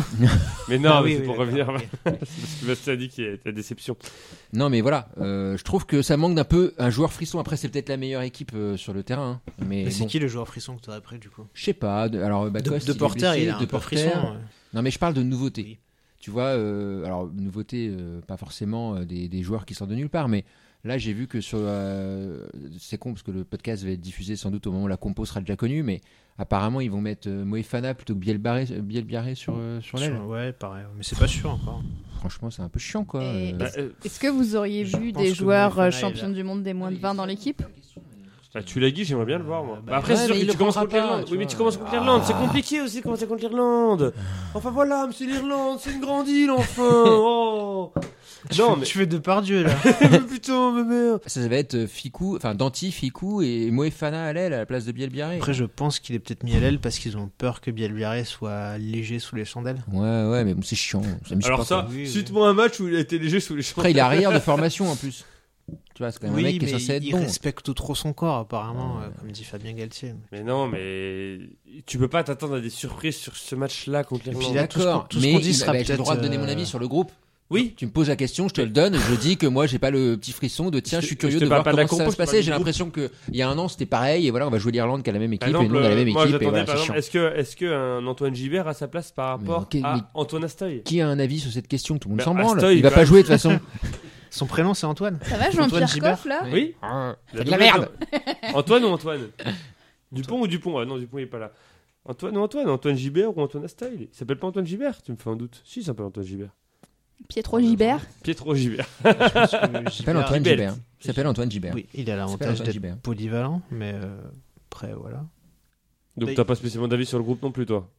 Speaker 3: mais non,
Speaker 4: Bah
Speaker 2: Ah
Speaker 3: mais
Speaker 2: oui,
Speaker 3: c'est
Speaker 2: oui,
Speaker 3: pour
Speaker 2: d'accord,
Speaker 3: revenir.
Speaker 2: ok.
Speaker 3: Bastien a dit qu'il y a ta déception.
Speaker 4: Bah, Non, mais voilà, euh, je trouve que ça manque d'un peu un joueur frisson. Après, c'est peut-être la meilleure équipe euh, sur le terrain, hein. mais
Speaker 2: Mais c'est
Speaker 4: bon,
Speaker 2: qui le joueur frisson que t'aurais pris du coup
Speaker 4: je sais pas. de- alors, bah,
Speaker 2: De,
Speaker 4: Coste,
Speaker 2: de
Speaker 4: est
Speaker 2: porter,
Speaker 4: blessé,
Speaker 2: il a un
Speaker 4: de
Speaker 2: peu
Speaker 4: Porter.
Speaker 2: frisson.
Speaker 4: Non, mais je parle de nouveauté.
Speaker 2: Oui.
Speaker 4: Tu vois, euh, alors nouveauté, euh, pas forcément euh, des, des joueurs qui sortent de nulle part, mais là j'ai vu que sur, euh, c'est con parce que le podcast va être diffusé sans doute au moment où la compo sera déjà connue, mais apparemment ils vont mettre euh, Moefana plutôt que Biel Barré, euh, Biel Biarré sur euh, sur l'aile.
Speaker 2: Sur- Ouais, pareil. Mais c'est pas sûr encore.
Speaker 4: Franchement, c'est un peu chiant quoi.
Speaker 5: Et-
Speaker 4: Euh,
Speaker 3: Bah, euh,
Speaker 5: Est-ce que vous auriez
Speaker 2: Je
Speaker 5: vu
Speaker 2: pense
Speaker 5: des
Speaker 2: que
Speaker 5: joueurs euh,
Speaker 2: Moefana est
Speaker 5: champions
Speaker 2: là.
Speaker 5: du monde des moins de 20 dans l'équipe
Speaker 3: bah, tu l'as dit, j'aimerais bien le voir moi.
Speaker 2: Bah,
Speaker 3: Bah, après,
Speaker 4: ouais,
Speaker 3: c'est sûr
Speaker 4: mais
Speaker 3: que
Speaker 4: il
Speaker 3: tu
Speaker 4: le
Speaker 3: commences
Speaker 4: prendra
Speaker 3: contre
Speaker 4: pas,
Speaker 3: l'Irlande.
Speaker 4: tu
Speaker 3: Oui, mais
Speaker 4: vois.
Speaker 3: tu commences contre l'Irlande. C'est compliqué aussi de commencer contre l'Irlande. Enfin voilà, mais c'est l'Irlande, c'est une grande île enfin.
Speaker 4: [laughs]
Speaker 3: Oh. Non mais
Speaker 2: Tu fais de par Dieu là.
Speaker 3: [laughs] mais putain, ma mère.
Speaker 4: ça va être euh, Ficou, enfin Danti, Ficou et Moefana à l'aile à la place de Biel Biarré.
Speaker 2: Après, je pense qu'il est peut-être mis à l'aile parce qu'ils ont peur que Bielbiaré soit léger sous les chandelles.
Speaker 4: Ouais, ouais, mais bon, c'est chiant. ça m'amuse pas,
Speaker 3: Alors ça,
Speaker 4: quoi.
Speaker 2: oui, oui.
Speaker 3: suite-moi un match où il a été léger sous les champs.
Speaker 4: Après, il est arrière de formation en plus. Tu vois, c'est quand même un mec qui est censé
Speaker 2: il,
Speaker 4: être
Speaker 2: il
Speaker 4: bon.
Speaker 2: respecte trop son corps, apparemment, euh, comme dit Fabien Galtier.
Speaker 3: Mais non, mais tu peux pas t'attendre à des surprises sur ce match-là contre
Speaker 2: puis
Speaker 3: l'Irlande.
Speaker 2: là, tout ce qu'on-
Speaker 4: D'accord,
Speaker 2: tout ce
Speaker 4: mais
Speaker 2: qu'on dit
Speaker 4: il-
Speaker 2: sera
Speaker 4: bah, j'ai le
Speaker 2: peut-être,
Speaker 4: droit de donner
Speaker 2: euh,
Speaker 4: mon avis sur le groupe.
Speaker 3: Oui.
Speaker 4: Tu me poses la question, je te le donne, et je dis que moi j'ai pas le petit frisson de tiens,
Speaker 3: Je te-
Speaker 4: je suis
Speaker 3: je
Speaker 4: curieux
Speaker 3: te
Speaker 4: de
Speaker 3: parle
Speaker 4: voir
Speaker 3: pas de la
Speaker 4: comment ça va
Speaker 3: compo,
Speaker 4: se
Speaker 3: je te
Speaker 4: passer.
Speaker 3: parle
Speaker 4: J'ai
Speaker 3: du
Speaker 4: l'impression que il y a un an c'était pareil, et voilà, on va jouer l'Irlande qui a la même
Speaker 3: Par
Speaker 4: équipe, et
Speaker 3: exemple,
Speaker 4: nous on a la même
Speaker 3: euh, moi
Speaker 4: équipe, et
Speaker 3: j'attendais
Speaker 4: voilà,
Speaker 3: par
Speaker 4: c'est
Speaker 3: exemple,
Speaker 4: chiant.
Speaker 3: est-ce que est-ce que un Antoine Gibert a sa place par
Speaker 4: Mais
Speaker 3: rapport
Speaker 4: ok,
Speaker 3: à
Speaker 4: mais-
Speaker 3: Antoine Astoy
Speaker 4: Qui a un avis sur cette question Tout le monde
Speaker 3: Ben,
Speaker 4: s'en branle.
Speaker 3: Astoy,
Speaker 4: il va
Speaker 3: bah-
Speaker 4: pas jouer de toute façon.
Speaker 2: Son prénom, c'est Antoine.
Speaker 5: Ça va,
Speaker 2: Antoine
Speaker 5: Jean-Pierre
Speaker 2: Gibert
Speaker 5: Coff, là
Speaker 3: Oui.
Speaker 4: Fais de Ah, la
Speaker 3: double
Speaker 4: merde.
Speaker 3: Antoine. Antoine ou Antoine Dupont ou Dupont Ah non, Dupont il est pas là. Antoine ou Antoine Antoine Gibert ou Antoine Astoy Il s'appelle pas Antoine Gibert Tu me fais un doute Si, il s'appelle Antoine Gibert.
Speaker 5: Pietro Gibert
Speaker 3: Pietro Gibert.
Speaker 2: Je pense [laughs] que
Speaker 4: Il s'appelle
Speaker 2: Gilbert-
Speaker 4: Antoine
Speaker 3: Gibert.
Speaker 4: Gibert. Il s'appelle Antoine Gibert.
Speaker 2: Oui, il
Speaker 4: C'est
Speaker 2: a
Speaker 4: pas
Speaker 2: l'avantage
Speaker 4: Antoine
Speaker 2: d'être
Speaker 4: Gibert.
Speaker 2: polyvalent, mais euh, après, voilà.
Speaker 3: Donc
Speaker 2: Mais-
Speaker 3: t'as pas spécialement d'avis sur le groupe non plus, toi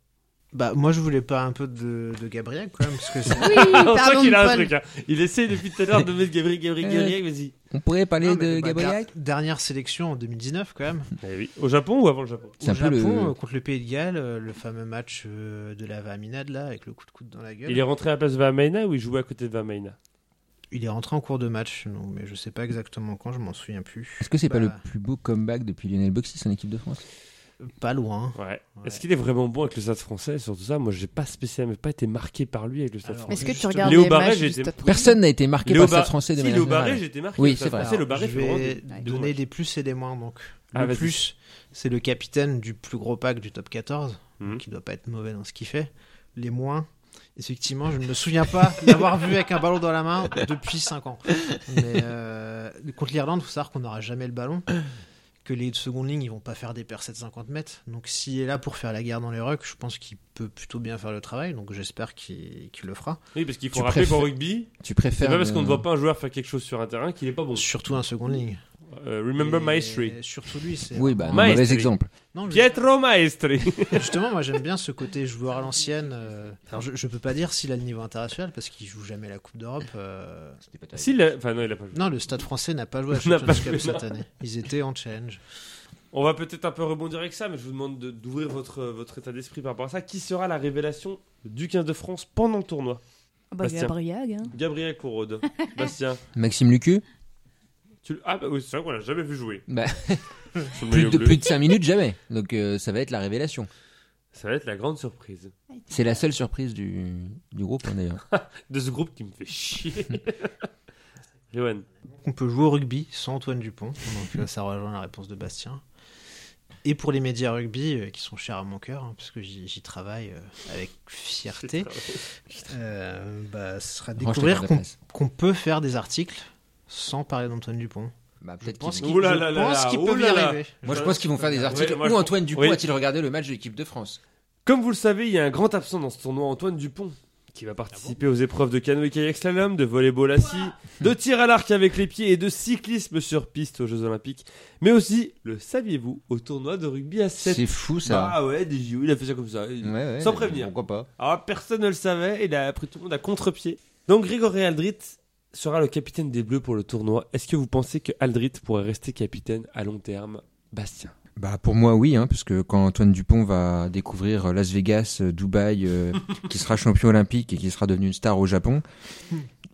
Speaker 2: Bah, moi, je voulais pas un peu de, de Gabriel, quand même, parce
Speaker 4: [laughs]
Speaker 2: que c'est-
Speaker 5: Oui,
Speaker 3: Ah, On sent
Speaker 5: pardon,
Speaker 3: qu'il a un
Speaker 5: Paul.
Speaker 3: truc. hein. Il essaie depuis tout à l'heure de mettre Gabriel, Gabriel,
Speaker 4: Euh,
Speaker 3: Gabriel, vas-y.
Speaker 4: On pourrait parler
Speaker 2: Non, mais,
Speaker 4: de
Speaker 2: bah,
Speaker 4: Gabriel
Speaker 2: der- Dernière sélection en 2019, quand même.
Speaker 3: Eh oui. Au Japon ou avant le Japon
Speaker 4: C'est
Speaker 2: au
Speaker 4: un peu le-
Speaker 2: Japon, euh, contre le Pays de Galles, euh, le fameux match euh, de la Vaminade, là, avec le coup de coude dans la gueule.
Speaker 3: Il est rentré à la place de Vamaina ou il jouait à côté de Vamaina
Speaker 2: Il est rentré en cours de match, non, mais je sais pas exactement quand, je m'en souviens plus.
Speaker 4: Est-ce que c'est pas
Speaker 2: Bah,
Speaker 4: le plus beau comeback depuis Lionel Boxis en équipe de France
Speaker 2: Pas loin.
Speaker 3: Ouais. Est-ce qu'il est vraiment bon avec le stade français Surtout ça, moi j'ai pas spécialement pas été marqué par lui avec le stade
Speaker 2: Alors,
Speaker 3: français.
Speaker 5: Mais Est-ce que tu
Speaker 2: Justement.
Speaker 5: regardes
Speaker 3: Léo
Speaker 5: les
Speaker 3: Barret,
Speaker 5: matchs
Speaker 3: j'ai
Speaker 5: du
Speaker 3: été-
Speaker 5: Stade français
Speaker 4: Personne n'a été marqué
Speaker 3: Léo
Speaker 4: par le Stade
Speaker 3: Bar-
Speaker 4: français de
Speaker 3: si,
Speaker 4: manière
Speaker 3: Léo Barret,
Speaker 4: générale.
Speaker 3: j'ai été marqué.
Speaker 4: Oui,
Speaker 3: avec le
Speaker 4: c'est
Speaker 3: Stade
Speaker 4: vrai.
Speaker 3: français, Ah, le
Speaker 2: Alors,
Speaker 3: Barret,
Speaker 2: je
Speaker 3: fait vraiment
Speaker 2: vais
Speaker 3: des- des
Speaker 2: donner
Speaker 3: bons
Speaker 2: des plus et des moins, donc.
Speaker 3: Ah,
Speaker 2: le
Speaker 3: vas-y.
Speaker 2: plus, c'est le capitaine du plus gros pack du top 14,
Speaker 3: Mhm.
Speaker 2: qui doit pas être mauvais dans ce qu'il fait. Les moins, effectivement, je ne me souviens pas [laughs] d'avoir vu avec un ballon dans la main depuis 5 ans. Mais euh, contre l'Irlande, il faut savoir qu'on n'aura jamais le ballon, que les secondes lignes, ils vont pas faire des percées de 50 mètres. Donc s'il est là pour faire la guerre dans les rucks, je pense qu'il peut plutôt bien faire le travail, donc j'espère qu'il qu'il le fera.
Speaker 3: Oui, parce qu'il faut
Speaker 4: Tu
Speaker 3: rappeler
Speaker 4: préfères-
Speaker 3: qu'en rugby,
Speaker 4: Tu
Speaker 3: c'est
Speaker 4: préfères.
Speaker 3: pas parce
Speaker 4: le-
Speaker 3: qu'on ne voit pas un joueur faire quelque chose sur un terrain qu'il est pas bon.
Speaker 2: Surtout un seconde ligne.
Speaker 3: Euh, Oh. remember
Speaker 4: [laughs]
Speaker 2: Et
Speaker 3: Maestri.
Speaker 2: Surtout lui, c'est...
Speaker 4: Oui, bah, non,
Speaker 3: Maestri.
Speaker 4: mauvais exemple.
Speaker 2: Non, je-
Speaker 3: Pietro Maestri.
Speaker 2: Justement, moi j'aime bien ce côté joueur à l'ancienne. euh, Alors je, je peux pas dire s'il a le niveau international parce qu'il joue jamais la Coupe d'Europe. euh,
Speaker 3: Si, il a- Enfin, non, il a pas joué.
Speaker 2: Non, le Stade français n'a pas
Speaker 3: [laughs]
Speaker 2: joué à
Speaker 3: N'a
Speaker 2: Champions
Speaker 3: pas
Speaker 2: Cup
Speaker 3: joué,
Speaker 2: cette année. Ils étaient en challenge.
Speaker 3: On va peut-être un peu rebondir avec ça, mais je vous demande de- d'ouvrir votre, votre état d'esprit par rapport à ça. Qui sera la révélation du 15 de France pendant le tournoi
Speaker 5: Ah bah,
Speaker 3: Bastien.
Speaker 5: Gabriel, hein.
Speaker 3: Gabriel
Speaker 4: [laughs]
Speaker 3: Couraude. Bastien.
Speaker 4: Maxime Lucu
Speaker 3: Tu... le- Ah, bah oui, c'est vrai qu'on l'a jamais vu jouer. [laughs]
Speaker 4: Bah,
Speaker 3: Sous le
Speaker 4: plus
Speaker 3: maillot
Speaker 4: de,
Speaker 3: bleu.
Speaker 4: plus de 5 minutes, jamais. Donc euh, ça va être la révélation.
Speaker 3: Ça va être la grande surprise
Speaker 5: Ah,
Speaker 4: C'est la seule surprise du, du groupe, hein, d'ailleurs.
Speaker 3: de ce groupe qui me fait
Speaker 4: [laughs]
Speaker 3: chier. Johan.
Speaker 2: On peut jouer au rugby sans Antoine Dupont. Donc euh, ça rejoint la réponse de Bastien. Et pour les médias rugby euh, qui sont chers à mon cœur, hein, parce que j'y j'y travaille euh, avec fierté, euh, bah, ce sera
Speaker 4: Range ta
Speaker 2: découvrir
Speaker 4: carte de
Speaker 2: qu'on
Speaker 4: presse.
Speaker 2: qu'on peut faire des articles sans parler d'Antoine Dupont.
Speaker 4: Bah,
Speaker 2: Je
Speaker 4: peut-être
Speaker 2: pense
Speaker 4: qu'ils-
Speaker 2: qu'il
Speaker 3: Oh là
Speaker 2: je
Speaker 3: là là
Speaker 2: pense
Speaker 3: là,
Speaker 2: qu'il
Speaker 3: oh
Speaker 2: peut y
Speaker 3: là là.
Speaker 2: arriver.
Speaker 4: Moi, je pense qu'ils vont faire des articles.
Speaker 3: Ouais, moi, je
Speaker 4: où Antoine
Speaker 3: pense-
Speaker 4: Dupont
Speaker 3: oui.
Speaker 4: a-t-il regardé le match de l'équipe de France
Speaker 3: Comme vous le savez, il y a un grand absent dans ce tournoi, Antoine Dupont, qui va participer
Speaker 4: Ah
Speaker 3: aux épreuves de canoë kayak slalom, de volleyball assis, de tir à l'arc avec les pieds et de cyclisme sur piste aux Jeux Olympiques, mais aussi, le saviez-vous, au tournoi de rugby à 7.
Speaker 4: C'est fou, ça.
Speaker 3: Ah ouais, des JO, il a fait ça comme ça. Il-
Speaker 4: Ouais, ouais,
Speaker 3: Bah, Sans
Speaker 4: mais
Speaker 3: prévenir.
Speaker 4: Pourquoi pas
Speaker 3: Alors personne ne le savait, il a pris tout le monde à contre-pied. Donc Grégory Aldrit sera le capitaine des Bleus pour le tournoi. Est-ce que vous pensez que Aldrit pourrait rester capitaine à long terme Bastien.
Speaker 4: Bah pour moi oui, hein, parce que quand Antoine Dupont va découvrir euh, Las Vegas, euh, Dubaï, euh, qui sera champion olympique et qui sera devenu une star au Japon,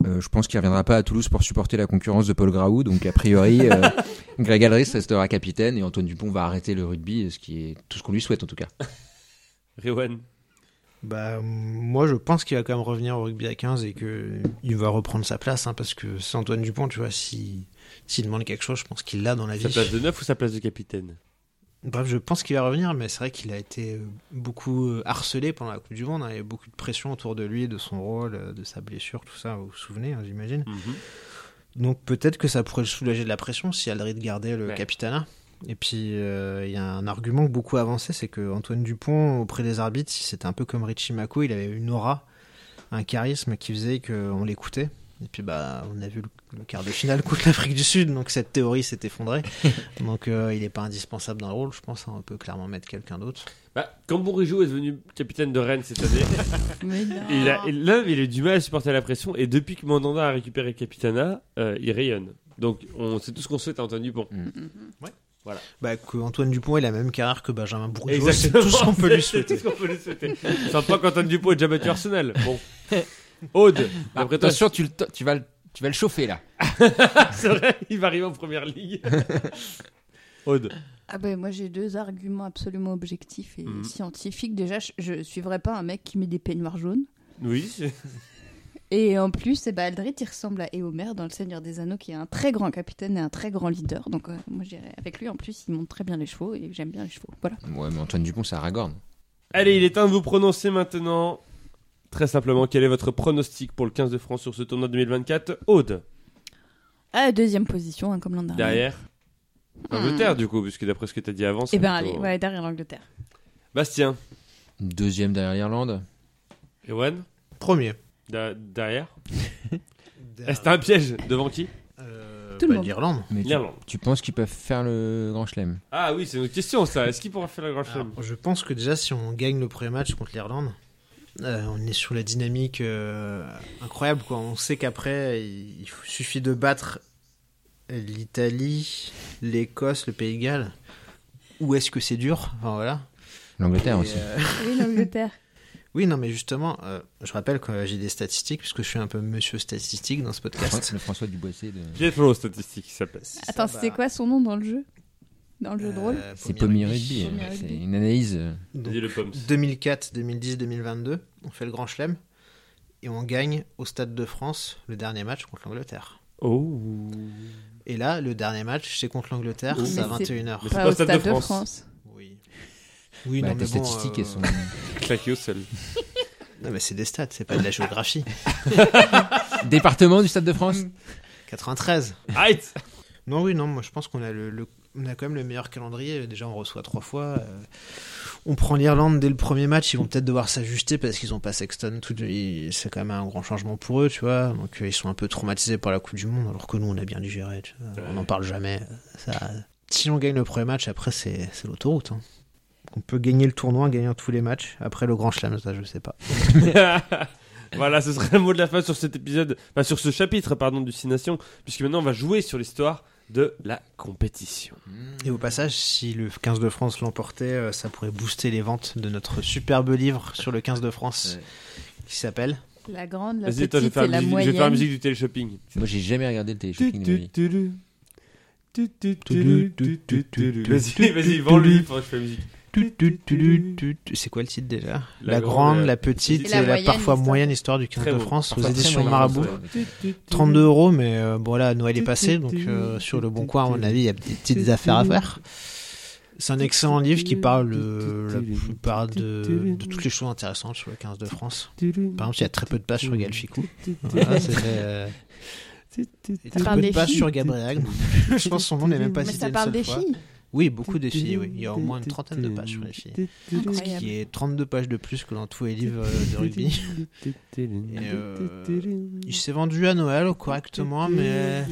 Speaker 4: euh, je pense qu'il reviendra pas à Toulouse pour supporter la concurrence de Paul Graou. Donc a priori, euh, Greg Aldris restera capitaine et Antoine Dupont va arrêter le rugby, ce qui est tout ce qu'on lui souhaite en tout cas.
Speaker 3: Rewan.
Speaker 2: Bah, moi, je pense qu'il va quand même revenir au rugby à 15 et que il va reprendre sa place, hein, parce que c'est Antoine Dupont, tu vois, si s'il demande quelque chose, je pense qu'il l'a dans la
Speaker 3: Sa
Speaker 2: vie.
Speaker 3: place de neuf ou sa place de capitaine
Speaker 2: Bref, je pense qu'il va revenir, mais c'est vrai qu'il a été euh, beaucoup euh, harcelé pendant la Coupe du Monde. hein, il y a eu beaucoup de pression autour de lui, de son rôle, euh, de sa blessure, tout ça, vous vous souvenez, hein, j'imagine. Donc peut-être que ça pourrait le soulager de la pression si Aldrit gardait le
Speaker 3: Ouais.
Speaker 2: capitana. Et puis euh, il y a un argument beaucoup avancé, c'est que Antoine Dupont auprès des arbitres, c'était un peu comme Richie Mako, il avait une aura, un charisme qui faisait qu'on l'écoutait. Et puis bah on a vu le, le quart de finale contre [laughs] l'Afrique du Sud, donc cette théorie s'est
Speaker 3: [laughs]
Speaker 2: effondrée. donc euh, il n'est pas indispensable dans le rôle, je pense. hein, on peut clairement mettre quelqu'un d'autre.
Speaker 3: Bah, quand Bourigeau est devenu capitaine de Rennes cette
Speaker 2: [laughs]
Speaker 3: année,
Speaker 5: Mais non.
Speaker 3: il a, il- là, il a eu du mal à supporter la pression. Et depuis que Mandanda a récupéré le capitana, euh, il rayonne. Donc, on, c'est tout ce qu'on souhaite à Antoine Dupont.
Speaker 2: Bah que Antoine Dupont ait la même carrière que Benjamin Bourgeois, c'est
Speaker 3: Exactement,
Speaker 2: tout ce qu'on peut
Speaker 3: [laughs]
Speaker 2: lui
Speaker 3: c'est-
Speaker 2: souhaiter.
Speaker 3: C'est tout ce qu'on peut lui souhaiter. Sympa qu'Antoine Dupont ait déjà battu Arsenal.
Speaker 2: [laughs]
Speaker 3: Bon. Aude,
Speaker 4: Bah,
Speaker 3: après toi,
Speaker 4: attention, tu, le to- tu vas le tu vas le chauffer là.
Speaker 3: c'est vrai, il va arriver en première ligue. [laughs] Aude.
Speaker 5: Ah ben moi j'ai deux arguments absolument objectifs et
Speaker 3: Mhm.
Speaker 5: scientifiques. Déjà, je, je suivrai pas un mec qui met des peignoirs jaunes.
Speaker 3: Oui. c'est-
Speaker 5: Et en plus, eh ben, Aldrit, il ressemble à Éomer dans Le Seigneur des Anneaux, qui est un très grand capitaine et un très grand leader. Donc, euh, moi, j'irais avec lui. En plus, il monte très bien les chevaux et j'aime bien les chevaux. Voilà.
Speaker 4: Ouais, mais Antoine Dupont, c'est Aragorn.
Speaker 3: Allez, il est temps de vous prononcer maintenant. Très simplement, quel est votre pronostic pour le 15 de France sur ce tournoi 2024 Aude,
Speaker 5: Ah, deuxième position, hein, comme l'an dernier.
Speaker 3: derrière Angleterre, du coup, puisque d'après ce que t'as dit avant, c'est
Speaker 5: Ah Hmm. Eh ben, allez,
Speaker 3: plutôt-
Speaker 5: ouais, derrière l'Angleterre.
Speaker 3: Bastien,
Speaker 4: Deuxième derrière l'Irlande.
Speaker 3: Ewan,
Speaker 2: Premier.
Speaker 3: da- derrière Est-ce que t'as un piège Devant [laughs] qui
Speaker 2: Euh,
Speaker 5: Tout le
Speaker 2: bah,
Speaker 5: monde.
Speaker 2: L'Irlande.
Speaker 4: Mais tu,
Speaker 3: L'Irlande.
Speaker 4: tu penses qu'ils peuvent faire le Grand Chelem
Speaker 3: Ah oui, c'est une autre question, ça. Est-ce qu'il pourra faire la grande
Speaker 2: Alors,
Speaker 3: chelem
Speaker 2: je pense que déjà, si on gagne le premier match contre l'Irlande, euh, on est sur la dynamique euh, incroyable. Quoi. On sait qu'après, il, il suffit de battre l'Italie, l'Écosse, le Pays de Galles. Où est-ce que c'est dur Enfin voilà.
Speaker 4: L'Angleterre
Speaker 2: Et,
Speaker 4: Ah, aussi.
Speaker 2: euh,
Speaker 5: Oui, l'Angleterre.
Speaker 2: oui, non, mais justement, euh, je rappelle que j'ai des statistiques, puisque je suis un peu monsieur statistique dans ce
Speaker 4: Fran-
Speaker 2: podcast.
Speaker 4: Le François Duboisé de.
Speaker 3: Pietro, statistique, ça passe.
Speaker 5: [laughs] Attends,
Speaker 2: Ça,
Speaker 5: c'est
Speaker 2: bah,
Speaker 5: quoi son nom dans le jeu Dans le jeu de rôle
Speaker 2: euh,
Speaker 4: C'est
Speaker 2: Pommier
Speaker 4: Pommier Rugby.
Speaker 5: Pommier
Speaker 4: hein.
Speaker 5: Rugby.
Speaker 4: C'est une analyse. euh,
Speaker 2: Donc,
Speaker 3: Dis le pomme.
Speaker 2: 2004, 2010, 2022, on fait le Grand Chelem et on gagne au Stade de France le dernier match contre l'Angleterre.
Speaker 3: Oh.
Speaker 2: Et là, le dernier match, c'est contre l'Angleterre,
Speaker 5: Ouh.
Speaker 2: c'est à
Speaker 5: Mais c'est-
Speaker 2: 21h.
Speaker 3: Mais c'est pas au Stade de France.
Speaker 2: Oui. Oui,
Speaker 4: bah,
Speaker 2: non,
Speaker 4: tes
Speaker 2: mais bon,
Speaker 4: statistiques,
Speaker 2: euh,
Speaker 4: elles sont.
Speaker 3: [laughs] Claqué au sol.
Speaker 2: Non, mais c'est des stats, c'est pas de
Speaker 4: [laughs]
Speaker 2: la géographie.
Speaker 4: Département du Stade de France
Speaker 2: 93.
Speaker 3: Arrête
Speaker 2: Non, oui, non, moi je pense qu'on a le, le- on a quand même le meilleur calendrier. Déjà, on reçoit trois fois. euh, on prend l'Irlande dès le premier match. Ils vont peut-être devoir s'ajuster parce qu'ils ont pas Sexton. Tout, ils- c'est quand même un grand changement pour eux, tu vois. Donc euh, ils sont un peu traumatisés par la Coupe du Monde, alors que nous on a bien digéré. tu vois. On n'en parle jamais. Ça, si on gagne le premier match, après c'est, c'est l'autoroute. hein. On peut gagner le tournoi en gagnant tous les matchs. Après le grand slam, ça je sais pas.
Speaker 3: [laughs] Voilà, ce serait le mot de la fin sur cet épisode, enfin sur ce chapitre, pardon, du Six Nations, puisque maintenant on va jouer sur l'histoire de la compétition.
Speaker 2: Et au passage, si le 15 de France l'emportait, euh, ça pourrait booster les ventes de notre superbe livre sur le 15 de France qui s'appelle
Speaker 5: La grande, la
Speaker 3: Vas-y, toi, je vais
Speaker 5: petite
Speaker 3: faire,
Speaker 5: et
Speaker 3: la
Speaker 5: la
Speaker 3: musique, je vais faire la
Speaker 5: moyenne.
Speaker 3: musique du téléshopping.
Speaker 4: Moi, j'ai jamais regardé le téléshopping de ma vie.
Speaker 3: Vas-y, vas-y, vends-lui pendant que je fais la musique.
Speaker 2: Tu, tu, tu, tu, tu, tu. C'est quoi le titre déjà
Speaker 3: La
Speaker 2: La,
Speaker 3: grande,
Speaker 2: grande,
Speaker 3: la
Speaker 2: la petite et
Speaker 5: petite.
Speaker 2: la,
Speaker 5: Et la moyenne,
Speaker 2: parfois
Speaker 5: histoire.
Speaker 2: moyenne histoire du 15
Speaker 3: Très
Speaker 2: de
Speaker 3: beau.
Speaker 2: France aux
Speaker 4: Parfois, très
Speaker 2: éditions
Speaker 4: moyen,
Speaker 2: Marabout.
Speaker 4: ça, ouais.
Speaker 2: 32 euros, mais euh, bon là, Noël est passé, donc euh, sur le bon coin, à mon avis, il y a des petites affaires à faire. C'est un excellent livre qui parle euh, la plupart de, de toutes les choses intéressantes sur le 15 de France. Par exemple, il y a très peu de pages sur [laughs] Galficou. Voilà, c'est, euh, il y a
Speaker 5: Ça
Speaker 2: très
Speaker 5: parle
Speaker 2: peu de
Speaker 5: des
Speaker 2: pages
Speaker 5: filles.
Speaker 2: sur Gabriel. [laughs] Je pense que son nom n'est même pas
Speaker 5: Mais
Speaker 2: cité
Speaker 5: ça
Speaker 2: une
Speaker 5: parle
Speaker 2: seule
Speaker 5: des
Speaker 2: fois.
Speaker 5: filles.
Speaker 2: Oui, beaucoup de filles, oui. Il y a au moins une trentaine de pages sur les filles. Ce
Speaker 5: Incroyable.
Speaker 2: qui est 32 pages de plus que dans tous les livres euh, de rugby. Et, euh, il s'est vendu à Noël correctement, mais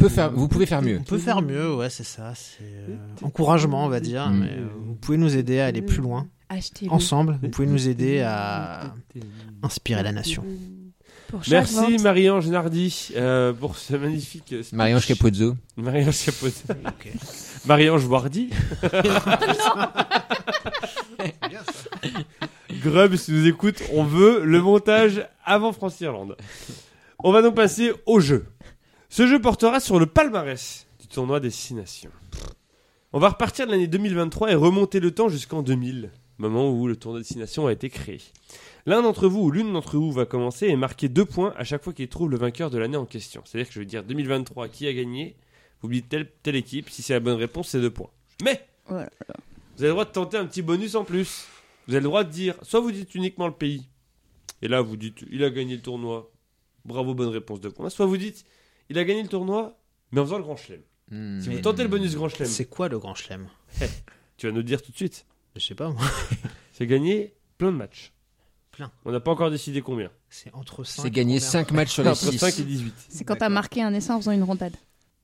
Speaker 4: Peut faire- vous pouvez faire mieux.
Speaker 2: on peut faire mieux, ouais, c'est ça. C'est euh, encouragement, on va dire.
Speaker 4: Mm.
Speaker 2: Mais, euh, vous pouvez nous aider à aller plus loin,
Speaker 5: Achetez-le
Speaker 2: ensemble. Vous pouvez nous aider à inspirer la nation.
Speaker 5: pour chaque
Speaker 3: Merci
Speaker 5: vente.
Speaker 3: Marie-Ange Nardi euh, pour ce magnifique. euh, speech.
Speaker 4: Marie-Ange Capozzo.
Speaker 3: Marie-Ange Capot. Marie-Ange Wardy. Grub, si tu nous écoutes, on veut le montage avant France-Irlande. On va donc passer au jeu. Ce jeu portera sur le palmarès du tournoi des Six Nations. On va repartir de l'année 2023 et remonter le temps jusqu'en 2000, moment où le tournoi des Six Nations a été créé. L'un d'entre vous ou l'une d'entre vous va commencer et marquer deux points à chaque fois qu'il trouve le vainqueur de l'année en question. C'est-à-dire que je vais dire 2023 qui a gagné, vous me dites telle, telle équipe, si c'est la bonne réponse, c'est deux points. Mais
Speaker 5: Oh là là.
Speaker 3: vous avez le droit de tenter un petit bonus en plus. Vous avez le droit de dire, soit vous dites uniquement le pays, et là vous dites il a gagné le tournoi, bravo, bonne réponse, deux points. Soit vous dites il a gagné le tournoi, mais en faisant le grand chelem. Si vous tentez le bonus grand chelem,
Speaker 2: C'est quoi le grand chelem
Speaker 3: tu vas nous le dire tout de suite.
Speaker 2: Je sais pas, moi.
Speaker 3: C'est gagner plein de matchs.
Speaker 2: Plein.
Speaker 3: On n'a pas encore décidé combien.
Speaker 2: C'est entre 5
Speaker 4: C'est gagner 5 matchs sur les
Speaker 3: Entre
Speaker 4: 6.
Speaker 3: 5 et 18.
Speaker 5: C'est quand t'as
Speaker 2: D'accord.
Speaker 5: marqué un essai en faisant une rondade.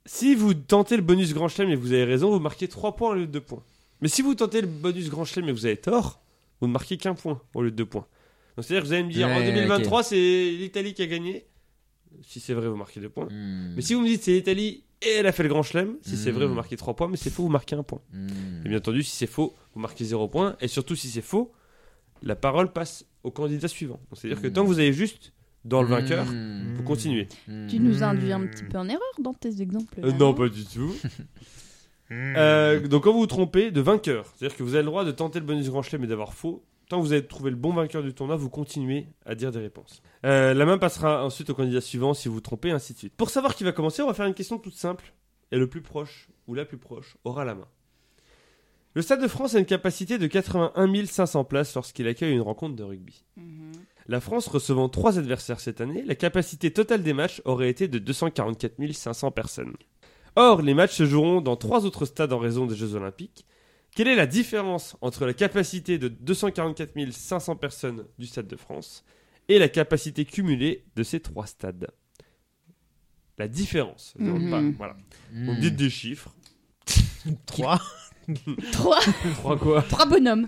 Speaker 3: Si vous tentez le bonus grand chelem et vous avez raison, vous marquez 3 points au lieu de 2 points. Mais si vous tentez le bonus grand chelem et vous avez tort, vous ne marquez qu'un point au lieu de 2 points. Donc c'est-à-dire que vous allez me dire en
Speaker 4: Ouais,
Speaker 3: 2023 c'est l'Italie qui a gagné. Si c'est vrai, vous marquez 2 points.
Speaker 4: Hmm,
Speaker 3: Mais si vous me dites c'est l'Italie et elle a fait le grand chelem, si c'est
Speaker 4: Mm.
Speaker 3: vrai, vous marquez 3 points, mais c'est faux, vous marquez 1 point.
Speaker 4: hmm.
Speaker 3: Et bien entendu, si c'est faux, vous marquez 0 point. Et surtout, si c'est faux, la parole passe au candidat suivant. Donc, C'est-à-dire que tant que vous avez juste dans le vainqueur,
Speaker 4: Hmm, Mm.
Speaker 3: vous continuez.
Speaker 5: Tu nous as induit un petit peu en erreur dans tes exemples.
Speaker 3: Hmm. Euh,
Speaker 5: là,
Speaker 3: non, pas du tout. Euh, donc quand vous vous trompez de vainqueur, c'est-à-dire que vous avez le droit de tenter le bonus grand chelem mais d'avoir faux, Tant que vous avez trouvé le bon vainqueur du tournoi, vous continuez à dire des réponses. Euh, la main passera ensuite au candidat suivant si vous vous trompez, ainsi de suite. Pour savoir qui va commencer, on va faire une question toute simple. Et le plus proche ou la plus proche aura la main. Le Stade de France a une capacité de 81 500 places lorsqu'il accueille une rencontre de rugby.
Speaker 5: Mhm.
Speaker 3: La France recevant 3 adversaires cette année, la capacité totale des matchs aurait été de 244 500 personnes. Or, les matchs se joueront dans 3 autres stades en raison des Jeux Olympiques. Quelle est la différence entre la capacité de 244 500 personnes du Stade de France et la capacité cumulée de ces 3 stades La différence. je demande pas,
Speaker 5: Mhm.
Speaker 3: voilà.
Speaker 4: hmm.
Speaker 3: Vous me dites des chiffres.
Speaker 2: 3.
Speaker 5: [laughs] Trois,
Speaker 3: 3 quoi
Speaker 5: [laughs] trois bonhommes.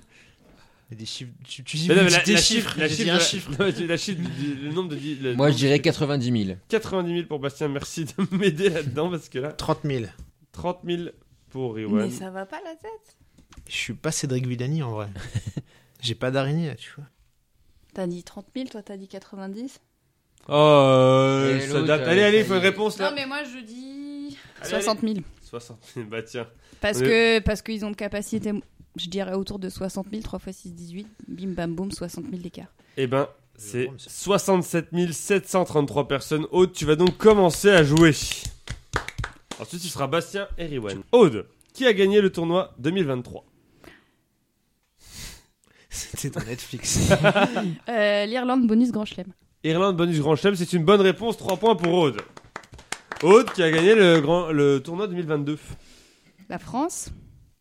Speaker 2: Des chiffres. Tu, tu dis
Speaker 3: Mais non,
Speaker 2: vous
Speaker 3: mais
Speaker 2: dites
Speaker 3: la-
Speaker 2: des
Speaker 3: la
Speaker 2: chiffres.
Speaker 3: la
Speaker 2: j'ai dit un
Speaker 3: la-
Speaker 2: chiffre.
Speaker 3: non, [laughs] mais la chiffre du- le nombre de. di- le
Speaker 4: Moi,
Speaker 3: nombre
Speaker 4: je
Speaker 3: de-
Speaker 4: dirais 90 000.
Speaker 3: 90 000 pour Bastien, merci de [laughs] m'aider là-dedans parce que là,
Speaker 2: 30 000.
Speaker 3: 30 000 pour
Speaker 5: Mais
Speaker 3: Riwan.
Speaker 5: ça va pas la tête
Speaker 2: Je suis pas Cédric
Speaker 3: [laughs]
Speaker 2: Villani en vrai. J'ai pas d'araignée, tu vois.
Speaker 5: T'as dit 30 000, toi t'as dit 90
Speaker 3: Oh, euh,
Speaker 4: Et
Speaker 3: ça
Speaker 4: l'autre,
Speaker 3: date.
Speaker 4: euh,
Speaker 3: Allez, allez, il
Speaker 4: ça
Speaker 3: faut une
Speaker 4: dit-
Speaker 3: réponse là.
Speaker 5: Non mais moi je dis
Speaker 3: Allez,
Speaker 5: 60 000.
Speaker 3: 60 000, [laughs] bah tiens.
Speaker 5: Parce
Speaker 3: Oui.
Speaker 5: que parce qu'ils ont de capacité, je dirais autour de 60 000, 3 x 6, 18, bim bam boum, 60 000 d'écart.
Speaker 3: Eh ben,
Speaker 2: Je
Speaker 3: c'est
Speaker 2: prends, monsieur.
Speaker 3: 67 733 personnes. Aude, tu vas donc commencer à jouer. Ensuite, tu seras Bastien et Riwan. Aude, qui a gagné le tournoi 2023
Speaker 2: C'était dans
Speaker 3: [laughs]
Speaker 2: Netflix.
Speaker 5: Euh, L'Irlande bonus grand chelem.
Speaker 3: Irlande bonus Grand Chelem, c'est une bonne réponse, 3 points pour Aude. Aude qui a gagné le, grand, le tournoi 2022.
Speaker 5: La France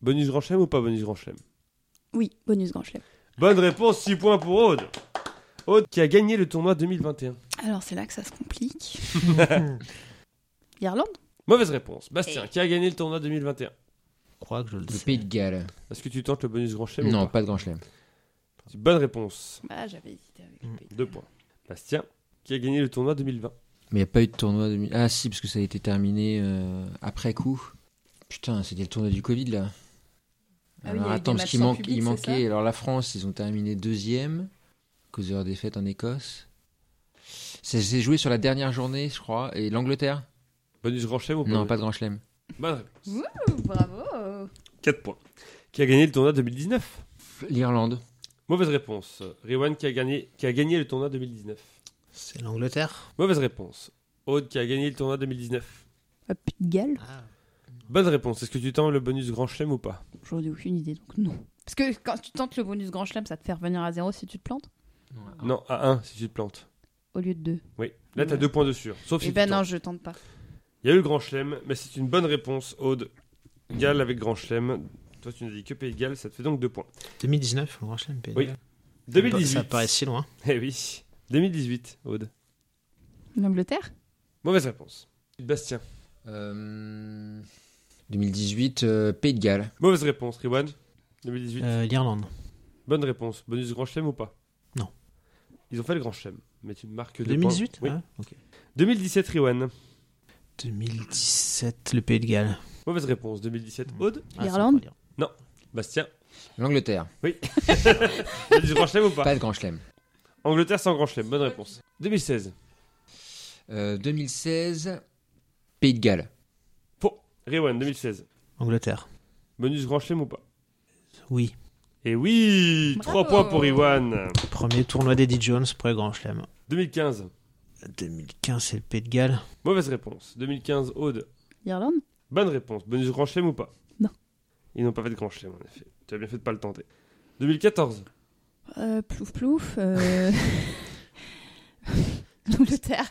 Speaker 3: Bonus Grand Chelem ou pas bonus Grand Chelem
Speaker 5: Oui, bonus grand chelem.
Speaker 3: Bonne réponse, 6 points pour Aude. Aude qui a gagné le tournoi 2021.
Speaker 5: Alors c'est là que ça
Speaker 3: [laughs]
Speaker 5: se complique. L'Irlande
Speaker 3: Mauvaise réponse. Bastien, qui a gagné le tournoi 2021
Speaker 2: Je crois que je le
Speaker 4: Le
Speaker 2: sais.
Speaker 4: pays de Galles.
Speaker 3: Est-ce que tu tentes le bonus grand chelem ou
Speaker 4: Non,
Speaker 3: pas
Speaker 4: pas de grand chelem.
Speaker 3: C'est une Bonne réponse.
Speaker 5: Bah j'avais hésité avec
Speaker 2: Mm.
Speaker 5: le pays.
Speaker 3: Hmm. Deux points. Bastien, qui a gagné le tournoi 2020
Speaker 4: Mais il n'y a pas eu de tournoi. De... Ah, si, parce que ça a été terminé euh, après coup. Putain, c'était le tournoi du Covid, là.
Speaker 5: Ah oui, il y
Speaker 4: alors,
Speaker 5: avait
Speaker 4: attends,
Speaker 5: des
Speaker 4: parce
Speaker 5: matchs
Speaker 4: qu'il
Speaker 5: sans
Speaker 4: manque-
Speaker 5: public,
Speaker 4: il
Speaker 5: c'est
Speaker 4: manquait. Alors, la France, ils ont terminé deuxième, cause de leur défaite en Écosse. Ça s'est joué sur la dernière journée, je crois. Et l'Angleterre
Speaker 3: Bonus grand chelem ou pas
Speaker 4: Non, pas de grand chelem.
Speaker 3: Bonne réponse.
Speaker 5: Ouh, bravo
Speaker 3: 4 points. Qui a gagné le tournoi 2019
Speaker 4: L'Irlande.
Speaker 3: Mauvaise réponse. Rewan qui a gagné, qui a gagné le tournoi 2019.
Speaker 2: C'est l'Angleterre.
Speaker 3: Mauvaise réponse. Aude qui a gagné le tournoi 2019.
Speaker 5: Hop, de Galles
Speaker 3: Ah. Bonne réponse. Est-ce que tu tentes le bonus grand chelem ou pas
Speaker 5: J'en ai aucune idée donc non. Parce que quand tu tentes le bonus grand chelem, ça te fait revenir à zéro si tu te plantes
Speaker 3: Non, à 1 si tu te plantes.
Speaker 5: au lieu de deux.
Speaker 3: Oui. Là, t'as 2 points de sûr. Sauf si
Speaker 5: Eh
Speaker 3: tu
Speaker 5: ben
Speaker 3: tentes.
Speaker 5: non, je tente pas.
Speaker 3: Il y a eu le Grand Chelem, mais c'est une bonne réponse, Aude. Galles avec Grand Chelem. Toi, tu nous as dit que Pays de Galles, ça te fait donc deux points.
Speaker 2: 2019, le Grand Chelem. Pays de
Speaker 3: Oui.
Speaker 2: Galles. Ça
Speaker 3: 2018.
Speaker 2: paraît si loin.
Speaker 3: [laughs] Eh oui. 2018, Aude.
Speaker 5: L'Angleterre
Speaker 3: Mauvaise réponse. Bastien.
Speaker 4: Euh, 2018, euh, Pays de Galles.
Speaker 3: Mauvaise réponse, Riwan. 2018.
Speaker 2: Euh, L'Irlande.
Speaker 3: Bonne réponse. Bonus Grand Chelem ou pas
Speaker 2: Non.
Speaker 3: Ils ont fait le Grand Chelem, mais tu ne marques deux points.
Speaker 2: 2018
Speaker 3: Oui.
Speaker 2: ouais, ok.
Speaker 3: 2017, Riwan.
Speaker 2: 2017, le Pays de Galles.
Speaker 3: Mauvaise réponse. 2017, Aude.
Speaker 2: Ah, ça,
Speaker 5: L'Irlande
Speaker 2: on peut dire.
Speaker 3: Bastien.
Speaker 4: L'Angleterre.
Speaker 3: Bonus Grand Chelem ou pas
Speaker 2: [laughs]
Speaker 4: Pas de grand chelem.
Speaker 3: Angleterre sans Grand Chelem. Bonne réponse. 2016.
Speaker 4: Euh, 2016, Pays de Galles.
Speaker 3: Pour Riwan, 2016.
Speaker 2: Angleterre.
Speaker 3: Bonus Grand Chelem ou pas
Speaker 2: Oui.
Speaker 3: Et oui
Speaker 5: Bravo.
Speaker 3: 3 points pour Iwan
Speaker 2: Premier tournoi d'Eddie Jones, après Grand Chelem.
Speaker 3: 2015,
Speaker 2: 2015, c'est le Pays de Galles.
Speaker 3: mauvaise réponse. 2015, Aude,
Speaker 5: L'Irlande
Speaker 3: bonne réponse. Bonus grand chelem ou pas
Speaker 5: Non.
Speaker 3: Ils n'ont pas fait de grand chelem en effet. Tu as bien fait de pas le tenter. 2014,
Speaker 5: Euh, plouf plouf. euh, [laughs] L'Angleterre.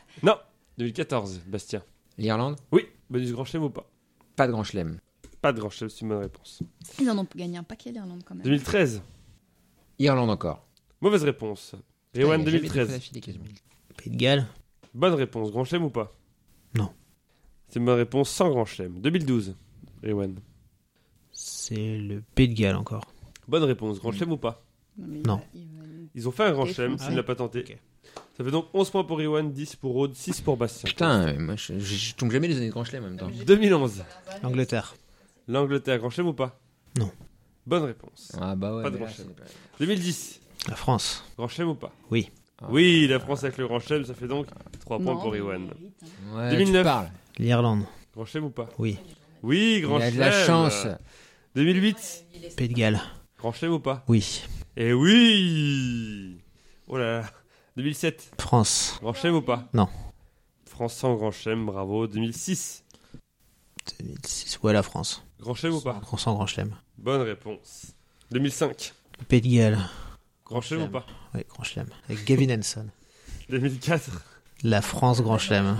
Speaker 3: 2014, Bastien.
Speaker 4: L'Irlande.
Speaker 3: Oui, bonus grand chelem ou pas
Speaker 4: Pas de grand chelem.
Speaker 3: Pas de grand chelem, c'est une bonne réponse.
Speaker 5: Ils en ont gagné un paquet l'Irlande quand même.
Speaker 3: 2013,
Speaker 4: Irlande encore.
Speaker 3: mauvaise réponse.
Speaker 4: Putain,
Speaker 3: Rewan
Speaker 4: il y a jamais été fait la
Speaker 3: 2013,
Speaker 4: file des quasiment.
Speaker 2: Pays de Galles.
Speaker 3: bonne réponse. Grand chelem ou pas
Speaker 2: Non.
Speaker 3: C'est une bonne réponse sans grand chelem. 2012, Rewan,
Speaker 2: C'est le Pays de Galles encore.
Speaker 3: bonne réponse. Grand chelem ou pas
Speaker 2: Non.
Speaker 3: Ils ont fait un grand
Speaker 5: Défoncé.
Speaker 3: chelem, tu ne l'as pas
Speaker 4: Ah
Speaker 3: tenté.
Speaker 2: Ok.
Speaker 3: Ça fait donc 11 points pour Rewan, 10 pour Aude, 6 pour Bastien.
Speaker 4: Putain, euh, moi, je, je- je tombe jamais les années de grand chelem en même temps.
Speaker 3: 2011.
Speaker 2: L'Angleterre.
Speaker 3: L'Angleterre, grand chelem ou pas
Speaker 2: Non.
Speaker 3: Bonne réponse.
Speaker 4: Ah bah ouais.
Speaker 3: Pas de
Speaker 4: mais
Speaker 3: grand
Speaker 4: là,
Speaker 3: chelem.
Speaker 4: c'est pas-
Speaker 3: 2010,
Speaker 2: La France.
Speaker 3: grand chelem ou pas
Speaker 4: Ah.
Speaker 3: Oui, la France avec le grand chelem, ça fait donc 3 points pour Iwan.
Speaker 4: Ouais,
Speaker 3: 2009.
Speaker 4: Tu parles.
Speaker 2: L'Irlande.
Speaker 3: Grand chelem ou pas
Speaker 2: Oui.
Speaker 3: Oui, grand
Speaker 4: Il a
Speaker 3: chelem.
Speaker 4: de la chance.
Speaker 3: 2008,
Speaker 2: Pays de Galles.
Speaker 3: grand chelem ou pas
Speaker 2: Oui.
Speaker 3: Et oui Oh là là 2007,
Speaker 2: France.
Speaker 3: grand chelem ou pas
Speaker 2: Non.
Speaker 3: France sans grand chelem, bravo. 2006,
Speaker 2: 2006. Où est la France
Speaker 3: grand chelem ou pas
Speaker 2: Grand sang, grand chelem.
Speaker 3: Bonne réponse. 2005,
Speaker 2: Pays de Galles.
Speaker 3: grand chelem ou
Speaker 2: chelem.
Speaker 3: pas
Speaker 2: Oui, grand chelem. Avec Gavin Henson.
Speaker 3: 2004,
Speaker 2: La France, grand chelem.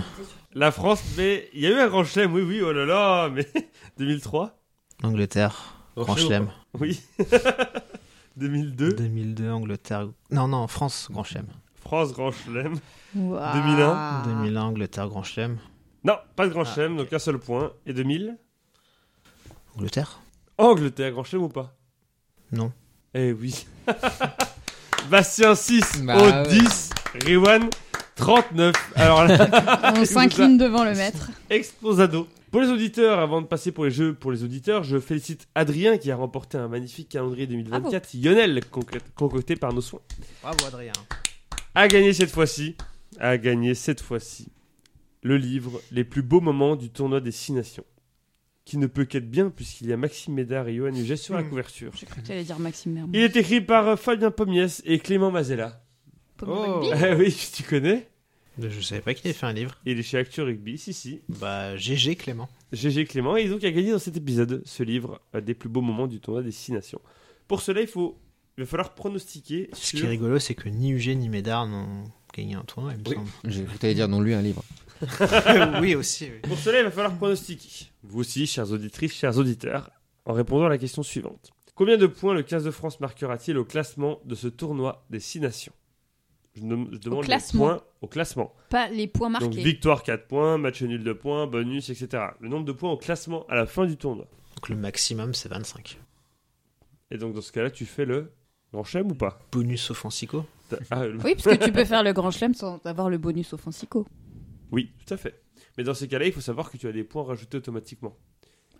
Speaker 3: la France, mais il y a eu un grand chelem, oui, oui, oh là là, mais [laughs] 2003,
Speaker 2: Angleterre, grand
Speaker 3: chelem ou
Speaker 2: chelem.
Speaker 3: oui. [laughs] 2002,
Speaker 2: 2002, Angleterre. Non, non, France, grand chelem.
Speaker 3: France, grand chelem.
Speaker 5: Waouh. Ah.
Speaker 3: 2001,
Speaker 2: 2001, Angleterre, grand chelem.
Speaker 3: Non, pas de grand
Speaker 2: Ah,
Speaker 3: chelem, donc un seul point. Et 2000,
Speaker 2: Angleterre
Speaker 3: Angleterre, grand chelem ou pas
Speaker 2: Non.
Speaker 3: Eh oui. [laughs] Bastien 6
Speaker 4: Bah
Speaker 3: au
Speaker 4: ouais.
Speaker 3: 10, Riwan 39. Alors là, [laughs]
Speaker 5: On s'incline devant le maître.
Speaker 3: explosado. Pour les auditeurs, avant de passer pour les jeux, pour les auditeurs, je félicite Adrien qui a remporté un magnifique
Speaker 4: Ah
Speaker 3: calendrier 2024, Lionel, conco- concocté par nos soins,
Speaker 2: Bravo, Adrien.
Speaker 3: a gagné cette fois-ci, a gagné cette fois-ci le livre Les plus beaux moments du tournoi des six nations, qui ne peut qu'être bien puisqu'il y a Maxime Médard et Johan Huget sur la
Speaker 2: Mm.
Speaker 3: couverture.
Speaker 5: J'ai cru que t'allais dire Maxime Mermont.
Speaker 3: Il est écrit par euh, Fabien Pommiès et Clément Mazella.
Speaker 5: Oh.
Speaker 3: Eh oui, [laughs] tu connais
Speaker 2: Je savais pas qu'il avait fait un livre.
Speaker 3: Il est chez Actu Rugby, si, si.
Speaker 2: Bah, GG Clément.
Speaker 3: GG Clément, et donc a gagné dans cet épisode ce livre euh, des plus beaux moments du tournoi des six nations. Pour cela, il, faut, il va falloir pronostiquer
Speaker 2: Ce qui est
Speaker 3: sur-
Speaker 2: rigolo, c'est que ni UG ni Médard n'ont gagné un tournoi, il me
Speaker 3: Oui.
Speaker 4: Je voulais dire non lui un livre.
Speaker 2: semble. oui, aussi. oui.
Speaker 3: Pour cela, il va falloir pronostiquer. Vous aussi, chères auditrices, chers auditeurs, en répondant à la question suivante. Combien de points le 15 de France marquera-t-il au classement de ce tournoi des six nations je, ne- je demande les
Speaker 5: classement.
Speaker 3: points au classement.
Speaker 5: Pas les points marqués.
Speaker 3: Donc victoire 4 points, match nul 2 points, bonus, etc. Le nombre de points au classement à la fin du tournoi.
Speaker 2: Donc le maximum, c'est 25.
Speaker 3: Et donc dans ce cas-là, tu fais le grand chelem ou pas
Speaker 2: Bonus offensico.
Speaker 3: T'as- ah, le-
Speaker 5: Oui, parce que tu peux faire le grand chelem sans avoir le bonus offensico.
Speaker 3: Oui, tout à fait. Mais dans ces cas-là, il faut savoir que tu as des points rajoutés automatiquement.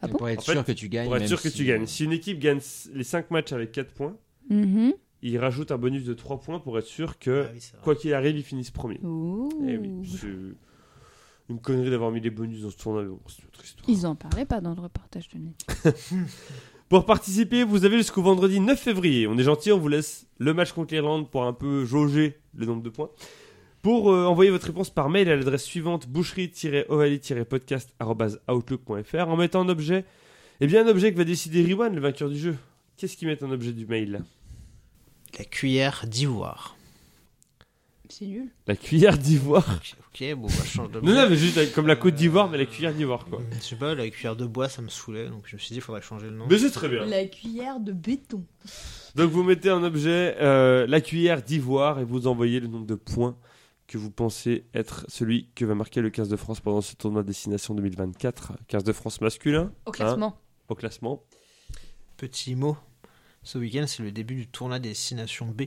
Speaker 5: Ah bon
Speaker 4: pour être
Speaker 3: En fait,
Speaker 4: sûr que tu gagnes.
Speaker 3: pour être
Speaker 4: même
Speaker 3: sûr que
Speaker 4: si- euh,
Speaker 3: tu gagnes. Si une équipe gagne s- les 5 matchs avec 4 points,
Speaker 5: Mhm.
Speaker 3: il rajoute un bonus de 3 points pour être sûr que,
Speaker 2: Ah
Speaker 3: quoi qu'il arrive, ils finissent premier.
Speaker 5: Ouh.
Speaker 3: Eh oui, c'est une connerie d'avoir mis des bonus dans ce tournoi, mais bon, c'est une autre histoire.
Speaker 5: Ils en parlaient pas dans le reportage de Net.
Speaker 3: Pour participer, vous avez jusqu'au vendredi 9 février. On est gentil, on vous laisse le match contre l'Irlande pour un peu jauger le nombre de points. Pour euh, envoyer votre réponse par mail à l'adresse suivante boucherie-ovalie-podcast.outlook.fr en mettant un objet, eh bien un objet que va décider Riwan, le vainqueur du jeu. Qu'est-ce qui met un objet du mail
Speaker 2: La cuillère d'ivoire.
Speaker 5: C'est nul.
Speaker 3: La cuillère d'ivoire.
Speaker 2: Ok, ok, bon, bah, je change de
Speaker 3: Non, non,
Speaker 2: bois.
Speaker 3: mais juste avec- comme la côte d'ivoire, mais la cuillère d'ivoire quoi.
Speaker 2: Je sais pas, la cuillère de bois, ça me saoulait, donc je me suis dit, il faudrait changer le nom.
Speaker 3: Mais c'est très bien.
Speaker 5: La cuillère de béton.
Speaker 3: Donc vous mettez un objet, euh, la cuillère d'ivoire, et vous envoyez le nombre de points que vous pensez être celui que va marquer le 15 de France pendant ce tournoi Destination 2024. 15 de France masculin
Speaker 5: Au classement.
Speaker 3: au classement.
Speaker 2: Petit mot, ce week-end, c'est le début du tournoi des six nations B.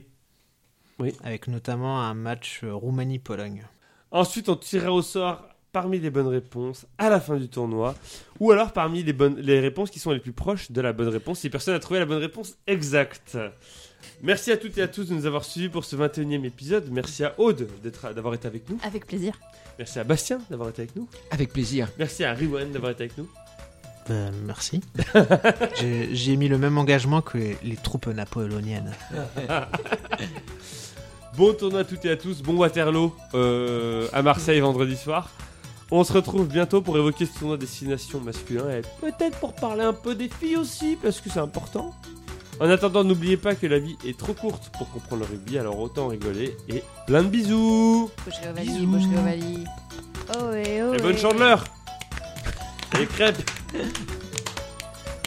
Speaker 3: Oui.
Speaker 2: Avec notamment un match euh, Roumanie-Pologne.
Speaker 3: Ensuite, on tirera au sort parmi les bonnes réponses à la fin du tournoi, ou alors parmi les, bonnes, les réponses qui sont les plus proches de la bonne réponse, si personne n'a trouvé la bonne réponse exacte. Merci à toutes et à tous de nous avoir suivis pour ce 21e épisode. Merci à Aude d'être- d'avoir été avec nous.
Speaker 5: Avec plaisir.
Speaker 3: Merci à Bastien d'avoir été avec nous.
Speaker 4: Avec plaisir.
Speaker 3: Merci à Riwan d'avoir été avec nous.
Speaker 2: Ben, merci. [laughs] J'ai j'y ai mis le même engagement que les, les troupes napoléoniennes.
Speaker 3: Bon tournoi à toutes et à tous, bon Waterloo euh, à Marseille vendredi soir. On se retrouve bientôt pour évoquer ce tournoi destination masculin et peut-être pour parler un peu des filles aussi parce que c'est important. En attendant, n'oubliez pas que la vie est trop courte pour comprendre le rugby, alors autant rigoler et plein de bisous
Speaker 5: Boucherie
Speaker 3: Bisous.
Speaker 5: Ovalie, Boucherie Ovalie. Oh et oh.
Speaker 3: et bonne chandeleur et crêpes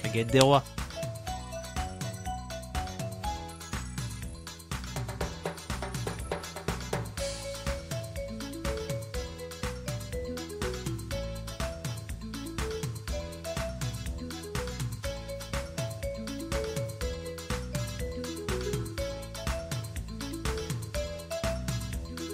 Speaker 2: La guette des rois.